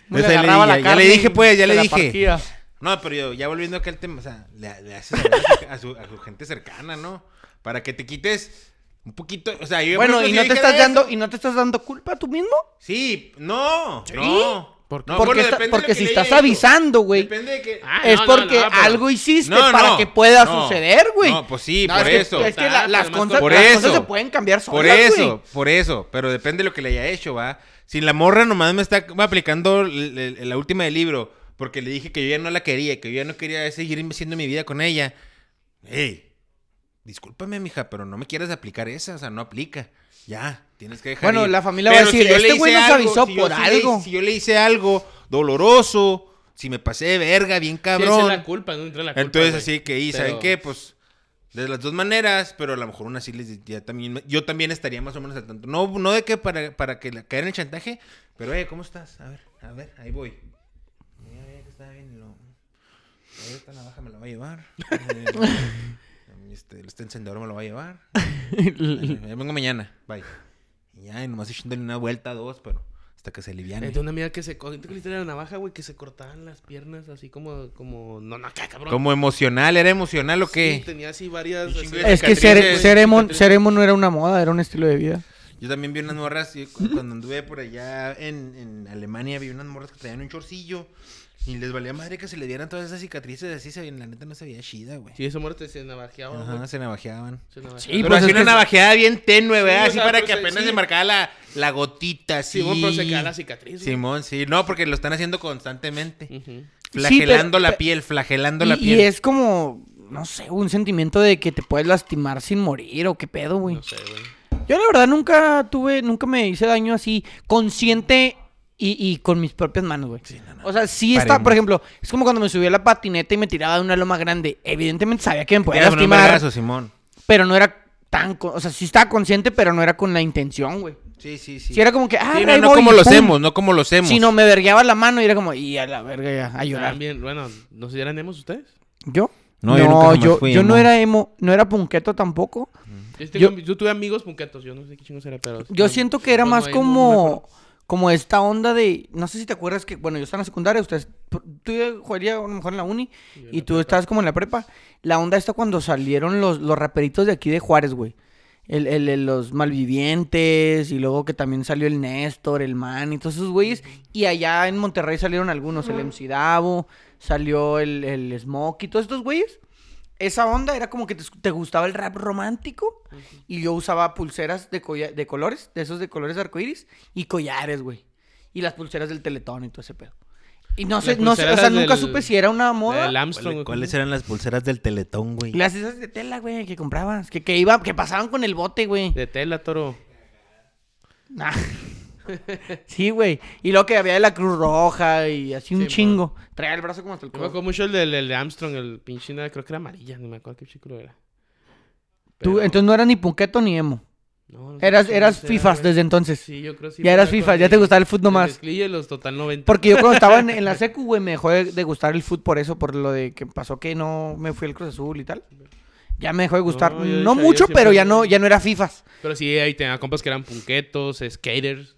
Speaker 4: Me
Speaker 3: Entonces, Pues ahí le
Speaker 4: agarraba
Speaker 3: di-
Speaker 4: la
Speaker 3: ya- ya
Speaker 4: carne
Speaker 3: le dije,
Speaker 4: y
Speaker 3: pues, ya
Speaker 4: se
Speaker 3: le
Speaker 4: la
Speaker 3: dije.
Speaker 4: partía.
Speaker 3: No, pero yo, ya volviendo acá al tema, o sea, le, le haces saber a su- a su, a su gente cercana, ¿no? Para que te quites un poquito, o sea, yo... por
Speaker 4: Bueno,
Speaker 3: ejemplo,
Speaker 4: y
Speaker 3: si
Speaker 4: no
Speaker 3: yo
Speaker 4: te
Speaker 3: dijera
Speaker 4: estás
Speaker 3: eso-
Speaker 4: dando, y no te estás dando culpa tú mismo.
Speaker 3: Sí, no, no.
Speaker 1: ¿Por qué?
Speaker 3: No,
Speaker 4: porque
Speaker 3: bueno,
Speaker 4: está-
Speaker 3: depende de lo
Speaker 4: porque
Speaker 3: que
Speaker 4: si
Speaker 3: le
Speaker 4: estás
Speaker 3: haya hecho.
Speaker 4: avisando, güey.
Speaker 3: Depende de que...
Speaker 1: Ah,
Speaker 4: Es
Speaker 1: no, no,
Speaker 4: porque
Speaker 1: no, pero-
Speaker 4: algo hiciste
Speaker 3: No,
Speaker 4: para
Speaker 3: no,
Speaker 4: que pueda
Speaker 3: no.
Speaker 4: suceder, güey.
Speaker 3: No, pues sí,
Speaker 1: No,
Speaker 3: por
Speaker 1: es que-
Speaker 3: eso.
Speaker 4: Es que la-
Speaker 1: Ah,
Speaker 4: las,
Speaker 1: además,
Speaker 4: cosas-
Speaker 3: por
Speaker 4: las
Speaker 3: eso.
Speaker 4: cosas se pueden cambiar solas,
Speaker 3: Por eso,
Speaker 4: güey.
Speaker 3: por eso. Pero depende de lo que le haya hecho, ¿va? Si la morra nomás me está aplicando el- el- la última del libro, porque le dije que yo ya no la quería, que yo ya no quería seguir haciendo mi vida con ella. Ey, discúlpame, mija, pero no me quieres aplicar esa, o sea, no aplica. Ya, tienes que dejar.
Speaker 4: Bueno,
Speaker 3: ir.
Speaker 4: la familia va a decir,
Speaker 3: yo le
Speaker 4: "Este güey
Speaker 3: hice
Speaker 4: nos
Speaker 3: algo,
Speaker 4: avisó
Speaker 3: yo
Speaker 4: por
Speaker 3: sí le-
Speaker 4: algo".
Speaker 3: si yo le hice algo doloroso, si me pasé de verga, bien
Speaker 1: Sí, esa
Speaker 3: cabrón.
Speaker 1: es la culpa, no entra la culpa.
Speaker 3: Entonces,
Speaker 1: güey.
Speaker 3: así que, y ¿saben
Speaker 1: Pero-
Speaker 3: qué? Pues, de las dos maneras, pero a lo mejor una sí les di- ya también, yo también estaría más o menos al tanto. No, no de que para, para que la- caer en el chantaje, pero, oye, ¿cómo estás? A ver, a ver, ahí voy. Mira, mira que está bien, lo... Esta navaja me la va a llevar. Eh, Este, este encendedor me lo va a llevar. Bueno, ya vengo mañana. Bye. Y ya, y nomás echándole una vuelta, dos, pero hasta que se aliviane.
Speaker 1: Es Eh, de una amiga que se... co- ¿Tú que le hicieron la navaja, güey? Que se cortaban las piernas así como... como... No, no, acá, cabrón.
Speaker 3: Como emocional, ¿era emocional o
Speaker 1: Sí,
Speaker 3: qué?
Speaker 1: tenía así varias...
Speaker 3: Un
Speaker 1: así-
Speaker 3: chingo de
Speaker 4: Es que
Speaker 3: cicatrices,
Speaker 4: ser, ser emo-
Speaker 1: cicatrices.
Speaker 4: ser emo no era una moda, era un estilo de vida.
Speaker 3: Yo también vi unas morras, yo cu- cuando anduve por allá en, en Alemania, vi unas morras que traían un chorcillo. Y les valía madre que se le dieran todas esas cicatrices, así se veía, la neta no se veía chida, güey.
Speaker 1: Sí, esa muerte se navajeaba,
Speaker 3: Ajá,
Speaker 1: güey.
Speaker 3: se navajeaban.
Speaker 1: Se navajeaba.
Speaker 4: Sí,
Speaker 3: Pero
Speaker 4: pues es
Speaker 3: así una
Speaker 4: que-
Speaker 3: navajeada bien tenue, ¿verdad?
Speaker 1: o
Speaker 3: así
Speaker 1: sea,
Speaker 3: para
Speaker 4: pues,
Speaker 1: pero
Speaker 3: que
Speaker 1: se-
Speaker 3: apenas
Speaker 1: sí.
Speaker 3: se marcaba la, la gotita, sí.
Speaker 1: Sí, bueno, pero se queda la cicatriz, güey.
Speaker 3: Simón, sí. No, porque lo están haciendo constantemente.
Speaker 1: Ujú.
Speaker 4: pero-
Speaker 3: Flagelando la
Speaker 4: pe-
Speaker 3: piel, flagelando
Speaker 4: Y,
Speaker 3: la
Speaker 4: y
Speaker 3: piel.
Speaker 4: es como, no sé, un sentimiento de que te puedes lastimar sin morir o qué pedo, güey.
Speaker 1: No sé, güey.
Speaker 4: Yo la verdad nunca tuve, nunca me hice daño así consciente y, y con mis propias manos, güey. O sea, sí está,
Speaker 3: Paremos.
Speaker 4: por ejemplo, es como cuando me subí a la patineta y me tiraba de una loma grande. Evidentemente sabía que me podía
Speaker 3: Te daban un
Speaker 4: pues, lastimar,
Speaker 3: vergazo, Simón.
Speaker 4: pero no era tan, con- o sea, sí estaba consciente, pero no era con la intención, güey.
Speaker 3: Sí, sí,
Speaker 4: Sí era como que, ah,
Speaker 3: Sí, no,
Speaker 4: ahí
Speaker 3: no
Speaker 4: voy,
Speaker 3: como
Speaker 4: y
Speaker 3: lo
Speaker 4: pum.
Speaker 3: hacemos, no como lo hacemos.
Speaker 4: Sino me vergueaba la mano y era como, y a la verga ya, a llorar.
Speaker 1: También, bueno, ¿no se dieran emos ustedes?
Speaker 4: ¿Yo?
Speaker 3: No,
Speaker 4: No,
Speaker 3: yo
Speaker 4: yo,
Speaker 3: nunca jamás
Speaker 4: yo,
Speaker 3: fui emo.
Speaker 4: no era emo, no era punqueto tampoco.
Speaker 1: Yo, este-
Speaker 4: Yo-
Speaker 1: yo tuve amigos punquetos, yo no sé qué chingos era, pero...
Speaker 4: Yo siento que era
Speaker 1: no,
Speaker 4: más
Speaker 1: no, no me
Speaker 4: como
Speaker 1: acuerdo.
Speaker 4: como esta onda de, no sé si te acuerdas que, bueno, yo estaba en la secundaria, ustedes, tú y Joelia a lo mejor en la uni
Speaker 1: Yo en
Speaker 4: y
Speaker 1: la
Speaker 4: tú
Speaker 1: prepa.
Speaker 4: estabas como en la prepa. La onda está cuando salieron los, los raperitos de aquí de Juárez, güey. El, el- el- los malvivientes y luego que también salió el Néstor, el Man y todos esos güeyes. Y allá en Monterrey salieron algunos, el MC Davo, salió el, el Smokey, todos estos güeyes. Esa onda era como que te, te gustaba el rap romántico y yo usaba pulseras de, colla- de colores, de esos de colores arcoíris y collares, güey. Y las pulseras del Teletón y todo ese pedo. Y no
Speaker 1: Las
Speaker 4: sé, no sé, o sea,
Speaker 1: pulseras
Speaker 4: nunca
Speaker 1: del-
Speaker 4: supe si era una
Speaker 1: La
Speaker 4: moda.
Speaker 1: del Armstrong,
Speaker 3: ¿Cuál-
Speaker 1: güey.
Speaker 3: ¿Cuáles eran las pulseras del Teletón, güey?
Speaker 4: Las esas de tela, güey, que comprabas, que, que iba, que pasaban con el bote, güey.
Speaker 1: De tela, toro.
Speaker 4: Ah. sí, güey. Y luego que había de la Cruz Roja y así un
Speaker 1: Sí,
Speaker 4: chingo. Traía el brazo como hasta el
Speaker 1: Yo me acuerdo
Speaker 4: codo.
Speaker 1: mucho el del, el de Armstrong, el pinche, nada, creo que era amarilla, no me acuerdo qué chico era.
Speaker 4: Tú,
Speaker 1: Pero-
Speaker 4: entonces no eras ni punqueto ni emo.
Speaker 1: no, no sé
Speaker 4: Eras,
Speaker 1: qué
Speaker 4: eras
Speaker 1: chingos era,
Speaker 4: FIFAs
Speaker 1: güey.
Speaker 4: desde entonces.
Speaker 1: Sí, yo creo sí.
Speaker 4: ya eras
Speaker 1: porque
Speaker 4: FIFA,
Speaker 1: con
Speaker 4: ya te
Speaker 1: el-
Speaker 4: gustaba el fútbol
Speaker 1: el
Speaker 4: más.
Speaker 1: mezclilla y los total 90.
Speaker 4: Porque yo cuando estaba en, en la secu, güey, me dejó de, de gustar el fútbol por eso, por lo de que pasó que no me fui al Cruz Azul y tal. Ya me dejó de gustar. No,
Speaker 1: No, yo de hecho, yo
Speaker 4: mucho, pero
Speaker 1: siempre-
Speaker 4: ya no, ya no era FIFAs.
Speaker 1: Pero sí, ahí tenía compas que eran punquetos, skaters,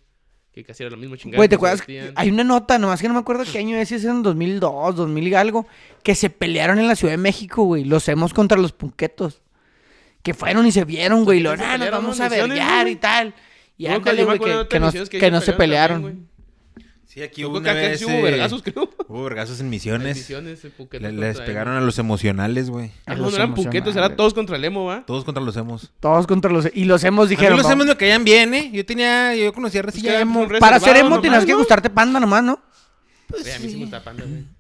Speaker 1: que casi era lo mismo chingada.
Speaker 4: Güey, ¿te
Speaker 1: que se
Speaker 4: acuerdas?
Speaker 1: vestían.
Speaker 4: Hay una nota, nomás que no me acuerdo qué año es, si es en 2002, 2000 y algo, que se pelearon en la Ciudad de México, güey. Los hemos contra los punquetos. Que fueron y se vieron, güey. Y lo,
Speaker 1: se
Speaker 4: nah, nos
Speaker 1: pelearon,
Speaker 4: vamos
Speaker 1: ¿no?
Speaker 4: a
Speaker 1: Misiones,
Speaker 4: verguear
Speaker 1: ¿no?
Speaker 4: y tal. Y
Speaker 1: Yo me acuerdo-
Speaker 4: ándale,
Speaker 1: yo me
Speaker 4: güey,
Speaker 1: acuerdo de
Speaker 4: que,
Speaker 1: otras
Speaker 4: que no,
Speaker 1: misiones
Speaker 4: que
Speaker 1: ahí
Speaker 4: no se pelearon.
Speaker 1: también, güey.
Speaker 3: Sí, aquí
Speaker 1: Yo
Speaker 3: hubo
Speaker 1: creo que
Speaker 3: una
Speaker 1: acá
Speaker 3: vez,
Speaker 1: sí hubo
Speaker 3: eh,
Speaker 1: vergazos, creo.
Speaker 3: Hubo vergazos en misiones.
Speaker 1: Misiones, eh,
Speaker 3: Le-
Speaker 1: punquetos
Speaker 3: les
Speaker 1: contra
Speaker 3: pegaron a los emocionales, güey.
Speaker 1: emo. Ah,
Speaker 4: a
Speaker 1: no,
Speaker 4: los
Speaker 1: no eran punquetos, era
Speaker 4: emocionales.
Speaker 1: todos contra el emo, ¿va?
Speaker 3: Todos contra los emos.
Speaker 4: Todos contra los... Y los hemos
Speaker 3: A mí
Speaker 4: dijeron...
Speaker 3: los
Speaker 4: "Vamos".
Speaker 3: emos me caían bien, ¿eh? Yo tenía, yo conocía
Speaker 1: Pues
Speaker 3: recién
Speaker 1: que
Speaker 3: emo.
Speaker 1: eran
Speaker 4: Para ser
Speaker 1: reservados
Speaker 4: emo tenías
Speaker 1: nomás,
Speaker 4: que
Speaker 1: ¿no?
Speaker 4: gustarte panda nomás, ¿no?
Speaker 1: Güey, a mí sí me gustaba Panda, güey.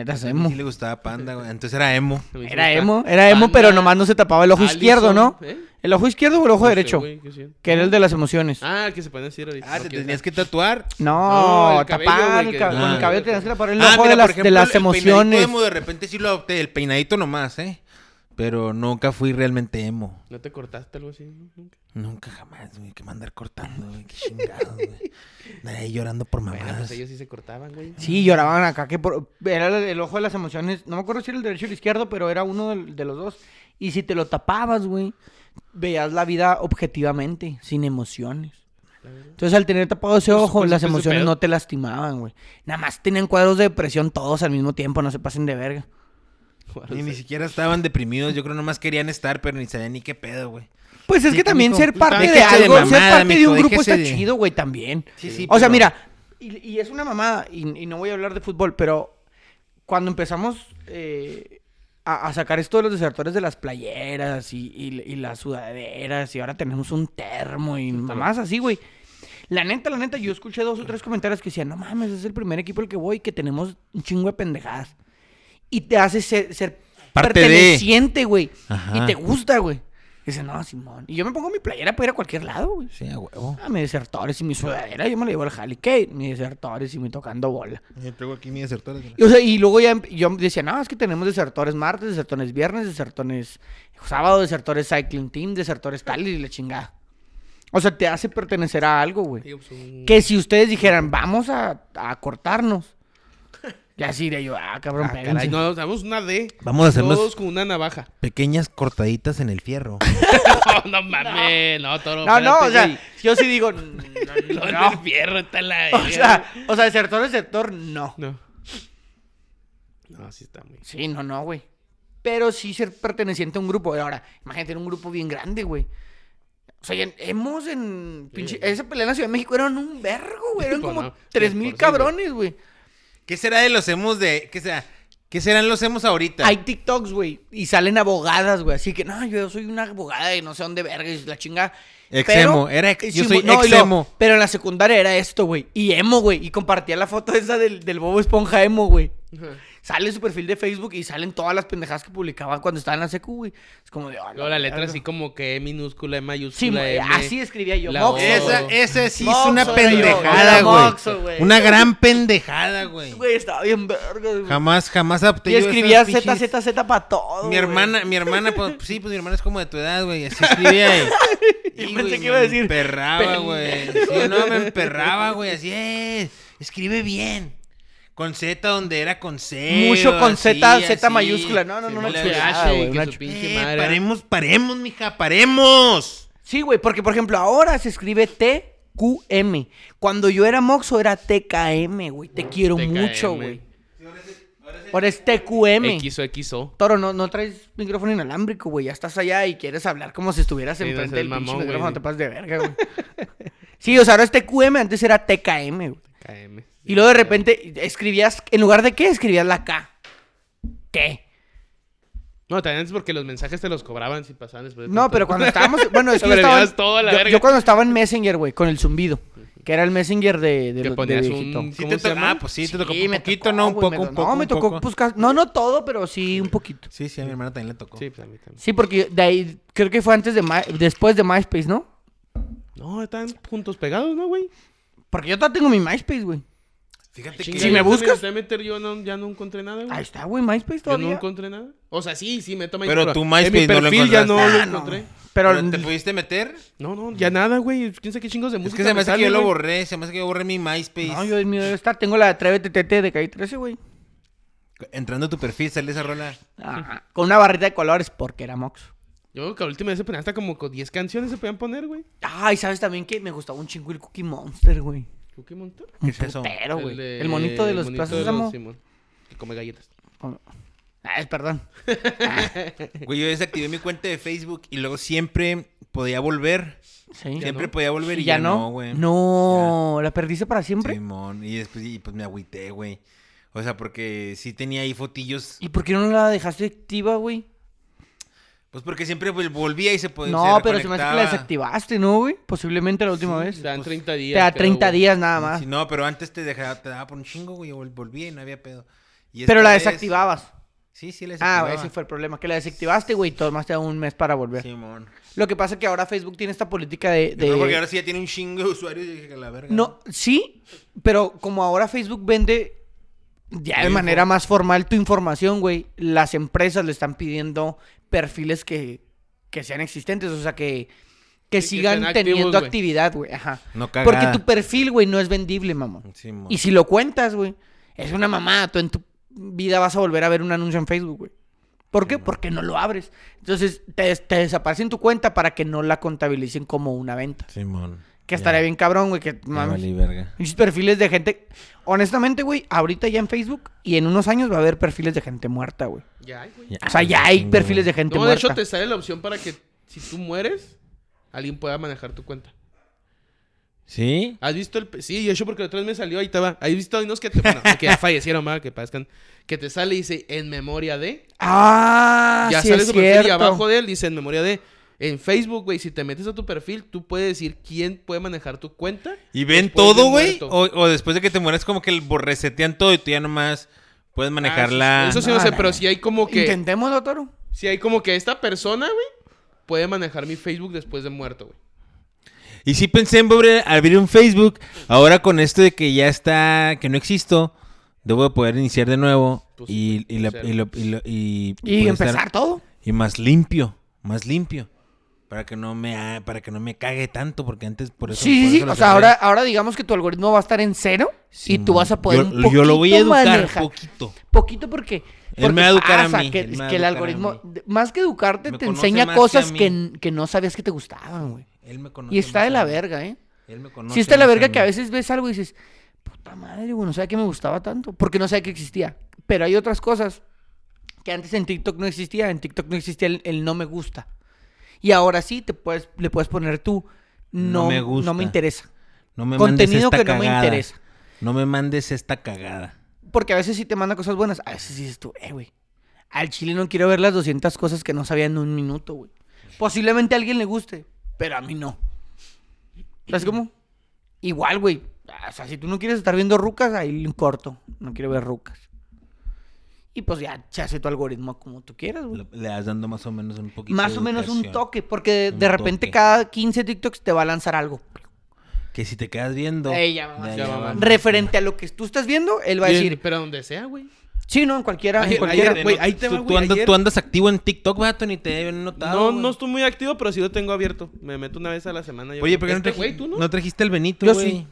Speaker 4: Eras
Speaker 3: A mí
Speaker 4: emo.
Speaker 3: Sí le gustaba Panda, güey. Entonces era emo.
Speaker 1: A mí sí me
Speaker 4: Era
Speaker 1: gustaba
Speaker 4: emo, era emo,
Speaker 1: Panda,
Speaker 4: pero nomás no se tapaba el ojo
Speaker 1: Allison,
Speaker 4: izquierdo, ¿no?
Speaker 1: ¿eh?
Speaker 4: El ojo izquierdo o el ojo
Speaker 1: No sé,
Speaker 4: derecho,
Speaker 1: güey, qué sé.
Speaker 4: que era el de las emociones.
Speaker 1: Ah, el que se pueden decir ahorita.
Speaker 3: Ah,
Speaker 1: no
Speaker 3: te
Speaker 1: quiero
Speaker 3: tenías
Speaker 1: saber.
Speaker 3: que tatuar.
Speaker 4: No,
Speaker 1: No, el cabello,
Speaker 4: tapar
Speaker 1: güey,
Speaker 4: el
Speaker 1: que-
Speaker 4: cab- con
Speaker 3: Ah.
Speaker 4: el cabello tenías que tapar el
Speaker 3: Ah,
Speaker 4: ojo
Speaker 3: mira,
Speaker 4: de,
Speaker 3: por
Speaker 4: las,
Speaker 3: ejemplo,
Speaker 4: de las
Speaker 3: el peinadito
Speaker 4: emociones.
Speaker 3: emo, de repente sí lo opté, el peinadito nomás, ¿eh? Pero nunca fui realmente emo.
Speaker 1: ¿No te cortaste algo así? no? Nunca.
Speaker 3: Nunca jamás, güey. Que me andar cortando, güey. Qué chingados, güey. Andar ahí llorando por
Speaker 1: Bueno,
Speaker 3: mamadas.
Speaker 1: pues ellos sí se cortaban, güey.
Speaker 4: Sí, lloraban acá, que por- era el, el ojo de las emociones. No me acuerdo si era el derecho o el izquierdo, pero era uno del- de, los dos. Y si te lo tapabas, güey, veías la vida objetivamente, sin emociones. Entonces, al tener tapado ese
Speaker 1: Pues,
Speaker 4: ojo,
Speaker 1: pues,
Speaker 4: las
Speaker 1: pues,
Speaker 4: emociones
Speaker 1: pedo.
Speaker 4: no te lastimaban, güey. Nada más tenían cuadros de depresión todos al mismo tiempo, no se pasen de verga.
Speaker 1: Guarda,
Speaker 3: Ni, ni
Speaker 1: sí.
Speaker 3: siquiera estaban deprimidos. Yo creo nomás querían estar, pero ni sabían ni qué pedo, güey.
Speaker 4: Pues es
Speaker 3: Sí,
Speaker 4: que también
Speaker 3: mijo.
Speaker 4: ser parte de
Speaker 3: Déjese de
Speaker 4: algo, ser
Speaker 3: mamada,
Speaker 4: parte de
Speaker 3: mijo,
Speaker 4: un grupo
Speaker 3: déjese
Speaker 4: está
Speaker 3: de-
Speaker 4: chido, güey, también.
Speaker 3: Sí, sí.
Speaker 4: O sea,
Speaker 3: pero-
Speaker 4: mira, y, y es una mamada, y, y no voy a hablar de fútbol, pero cuando empezamos eh, a, a sacar esto de los desertores de las playeras y, y- y las sudaderas, y ahora tenemos un termo y mamás así, güey. La neta, la neta, yo escuché dos o tres comentarios que decían, no mames, es el primer equipo al que voy que tenemos un chingo de pendejadas. Y te hace ser, ser
Speaker 3: Parte de.
Speaker 4: perteneciente, güey.
Speaker 3: Ajá.
Speaker 4: Y te gusta, güey. Dice, no, Simón. Y yo me pongo mi playera para ir a cualquier lado, güey.
Speaker 3: Sí, a huevo.
Speaker 4: Ah, mi desertores y mi sudadera, yo me la llevo al Halley Kate, mi desertores y mi tocando bola.
Speaker 3: Yo traigo aquí mi desertor.
Speaker 4: Y, o sea, y luego ya em- yo decía, no, es que tenemos desertores martes, desertores viernes, desertores sábado, desertores cycling team, desertores tal y la chingada. O sea, te hace pertenecer a algo, güey.
Speaker 1: Digo, pues, un-
Speaker 4: Que si ustedes dijeran, vamos a, a cortarnos. Y así de yo, ah, cabrón,
Speaker 1: Ah,
Speaker 4: péguense.
Speaker 1: caray, no, damos una D.
Speaker 3: Vamos a hacernos-
Speaker 1: Todos con una navaja.
Speaker 3: Pequeñas cortaditas en el fierro.
Speaker 1: no, no mames, no, toro.
Speaker 4: No, no, o
Speaker 1: espérate,
Speaker 4: sea,
Speaker 1: güey.
Speaker 4: yo sí digo, no, no,
Speaker 1: No,
Speaker 4: no.
Speaker 1: no, fierro, está la.
Speaker 4: O sea, o sea, desertor, desertor, no.
Speaker 1: no. No, sí está muy.
Speaker 4: Sí, no, no, güey. Pero sí ser perteneciente a un grupo. Ahora, imagínate, era un grupo bien grande, güey. O sea, y en- hemos en.
Speaker 1: Sí,
Speaker 4: pinche-
Speaker 1: güey.
Speaker 4: esa pelea en la Ciudad de México eran un vergo, güey. Eran
Speaker 1: Pues
Speaker 4: como
Speaker 1: no,
Speaker 4: tres mil
Speaker 1: 100%,
Speaker 4: cabrones, güey.
Speaker 3: ¿Qué será de los hemos de. ¿Qué será? ¿Qué serán los hemos ahorita?
Speaker 4: Hay TikToks, güey. Y salen abogadas, güey. Así que, no, yo soy una abogada y no sé dónde verga y la chingada.
Speaker 3: Exemo, era ex- yo soy
Speaker 4: y luego,
Speaker 3: exemo.
Speaker 4: pero en la secundaria era esto, güey. Y emo, güey. Y compartía la foto esa del, del Bobo Esponja emo, güey. Sale su perfil de Facebook y salen todas las pendejadas que publicaba cuando estaba en la secu, güey. Es como de. ah,
Speaker 1: Luego la letra
Speaker 4: verga.
Speaker 1: así como que E minúscula, E
Speaker 4: Sí,
Speaker 1: mayúscula,
Speaker 4: güey,
Speaker 1: M.
Speaker 4: así escribía yo.
Speaker 1: la
Speaker 4: Moxo.
Speaker 1: O.
Speaker 3: Esa, esa sí
Speaker 4: Moxo
Speaker 3: es
Speaker 4: era
Speaker 3: una
Speaker 4: yo,
Speaker 3: pendejada,
Speaker 4: era
Speaker 3: güey.
Speaker 4: Moxo, güey.
Speaker 3: Una gran pendejada, güey.
Speaker 4: Güey, estaba bien verga, güey.
Speaker 3: Jamás, jamás apté
Speaker 4: Y
Speaker 3: yo
Speaker 4: escribía
Speaker 3: esas
Speaker 4: Z,
Speaker 3: pinches-
Speaker 4: Z, Z para todo.
Speaker 3: Mi
Speaker 4: güey.
Speaker 3: hermana, mi hermana, pues sí, pues mi hermana es como de tu edad, güey. Así escribía.
Speaker 4: Y
Speaker 3: Y, y,
Speaker 4: pensé
Speaker 3: güey,
Speaker 4: que iba a
Speaker 3: me
Speaker 4: decir,
Speaker 3: Emperraba, güey. Sí, no, me emperraba, güey. Así es. Escribe bien. Con Z donde era con C.
Speaker 4: Mucho
Speaker 3: o
Speaker 4: con
Speaker 3: eh, así,
Speaker 4: Z, Z
Speaker 3: así.
Speaker 4: mayúscula. No, no, no,
Speaker 3: Sí,
Speaker 4: una
Speaker 3: la-
Speaker 1: chulada,
Speaker 4: chulada,
Speaker 1: güey,
Speaker 4: güey,
Speaker 1: que
Speaker 4: una
Speaker 1: su
Speaker 4: chu-
Speaker 1: pinche
Speaker 3: Eh,
Speaker 1: madre.
Speaker 3: Paremos, paremos, mija, paremos.
Speaker 4: Sí, güey, porque por ejemplo ahora se escribe TQM. Cuando yo era moxo era TKM, güey. Te quiero
Speaker 1: TKM.
Speaker 4: mucho, güey. Ahora es TQM.
Speaker 1: X o X o.
Speaker 4: Toro, no, no traes micrófono inalámbrico, güey. Ya estás allá y quieres hablar como si estuvieras
Speaker 1: Sí, no
Speaker 4: enfrente
Speaker 1: seas
Speaker 4: del
Speaker 1: mamón,
Speaker 4: pinche
Speaker 1: güey.
Speaker 4: micrófono. Te pasas de verga, güey. sí, o sea, ahora es TQM. Antes era TKM, güey.
Speaker 1: KM.
Speaker 4: Y luego de repente escribías, en lugar de qué, escribías la K. T.
Speaker 1: No, también es porque los mensajes te los cobraban si pasaban después de
Speaker 4: No,
Speaker 1: tanto-
Speaker 4: pero cuando estábamos. Bueno, es que yo estaba.
Speaker 1: Abreviabas
Speaker 4: en-
Speaker 1: todo a la
Speaker 4: yo,
Speaker 1: verga.
Speaker 4: yo cuando estaba en Messenger, güey, con el zumbido. Que era el Messenger de. de
Speaker 1: Que
Speaker 4: lo- de
Speaker 1: ponías un-
Speaker 4: viejito.
Speaker 1: un
Speaker 3: Sí
Speaker 1: ¿Cómo
Speaker 3: te
Speaker 1: se
Speaker 3: tocó-
Speaker 1: llama?
Speaker 3: Ah, pues sí, te tocó
Speaker 4: Sí,
Speaker 3: un
Speaker 4: me
Speaker 3: poquito,
Speaker 4: tocó,
Speaker 3: ¿no? Un
Speaker 4: güey,
Speaker 3: poco,
Speaker 4: me
Speaker 3: un
Speaker 4: to-
Speaker 3: poco.
Speaker 4: No,
Speaker 3: un
Speaker 4: me tocó.
Speaker 3: poco.
Speaker 4: pues, casi- no, no todo, pero sí un poquito.
Speaker 3: Sí, sí, a mi hermana también le tocó.
Speaker 1: Sí, pues a mí también.
Speaker 4: Sí, porque de ahí. Creo que fue antes de. My- después de MySpace, ¿no?
Speaker 1: No, están juntos pegados, ¿no, güey?
Speaker 4: Porque yo todavía tengo mi MySpace, güey.
Speaker 3: Fíjate
Speaker 1: Chinga,
Speaker 4: si
Speaker 1: yo
Speaker 4: me
Speaker 1: también
Speaker 4: buscas-
Speaker 1: intenté meter, yo no- ya no encontré nada, güey.
Speaker 4: Ahí está, güey, MySpace
Speaker 1: Yo
Speaker 4: todavía.
Speaker 1: no encontré nada. O sea, sí, sí, me toma
Speaker 3: Pero
Speaker 1: tu
Speaker 3: tu MySpace
Speaker 1: mi
Speaker 3: no lo
Speaker 1: perfil ya no
Speaker 3: encontraste.
Speaker 1: lo
Speaker 4: Ah, no.
Speaker 1: encontré.
Speaker 4: Pero.
Speaker 3: ¿Te pudiste meter?
Speaker 1: No, no, ya nada, güey. Quién sabe qué chingos de
Speaker 3: Es
Speaker 1: música.
Speaker 3: que se me hace que
Speaker 1: sale,
Speaker 3: yo lo
Speaker 1: güey.
Speaker 3: borré, se me hace que yo borré mi MySpace.
Speaker 4: No, yo el mío debe estar. Tengo la Atrévete TT de Calle 13, güey.
Speaker 3: Entrando a tu perfil, sale esa rola.
Speaker 4: Ah, con una barrita de colores, porque era Mox.
Speaker 1: Yo creo que la última vez se ponían hasta como con 10 canciones se podían poner, güey.
Speaker 4: Ay, ¿sabes también que me gustaba un chingo el Cookie Monster, güey?
Speaker 1: ¿Tú qué montar?
Speaker 3: ¿Qué es eso?
Speaker 4: Putero, güey. El,
Speaker 1: de-
Speaker 4: monito de los
Speaker 1: monito
Speaker 4: plazas
Speaker 1: de los-
Speaker 4: Sésamo.
Speaker 1: Simón, que come galletas.
Speaker 4: Ay, Ah, perdón.
Speaker 3: Güey, yo desactivé mi cuenta de Facebook y luego siempre podía volver.
Speaker 4: Sí.
Speaker 1: Ya
Speaker 3: Siempre
Speaker 1: no.
Speaker 3: podía volver y,
Speaker 4: ¿Y ya no?
Speaker 3: güey.
Speaker 4: No, la perdiste para siempre.
Speaker 3: Simón. Y después y pues me agüité, güey. O sea, porque sí tenía ahí fotillos.
Speaker 4: ¿Y por qué no la dejaste activa, güey?
Speaker 3: Pues porque siempre vol- volvía y se podía.
Speaker 4: No, pero se me hace que la
Speaker 3: desactivé
Speaker 4: desactivaste, ¿no, güey? Posiblemente la última vez.
Speaker 1: Te dan 30 días.
Speaker 4: pues, Te da
Speaker 1: creo,
Speaker 4: 30
Speaker 1: güey.
Speaker 4: días nada más.
Speaker 3: no, pero antes te dejaba, te daba por un chingo, güey. y vol- Volvía y no había pedo. Y
Speaker 4: pero
Speaker 3: esta
Speaker 4: la
Speaker 3: vez-
Speaker 4: desactivabas.
Speaker 3: Sí, sí, la
Speaker 4: Ah,
Speaker 3: desactivaba.
Speaker 4: ese fue el problema. Que la desactivaste, güey, y todo más te da un mes para volver.
Speaker 3: Simón.
Speaker 4: Lo que pasa es que ahora Facebook tiene esta política de...
Speaker 3: Yo creo porque
Speaker 4: de-
Speaker 3: ahora sí ya tiene un chingo de usuarios y dije que la verga.
Speaker 4: No, sí, pero como ahora Facebook vende ya de
Speaker 3: Sí,
Speaker 4: manera
Speaker 3: por-
Speaker 4: más formal tu información, güey, las empresas le están pidiendo perfiles que, que sean existentes, o sea, que, que
Speaker 1: Sí, que
Speaker 4: sigan
Speaker 1: sean activos,
Speaker 4: teniendo
Speaker 1: güey.
Speaker 4: actividad, güey. Ajá.
Speaker 3: No
Speaker 4: Porque
Speaker 3: cagada.
Speaker 4: tu perfil, güey, no es vendible, mamá.
Speaker 3: Simón.
Speaker 4: Y si lo cuentas, güey, es una mamada. Tú en tu vida vas a volver a ver un anuncio en Facebook, güey. ¿Por qué? Porque no lo abres. Entonces, te, des- te desaparece en tu cuenta para que no la contabilicen como una venta.
Speaker 3: Simón.
Speaker 4: Que estaría bien cabrón, güey, que
Speaker 3: Mami.
Speaker 4: mames. Pinches perfiles de gente. Honestamente, güey, ahorita ya en Facebook y en unos años va a haber perfiles de gente muerta, güey.
Speaker 1: Ya, hay, güey.
Speaker 4: O sea, ya hay perfiles de gente
Speaker 1: No, de
Speaker 4: muerta.
Speaker 1: hecho te sale la opción para que si tú mueres, alguien pueda manejar tu cuenta.
Speaker 3: ¿Sí?
Speaker 1: ¿Has visto el...? pe- Sí, de hecho porque la otra vez me salió, ahí estaba. ¿Has visto unos que te... Bueno, que ya fallecieron, va, que pascan. Que te sale y dice, en memoria de...
Speaker 4: Ah,
Speaker 1: ya
Speaker 4: sí
Speaker 1: sale
Speaker 4: es
Speaker 1: su perfil
Speaker 4: cierto.
Speaker 1: y abajo de él dice, en memoria de... En Facebook, güey, si te metes a tu perfil, tú puedes decir quién puede manejar tu cuenta.
Speaker 3: ¿Y ven
Speaker 1: después de
Speaker 3: todo, güey?
Speaker 1: muerto.
Speaker 3: O, o después de que te mueres, como que el bo- resetean todo y tú ya nomás puedes manejarla.
Speaker 1: Ah, Eso sí no,
Speaker 4: No,
Speaker 1: sé,
Speaker 4: no,
Speaker 1: pero
Speaker 4: no.
Speaker 1: si hay como que...
Speaker 4: Intentémoslo, Toro.
Speaker 1: Si hay como que esta persona, güey, puede manejar mi Facebook después de muerto, güey.
Speaker 3: Y sí pensé en abrir, abrir un Facebook. Ahora con esto de que ya está, que no existo, debo de poder iniciar de nuevo.
Speaker 1: Pues
Speaker 3: y,
Speaker 1: sí,
Speaker 3: y, la-
Speaker 1: cero.
Speaker 3: y, lo- y lo- y
Speaker 4: Y
Speaker 3: poder Pues, estar-
Speaker 4: empezar todo.
Speaker 3: y más limpio, más limpio. Para que no me, ha- para que no me cague tanto, porque antes por eso.
Speaker 4: sí, sí,
Speaker 3: por
Speaker 4: sí.
Speaker 3: eso lo
Speaker 4: O sea,
Speaker 3: cerré.
Speaker 4: ahora, ahora digamos que tu algoritmo va a estar en cero y tú
Speaker 3: Simón.
Speaker 4: vas a poder
Speaker 3: Yo,
Speaker 4: un poquito
Speaker 3: yo lo voy a educar
Speaker 4: manejar.
Speaker 3: poquito.
Speaker 4: Poquito porque,
Speaker 3: Él me va a educar a
Speaker 4: pasa
Speaker 3: mí,
Speaker 4: Que,
Speaker 3: él me va a
Speaker 4: que el
Speaker 3: educar a
Speaker 4: algoritmo,
Speaker 3: mí.
Speaker 4: de- más que educarte,
Speaker 3: Me
Speaker 4: te
Speaker 3: conoce
Speaker 4: enseña
Speaker 3: más que a
Speaker 4: cosas
Speaker 3: mí.
Speaker 4: que, que no sabías que te gustaban, güey.
Speaker 3: Él me conoce
Speaker 4: Y está
Speaker 3: más
Speaker 4: de
Speaker 3: a
Speaker 4: la
Speaker 3: mí.
Speaker 4: verga, ¿eh?
Speaker 3: Él me conoce
Speaker 4: Si está la
Speaker 3: más
Speaker 4: verga
Speaker 3: mí.
Speaker 4: que a veces ves algo y dices, puta madre, güey, no sabía que me gustaba tanto, porque no sabía que existía. Pero hay otras cosas que antes en TikTok no existía, en TikTok no existía el, el no me gusta. Y ahora sí te puedes, le puedes poner tú. No,
Speaker 3: No me
Speaker 4: me
Speaker 3: gusta.
Speaker 4: No me interesa.
Speaker 3: No me
Speaker 4: Contenido
Speaker 3: mandes
Speaker 4: que
Speaker 3: esta
Speaker 4: no me
Speaker 3: cagada.
Speaker 4: interesa.
Speaker 3: No me mandes esta cagada.
Speaker 4: Porque a veces sí te manda cosas buenas. A veces dices tú, eh, güey. Al chile no quiero ver las 200 cosas que no sabía en un minuto, güey. Posiblemente a alguien le guste, pero a mí no. ¿Sabes cómo? Igual, güey. O sea, si tú no quieres estar viendo rucas, ahí le corto. No quiero ver rucas. Y pues ya se hace tu algoritmo como tú quieras, güey.
Speaker 3: Le, le das dando más o menos un poquito
Speaker 4: Más
Speaker 3: de
Speaker 4: o menos un
Speaker 3: educación.
Speaker 4: toque, porque de,
Speaker 3: Un
Speaker 4: de repente
Speaker 3: toque.
Speaker 4: cada 15 TikToks te va a lanzar algo.
Speaker 3: Que si te quedas viendo.
Speaker 4: Ey, ya mamaste.
Speaker 3: de ahí
Speaker 1: Ya
Speaker 3: ya
Speaker 1: mamaste.
Speaker 3: vamos.
Speaker 4: Referente a lo que tú estás viendo, él va a decir,
Speaker 1: Pero donde sea, güey.
Speaker 4: sí, no, en cualquiera, en
Speaker 1: Ayer-
Speaker 4: cualquiera.
Speaker 1: ayer- güey, ahí te
Speaker 3: Tú-
Speaker 1: va,
Speaker 3: tú,
Speaker 1: güey,
Speaker 3: andas,
Speaker 1: ayer.
Speaker 3: tú andas activo en TikTok, güey, Tony, te he notado.
Speaker 1: No,
Speaker 3: güey.
Speaker 1: no estoy muy activo, pero sí lo tengo abierto. Me meto una vez a la semana. yo
Speaker 3: Oye,
Speaker 1: creo.
Speaker 3: pero no,
Speaker 1: Este
Speaker 3: traji-
Speaker 1: güey, tú no?
Speaker 3: no trajiste el Benito,
Speaker 4: Yo
Speaker 3: güey.
Speaker 4: sí.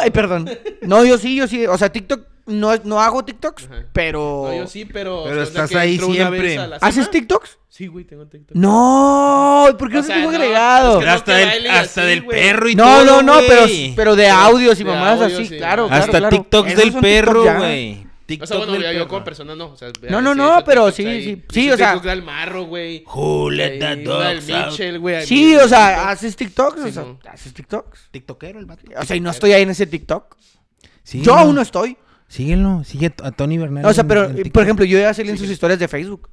Speaker 4: Ay, perdón. No, yo sí, yo sí. O sea, TikTok, no, no hago TikToks,
Speaker 1: Ajá.
Speaker 4: pero...
Speaker 1: No, yo sí, pero...
Speaker 3: Pero
Speaker 1: o sea,
Speaker 3: estás
Speaker 1: que
Speaker 3: ahí
Speaker 1: entro una
Speaker 3: siempre.
Speaker 1: vez a la
Speaker 4: ¿Haces
Speaker 1: semana.
Speaker 4: TikToks?
Speaker 1: Sí, güey, tengo TikTok.
Speaker 4: No, ¿por qué
Speaker 1: O
Speaker 4: no te
Speaker 1: sea,
Speaker 4: tengo
Speaker 1: no,
Speaker 4: agregado?
Speaker 1: es
Speaker 3: Pero
Speaker 1: no
Speaker 3: hasta
Speaker 1: que
Speaker 3: del,
Speaker 1: baile
Speaker 3: hasta
Speaker 1: así,
Speaker 3: del
Speaker 1: güey.
Speaker 3: perro y
Speaker 4: No,
Speaker 3: todo.
Speaker 4: no, no, pero,
Speaker 3: güey.
Speaker 4: pero de audios y
Speaker 1: de
Speaker 4: mamadas
Speaker 1: audios,
Speaker 4: así,
Speaker 1: sí.
Speaker 4: claro, claro,
Speaker 3: Hasta
Speaker 4: claro.
Speaker 3: TikToks
Speaker 4: Esos
Speaker 3: del
Speaker 4: son
Speaker 3: perro,
Speaker 4: TikTok ya.
Speaker 3: güey.
Speaker 1: O
Speaker 3: TikTok
Speaker 1: sea, bueno,
Speaker 3: del
Speaker 1: ya yo
Speaker 3: perro.
Speaker 1: como persona no. O sea,
Speaker 4: No, no,
Speaker 1: sí he
Speaker 4: no,
Speaker 1: hecho
Speaker 4: pero
Speaker 1: TikToks
Speaker 4: sí, sí,
Speaker 1: Hice
Speaker 4: sí, o sea-
Speaker 1: TikTok del marro, güey.
Speaker 3: Who let the
Speaker 1: Ahí, del
Speaker 3: dogs out?
Speaker 1: Mitchell, güey.
Speaker 4: Sí,
Speaker 1: ahí,
Speaker 4: o sea, ¿haces TikToks?
Speaker 1: Sí,
Speaker 4: O sea,
Speaker 1: no.
Speaker 4: ¿haces TikToks?
Speaker 3: TikTokero el vato.
Speaker 4: O sea, y no estoy ahí en ese TikTok.
Speaker 3: Síguelo.
Speaker 4: Yo aún no estoy.
Speaker 3: Síguelo, sigue a Tony Bernal.
Speaker 4: O sea,
Speaker 3: en-
Speaker 4: pero,
Speaker 3: en
Speaker 4: por
Speaker 3: TikTok.
Speaker 4: ejemplo, yo ya salí en sus historias de Facebook.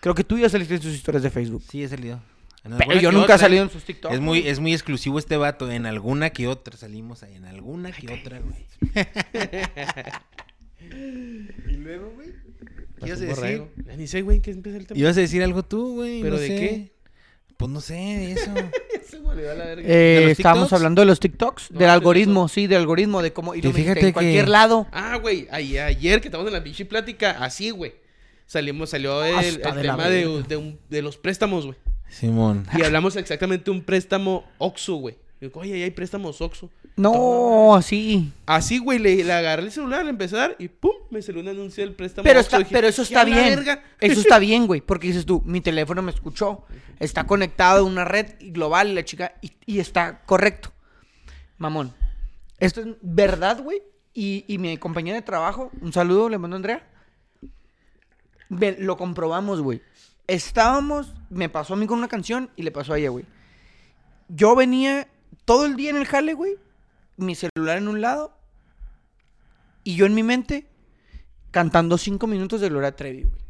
Speaker 4: Creo que tú ya saliste en sus historias de Facebook.
Speaker 3: Sí, he salido. En
Speaker 4: Pero
Speaker 3: alguna
Speaker 4: yo
Speaker 3: que
Speaker 4: nunca he
Speaker 3: otra.
Speaker 4: salido en sus TikToks.
Speaker 3: Es muy, es muy exclusivo este vato. En alguna que otra salimos ahí. En alguna que otra, güey. y luego, güey. ¿Qué
Speaker 1: Pasó
Speaker 3: ibas a
Speaker 1: un
Speaker 3: decir?
Speaker 1: borrego. Ya Ni sé, güey, que empieza el tema.
Speaker 3: ¿Ibas a decir algo tú, güey?
Speaker 1: ¿Pero
Speaker 3: no
Speaker 1: de
Speaker 3: sé.
Speaker 1: qué?
Speaker 3: Pues no sé, de eso.
Speaker 1: Se me olvidó la verga.
Speaker 4: Eh,
Speaker 3: ¿De los
Speaker 4: estábamos
Speaker 3: TikToks?
Speaker 4: hablando de los TikToks,
Speaker 1: No,
Speaker 4: del
Speaker 1: antes
Speaker 4: algoritmo, sí, del algoritmo, de cómo... Y
Speaker 3: Que
Speaker 4: tú me dijiste,
Speaker 3: fíjate
Speaker 4: en cualquier
Speaker 3: que-
Speaker 4: lado.
Speaker 1: Ah, güey, ay- ayer que estábamos en la pinche plática, así, güey. Salimos, salió el,
Speaker 4: Hasta
Speaker 1: el
Speaker 4: Ah, de la
Speaker 1: tema de,
Speaker 4: verga.
Speaker 1: de un- de los préstamos, güey.
Speaker 3: Simón.
Speaker 1: Y hablamos exactamente de un préstamo Oxxo, güey. Y digo, Oye, ahí hay préstamos Oxxo.
Speaker 4: No, así.
Speaker 1: Así, güey, le, le agarré el celular, le empecé a dar y pum, me salió un anuncio del préstamo
Speaker 4: Pero,
Speaker 1: Oxxo.
Speaker 4: está,
Speaker 1: Dije,
Speaker 4: pero eso
Speaker 1: "Ya
Speaker 4: está
Speaker 1: la
Speaker 4: bien.
Speaker 1: verga".
Speaker 4: Eso está bien, güey. Porque dices tú, mi teléfono me escuchó. Está conectado a una red global, la chica. Y, y está correcto. Mamón. Esto es verdad, güey. Y, y mi compañera de trabajo, un saludo, le mando a Andrea. Ve- lo comprobamos, güey. Estábamos, me pasó a mí con una canción y le pasó a ella, güey. Yo venía todo el día en el jale, güey. Mi celular en un lado. Y yo en mi mente, cantando cinco minutos de Gloria Trevi, güey.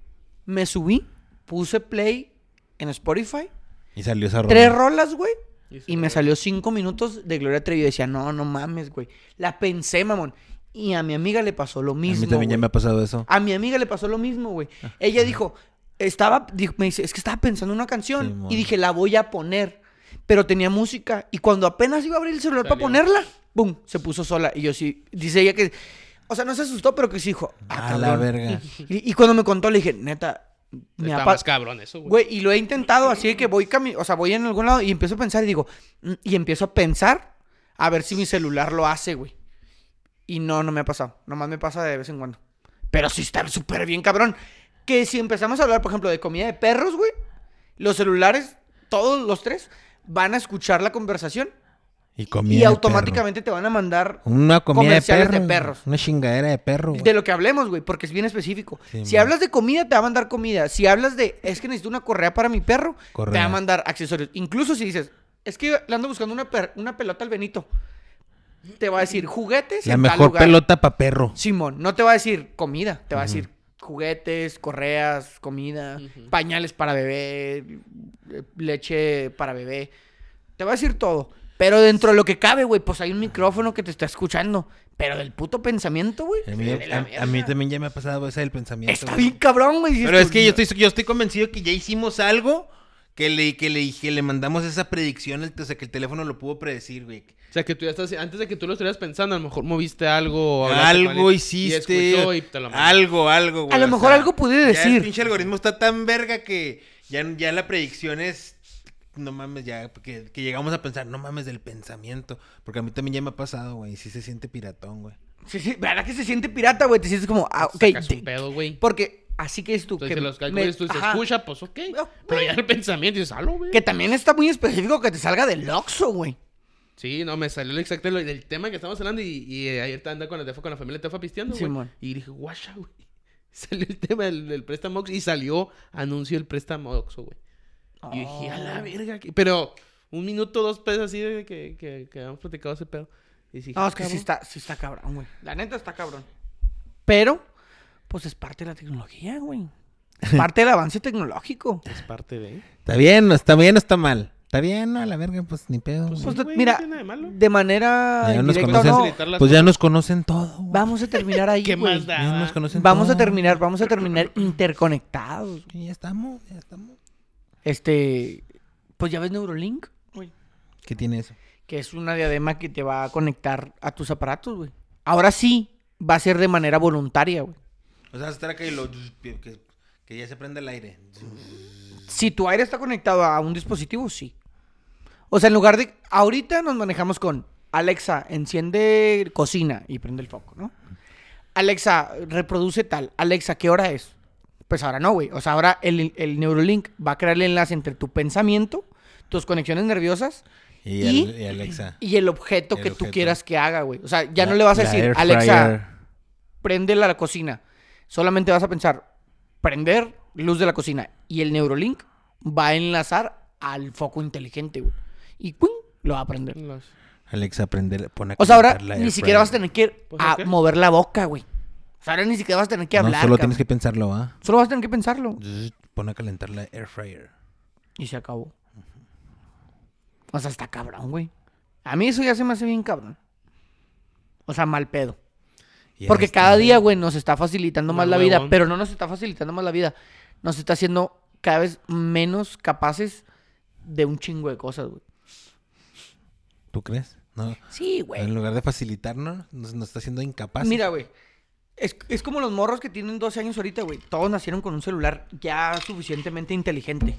Speaker 4: Me subí, puse play en Spotify,
Speaker 3: Y salió esa rola.
Speaker 4: tres rolas, güey.
Speaker 1: Y se
Speaker 4: Y
Speaker 1: la-
Speaker 4: me salió cinco minutos de Gloria Trevi. Y decía, no, no mames, güey. La pensé, mamón. Y a mi amiga le pasó lo
Speaker 3: A mí
Speaker 4: mismo.
Speaker 3: también
Speaker 4: güey.
Speaker 3: ya
Speaker 4: Ah,
Speaker 3: me ha pasado eso. Ah.
Speaker 4: A mi amiga le pasó lo mismo, güey. Ella dijo, estaba, dijo- me dice, es que estaba pensando en una canción
Speaker 3: Simón.
Speaker 4: y dije, la voy a poner. Pero tenía música y cuando apenas iba a abrir el celular para
Speaker 1: Salió.
Speaker 4: ponerla, ¡boom! Se puso sola. Y yo sí, dice ella que, o sea, no se asustó, pero que sí dijo, ah,
Speaker 3: A la
Speaker 4: cabrón".
Speaker 3: verga.
Speaker 4: Y, y cuando me contó, le dije, neta, me
Speaker 1: Está
Speaker 4: ha
Speaker 1: más
Speaker 4: pasado.
Speaker 1: cabrón eso, güey.
Speaker 4: Güey, y lo he intentado así de que voy cami- o sea, voy en algún lado y empiezo a pensar y digo, "Mm", y empiezo a pensar a ver si mi celular lo hace, güey. Y no, no me ha pasado. Nomás me pasa de vez en cuando. Pero sí está súper bien, cabrón. Que si empezamos a hablar, por ejemplo, de comida de perros, güey, los celulares, todos los tres, van a escuchar la conversación
Speaker 3: Y comida.
Speaker 4: y
Speaker 3: de
Speaker 4: automáticamente te van a mandar
Speaker 3: perro. Una comida de
Speaker 4: comerciales de
Speaker 3: perro.
Speaker 4: perros.
Speaker 3: Una chingadera de perro. güey.
Speaker 4: de lo que hablemos, güey, porque es bien específico.
Speaker 3: Sí,
Speaker 4: si
Speaker 3: man.
Speaker 4: hablas de comida, te va a mandar comida. Si hablas de, es que necesito una correa para mi perro, te va
Speaker 3: Correa.
Speaker 4: a mandar accesorios. Incluso si dices, es que le ando buscando una, per- una pelota al Benito, te va a decir juguetes.
Speaker 3: La
Speaker 4: en tal
Speaker 3: mejor
Speaker 4: lugar.
Speaker 3: pelota para perro.
Speaker 4: Simón, no te va a decir comida, te va a decir juguetes, correas, comida, pañales para bebé, eh, leche para bebé. Te va a decir todo. Pero dentro de lo que cabe, güey, pues hay un micrófono que te está escuchando. Pero del puto pensamiento, güey.
Speaker 3: A mí,
Speaker 4: de la
Speaker 3: a- a mí
Speaker 4: verga.
Speaker 3: también ya me ha pasado esa del pensamiento.
Speaker 4: Está
Speaker 3: güey.
Speaker 4: bien cabrón, güey. dices
Speaker 3: Pero
Speaker 4: tú,
Speaker 3: es que yo estoy, yo estoy convencido que ya hicimos algo que le, que le, que le mandamos esa predicción, el- o sea, que el teléfono lo pudo predecir, güey.
Speaker 1: O sea, que tú ya estás... Antes de que tú lo estuvieras pensando, a lo mejor moviste algo... o hablaste con
Speaker 3: Algo
Speaker 1: alguien,
Speaker 3: hiciste.
Speaker 1: Y escuchó y te lo mandó.
Speaker 3: algo, algo, güey.
Speaker 4: A lo
Speaker 3: o
Speaker 4: mejor algo pude
Speaker 3: ya
Speaker 4: decir.
Speaker 3: el pinche algoritmo está tan verga que ya, ya la predicción es. No mames, ya que, que llegamos a pensar, no mames del pensamiento. Porque a mí también ya me ha pasado, güey. y Sí se siente piratón, güey.
Speaker 4: Sí, sí, ¿verdad que se siente pirata, güey? Te sientes como, ah, ok.
Speaker 1: Sacas
Speaker 4: te-
Speaker 1: un pedo, güey.
Speaker 4: porque así que es tú.
Speaker 1: Entonces,
Speaker 4: que
Speaker 1: los
Speaker 4: me-
Speaker 1: calcules, tú dices,
Speaker 4: ajá.
Speaker 1: escucha, pues ok.
Speaker 4: No,
Speaker 1: Pero ya el pensamiento dices, algo, güey.
Speaker 4: Que también está muy específico que te salga del Oxxo, güey.
Speaker 1: Sí, no, me salió exacto el, el tema que estamos hablando y, y eh, ayer te andaba con la tefa, con la familia tefa pisteando, güey.
Speaker 4: Simón.
Speaker 1: y dije, guacha, güey. Salió el tema del, del préstamo Oxxo y salió anuncio del préstamo Oxxo, güey. Y yo dije, a la
Speaker 4: Oh.
Speaker 1: verga. ¿qué-?" Pero un minuto, dos pesos así de que, que, que habíamos platicado ese pedo. Y dije,
Speaker 4: No, es que sí
Speaker 1: "Cabrón".
Speaker 4: está, sí está cabrón, güey. La neta está cabrón. Pero, pues es parte de la tecnología, güey. Es parte del avance tecnológico.
Speaker 1: Es parte de.
Speaker 3: Está bien, no está bien, no está mal. Está bien, no, a la verga, pues ni pedo.
Speaker 1: Pues,
Speaker 3: güey.
Speaker 4: Pues, de-
Speaker 1: güey, no
Speaker 4: mira,
Speaker 1: tiene nada de malo.
Speaker 4: de manera
Speaker 3: ya nos
Speaker 4: indirecta o
Speaker 3: conocen,
Speaker 4: no,
Speaker 1: facilitar las
Speaker 3: pues ya nos conocen todo. güey.
Speaker 4: vamos a terminar ahí,
Speaker 1: ¿Qué
Speaker 4: güey.
Speaker 1: más da?
Speaker 3: Ya nos conocen
Speaker 4: Vamos a
Speaker 3: todo.
Speaker 4: terminar, vamos a terminar interconectados.
Speaker 3: Y ya estamos, ya estamos.
Speaker 4: Este, pues ya ves Neurolink, güey,
Speaker 3: ¿Qué tiene eso?
Speaker 4: que es una diadema que te va a conectar a tus aparatos, güey. Ahora sí va a ser de manera voluntaria, güey.
Speaker 3: O sea, estar acá y lo... Que, que ya se prende el aire.
Speaker 4: Si tu aire está conectado a un dispositivo, sí. O sea, en lugar de ahorita nos manejamos con Alexa, enciende cocina y prende el foco, ¿no? Alexa, reproduce tal. Alexa, ¿qué hora es? Pues ahora no, güey. O sea, ahora el, el Neurolink va a crear el enlace entre tu pensamiento, tus conexiones nerviosas
Speaker 3: Y,
Speaker 4: Y-
Speaker 3: al- y Alexa.
Speaker 4: y el objeto
Speaker 3: El
Speaker 4: que tú
Speaker 3: objeto.
Speaker 4: quieras que haga, güey. O sea, ya no
Speaker 3: La-
Speaker 4: le vas a
Speaker 3: la
Speaker 4: decir,
Speaker 3: air
Speaker 4: Alexa,
Speaker 3: fryer.
Speaker 4: prende la cocina. Solamente vas a pensar, prender luz de la cocina. Y el Neurolink va a enlazar al foco inteligente, güey. Y ¡cuin! lo va a prender.
Speaker 1: Los-
Speaker 3: Alexa, prende, pone a
Speaker 4: O sea, ahora
Speaker 3: calentar la air
Speaker 4: ni siquiera vas a
Speaker 3: fryer.
Speaker 4: tener que ir
Speaker 1: Pues,
Speaker 4: a
Speaker 1: ¿a qué?
Speaker 4: mover la boca, güey. O sea, ahora ni siquiera vas a tener que hablar.
Speaker 3: No, solo
Speaker 4: cabrón.
Speaker 3: tienes que pensarlo, ¿va?
Speaker 4: Solo vas a tener que pensarlo.
Speaker 3: Pone a calentar la air fryer.
Speaker 4: Y se acabó. O sea, está cabrón, güey. A mí eso ya se me hace bien cabrón. O sea, mal pedo.
Speaker 3: Y este ya
Speaker 4: Porque
Speaker 3: está,
Speaker 4: cada día, güey, nos está facilitando más
Speaker 1: Más
Speaker 4: la vida,
Speaker 1: huevón.
Speaker 4: pero no nos está facilitando más la vida. Nos está haciendo cada vez menos capaces de un chingo de cosas, güey.
Speaker 3: ¿Tú crees? No.
Speaker 4: Sí, güey.
Speaker 3: En lugar de facilitarnos, nos, nos está haciendo incapaces.
Speaker 4: Mira, güey. Es, es como los morros que tienen 12 años ahorita, güey. Todos nacieron con un celular ya suficientemente inteligente.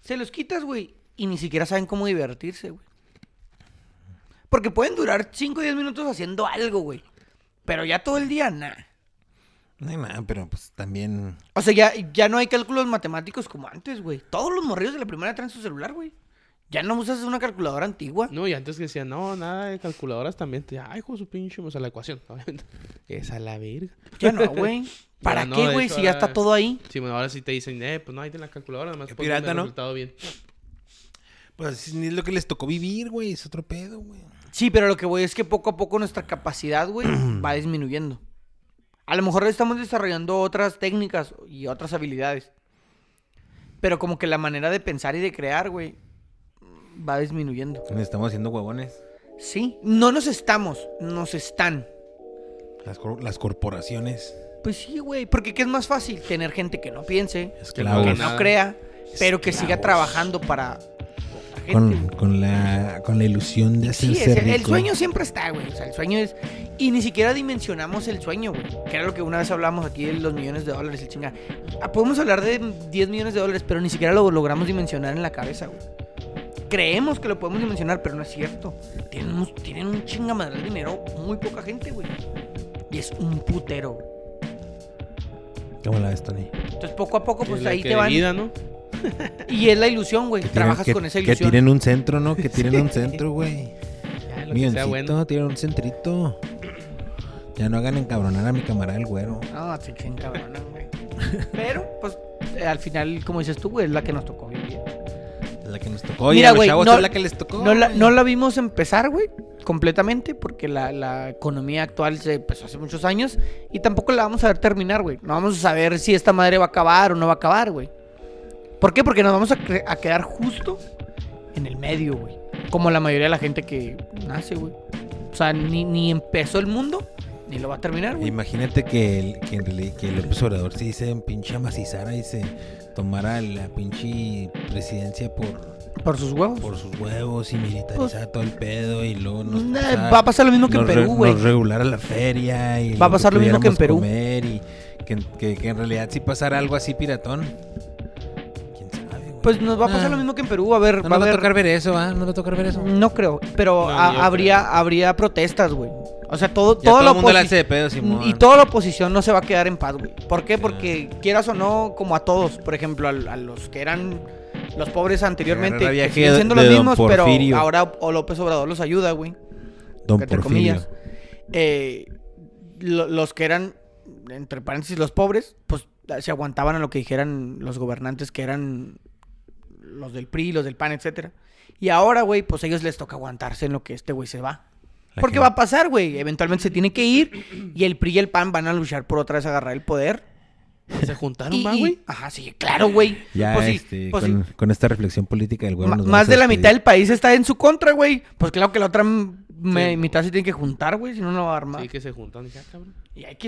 Speaker 4: Se los quitas, güey, y ni siquiera saben cómo divertirse, güey. Porque pueden durar 5 o 10 minutos haciendo algo, güey. Pero ya todo el día, nada.
Speaker 3: No hay nada, pero pues también.
Speaker 4: O sea, ya, ya no hay cálculos matemáticos como antes, güey. Todos los morrillos de la primera traen su celular, güey. Ya no usas una calculadora antigua.
Speaker 1: No, y antes que decían, no, nada de calculadoras también. te- Ay, hijo de su pinche, o sea, la ecuación, obviamente. Es a la verga.
Speaker 4: Ya no, güey. ¿Para
Speaker 1: Ya no,
Speaker 4: qué,
Speaker 1: de
Speaker 4: güey?
Speaker 1: hecho,
Speaker 4: Si ya
Speaker 1: ahora-
Speaker 4: está todo ahí.
Speaker 1: Sí, bueno, ahora sí te dicen, eh, pues no, ahí tiene la calculadora, además
Speaker 3: Qué
Speaker 1: ponme el
Speaker 3: pirata, ¿no?
Speaker 1: resultado bien.
Speaker 3: Pues ni es lo que les tocó vivir, güey. Es otro pedo, güey.
Speaker 4: Sí, pero lo que voy es que poco a poco nuestra capacidad, güey, va disminuyendo. A lo mejor estamos desarrollando otras técnicas y otras habilidades. Pero como que la manera de pensar y de crear, güey, va disminuyendo.
Speaker 3: Nos estamos haciendo huevones.
Speaker 4: Sí, no nos estamos, nos están.
Speaker 3: Las, cor- las corporaciones.
Speaker 4: Pues sí, güey, porque ¿qué es más fácil? Tener gente que no piense,
Speaker 1: Haga
Speaker 4: que
Speaker 3: Esclavos.
Speaker 1: nada.
Speaker 4: no crea, pero que siga
Speaker 3: Esclavos.
Speaker 4: trabajando para la gente.
Speaker 3: Con,
Speaker 4: güey.
Speaker 3: con la, con la ilusión de
Speaker 4: Sí,
Speaker 3: hacerse
Speaker 4: es el, el
Speaker 3: rico.
Speaker 4: sueño siempre está, güey. O sea, el sueño es. Y ni siquiera dimensionamos el sueño, güey. Que era lo que una vez hablamos aquí de los millones de dólares, el chinga. Ah, Podemos hablar de 10 millones de dólares, pero ni siquiera lo logramos dimensionar en la cabeza, güey. Creemos que lo podemos dimensionar, pero no es cierto. Tienen, un- tienen un chingamadral de dinero muy poca gente, güey. Y es un putero. güey.
Speaker 3: ¿Cómo la ves, Tony?
Speaker 4: Entonces, poco a poco,
Speaker 1: Es
Speaker 4: pues
Speaker 1: la
Speaker 4: ahí
Speaker 1: que
Speaker 4: te van.
Speaker 1: Vida, ¿no?
Speaker 4: Y es la ilusión, güey.
Speaker 3: Que tiren-
Speaker 4: Trabajas
Speaker 3: que-
Speaker 4: con esa
Speaker 3: Que
Speaker 4: ilusión.
Speaker 3: tienen un centro, ¿no? Que tienen un centro, güey.
Speaker 1: Ya, lo que sea
Speaker 3: Milloncito,
Speaker 1: bueno.
Speaker 3: tienen un centrito. Ya no hagan encabronar a mi camarada el güero.
Speaker 4: No, se se encabronan, güey. Pero, pues, eh, al final, como dices tú, güey, es la que nos tocó vivir.
Speaker 3: Es la que nos tocó. Oye,
Speaker 4: Mira,
Speaker 3: a los
Speaker 4: güey,
Speaker 3: chavos
Speaker 4: no-
Speaker 3: es la que les tocó.
Speaker 4: No la,
Speaker 3: güey.
Speaker 4: no la vimos empezar, güey, completamente, porque la, la economía actual se empezó hace muchos años y tampoco la vamos a ver terminar, güey. No vamos a saber si esta madre va a acabar o no va a acabar, güey. ¿Por qué? Porque nos vamos a, cre- a quedar justo en el medio, güey. Como la mayoría de la gente que nace, güey. O sea, ni, ni empezó el mundo, ni lo va a terminar, güey.
Speaker 3: Imagínate que, el, que, en realidad- que López Obrador se dice un pinche amacizara y se tomara la pinche presidencia por,
Speaker 4: Por sus huevos.
Speaker 3: por sus huevos y militarizara todo el pedo y luego nos
Speaker 4: Nah,
Speaker 3: pasara-
Speaker 4: Pues, Mm, eh, va a pasar lo mismo que en
Speaker 3: nos re-
Speaker 4: Perú, güey.
Speaker 3: Nos regulara la feria y
Speaker 4: Va a pasar lo mismo que en
Speaker 3: pudiéramos
Speaker 4: Perú.
Speaker 3: comer y que, que- que en realidad si pasara algo así piratón. ¿Quién sabe, güey?
Speaker 4: Pues nos va a pasar
Speaker 3: Nah.
Speaker 4: lo mismo que en Perú, va a haber...
Speaker 3: Ah. No
Speaker 4: va a
Speaker 3: nos va a
Speaker 4: haber- Mm,
Speaker 3: tocar ver eso, ¿ah? No nos va a tocar ver eso.
Speaker 4: No creo, pero
Speaker 1: No,
Speaker 4: a-
Speaker 1: ni yo
Speaker 4: habría, habría protestas, güey. O sea, todo,
Speaker 3: Ya
Speaker 4: toda
Speaker 3: todo
Speaker 4: la
Speaker 3: el mundo la
Speaker 4: oposi-
Speaker 3: hace de pedo, Simón.
Speaker 4: Y toda la oposición no se va a quedar en paz, güey. ¿Por qué? Porque quieras o no, como a todos, por ejemplo, al- a, los que eran los pobres anteriormente,
Speaker 3: Agarrar la
Speaker 4: que
Speaker 3: viaje
Speaker 4: siguen
Speaker 3: de-
Speaker 4: siendo
Speaker 3: de
Speaker 4: los
Speaker 3: don
Speaker 4: mismos, pero
Speaker 3: Porfirio.
Speaker 4: ahora o López Obrador los ayuda, güey.
Speaker 3: Don
Speaker 4: entre
Speaker 3: Porfirio.
Speaker 4: comillas. Eh, lo- los que eran, entre paréntesis, los pobres, pues se aguantaban a lo que dijeran los gobernantes que eran los del PRI, los del PAN, etcétera. Y ahora, güey, pues a ellos les toca aguantarse en lo que este güey se va.
Speaker 3: La
Speaker 4: Porque
Speaker 3: gente-
Speaker 4: va a pasar, güey. Eventualmente se tiene que ir y el PRI y el PAN van a luchar por otra vez agarrar el poder.
Speaker 1: Se
Speaker 3: ¿Ah,
Speaker 1: juntaron,
Speaker 4: Y,
Speaker 1: va,
Speaker 4: y-
Speaker 1: güey.
Speaker 4: ajá, sí, claro, güey.
Speaker 3: Ya,
Speaker 4: Pues sí,
Speaker 3: este,
Speaker 4: pues sí.
Speaker 3: con, con esta reflexión política del güey.
Speaker 4: Ma- más de la
Speaker 3: este,
Speaker 4: mitad del país está en su contra, güey. Pues claro que la otra m- me- mitad se tiene que juntar, güey, si no, no va a armar.
Speaker 1: Sí, que se juntaron. Dije, ah, cabrón.
Speaker 4: Y hay que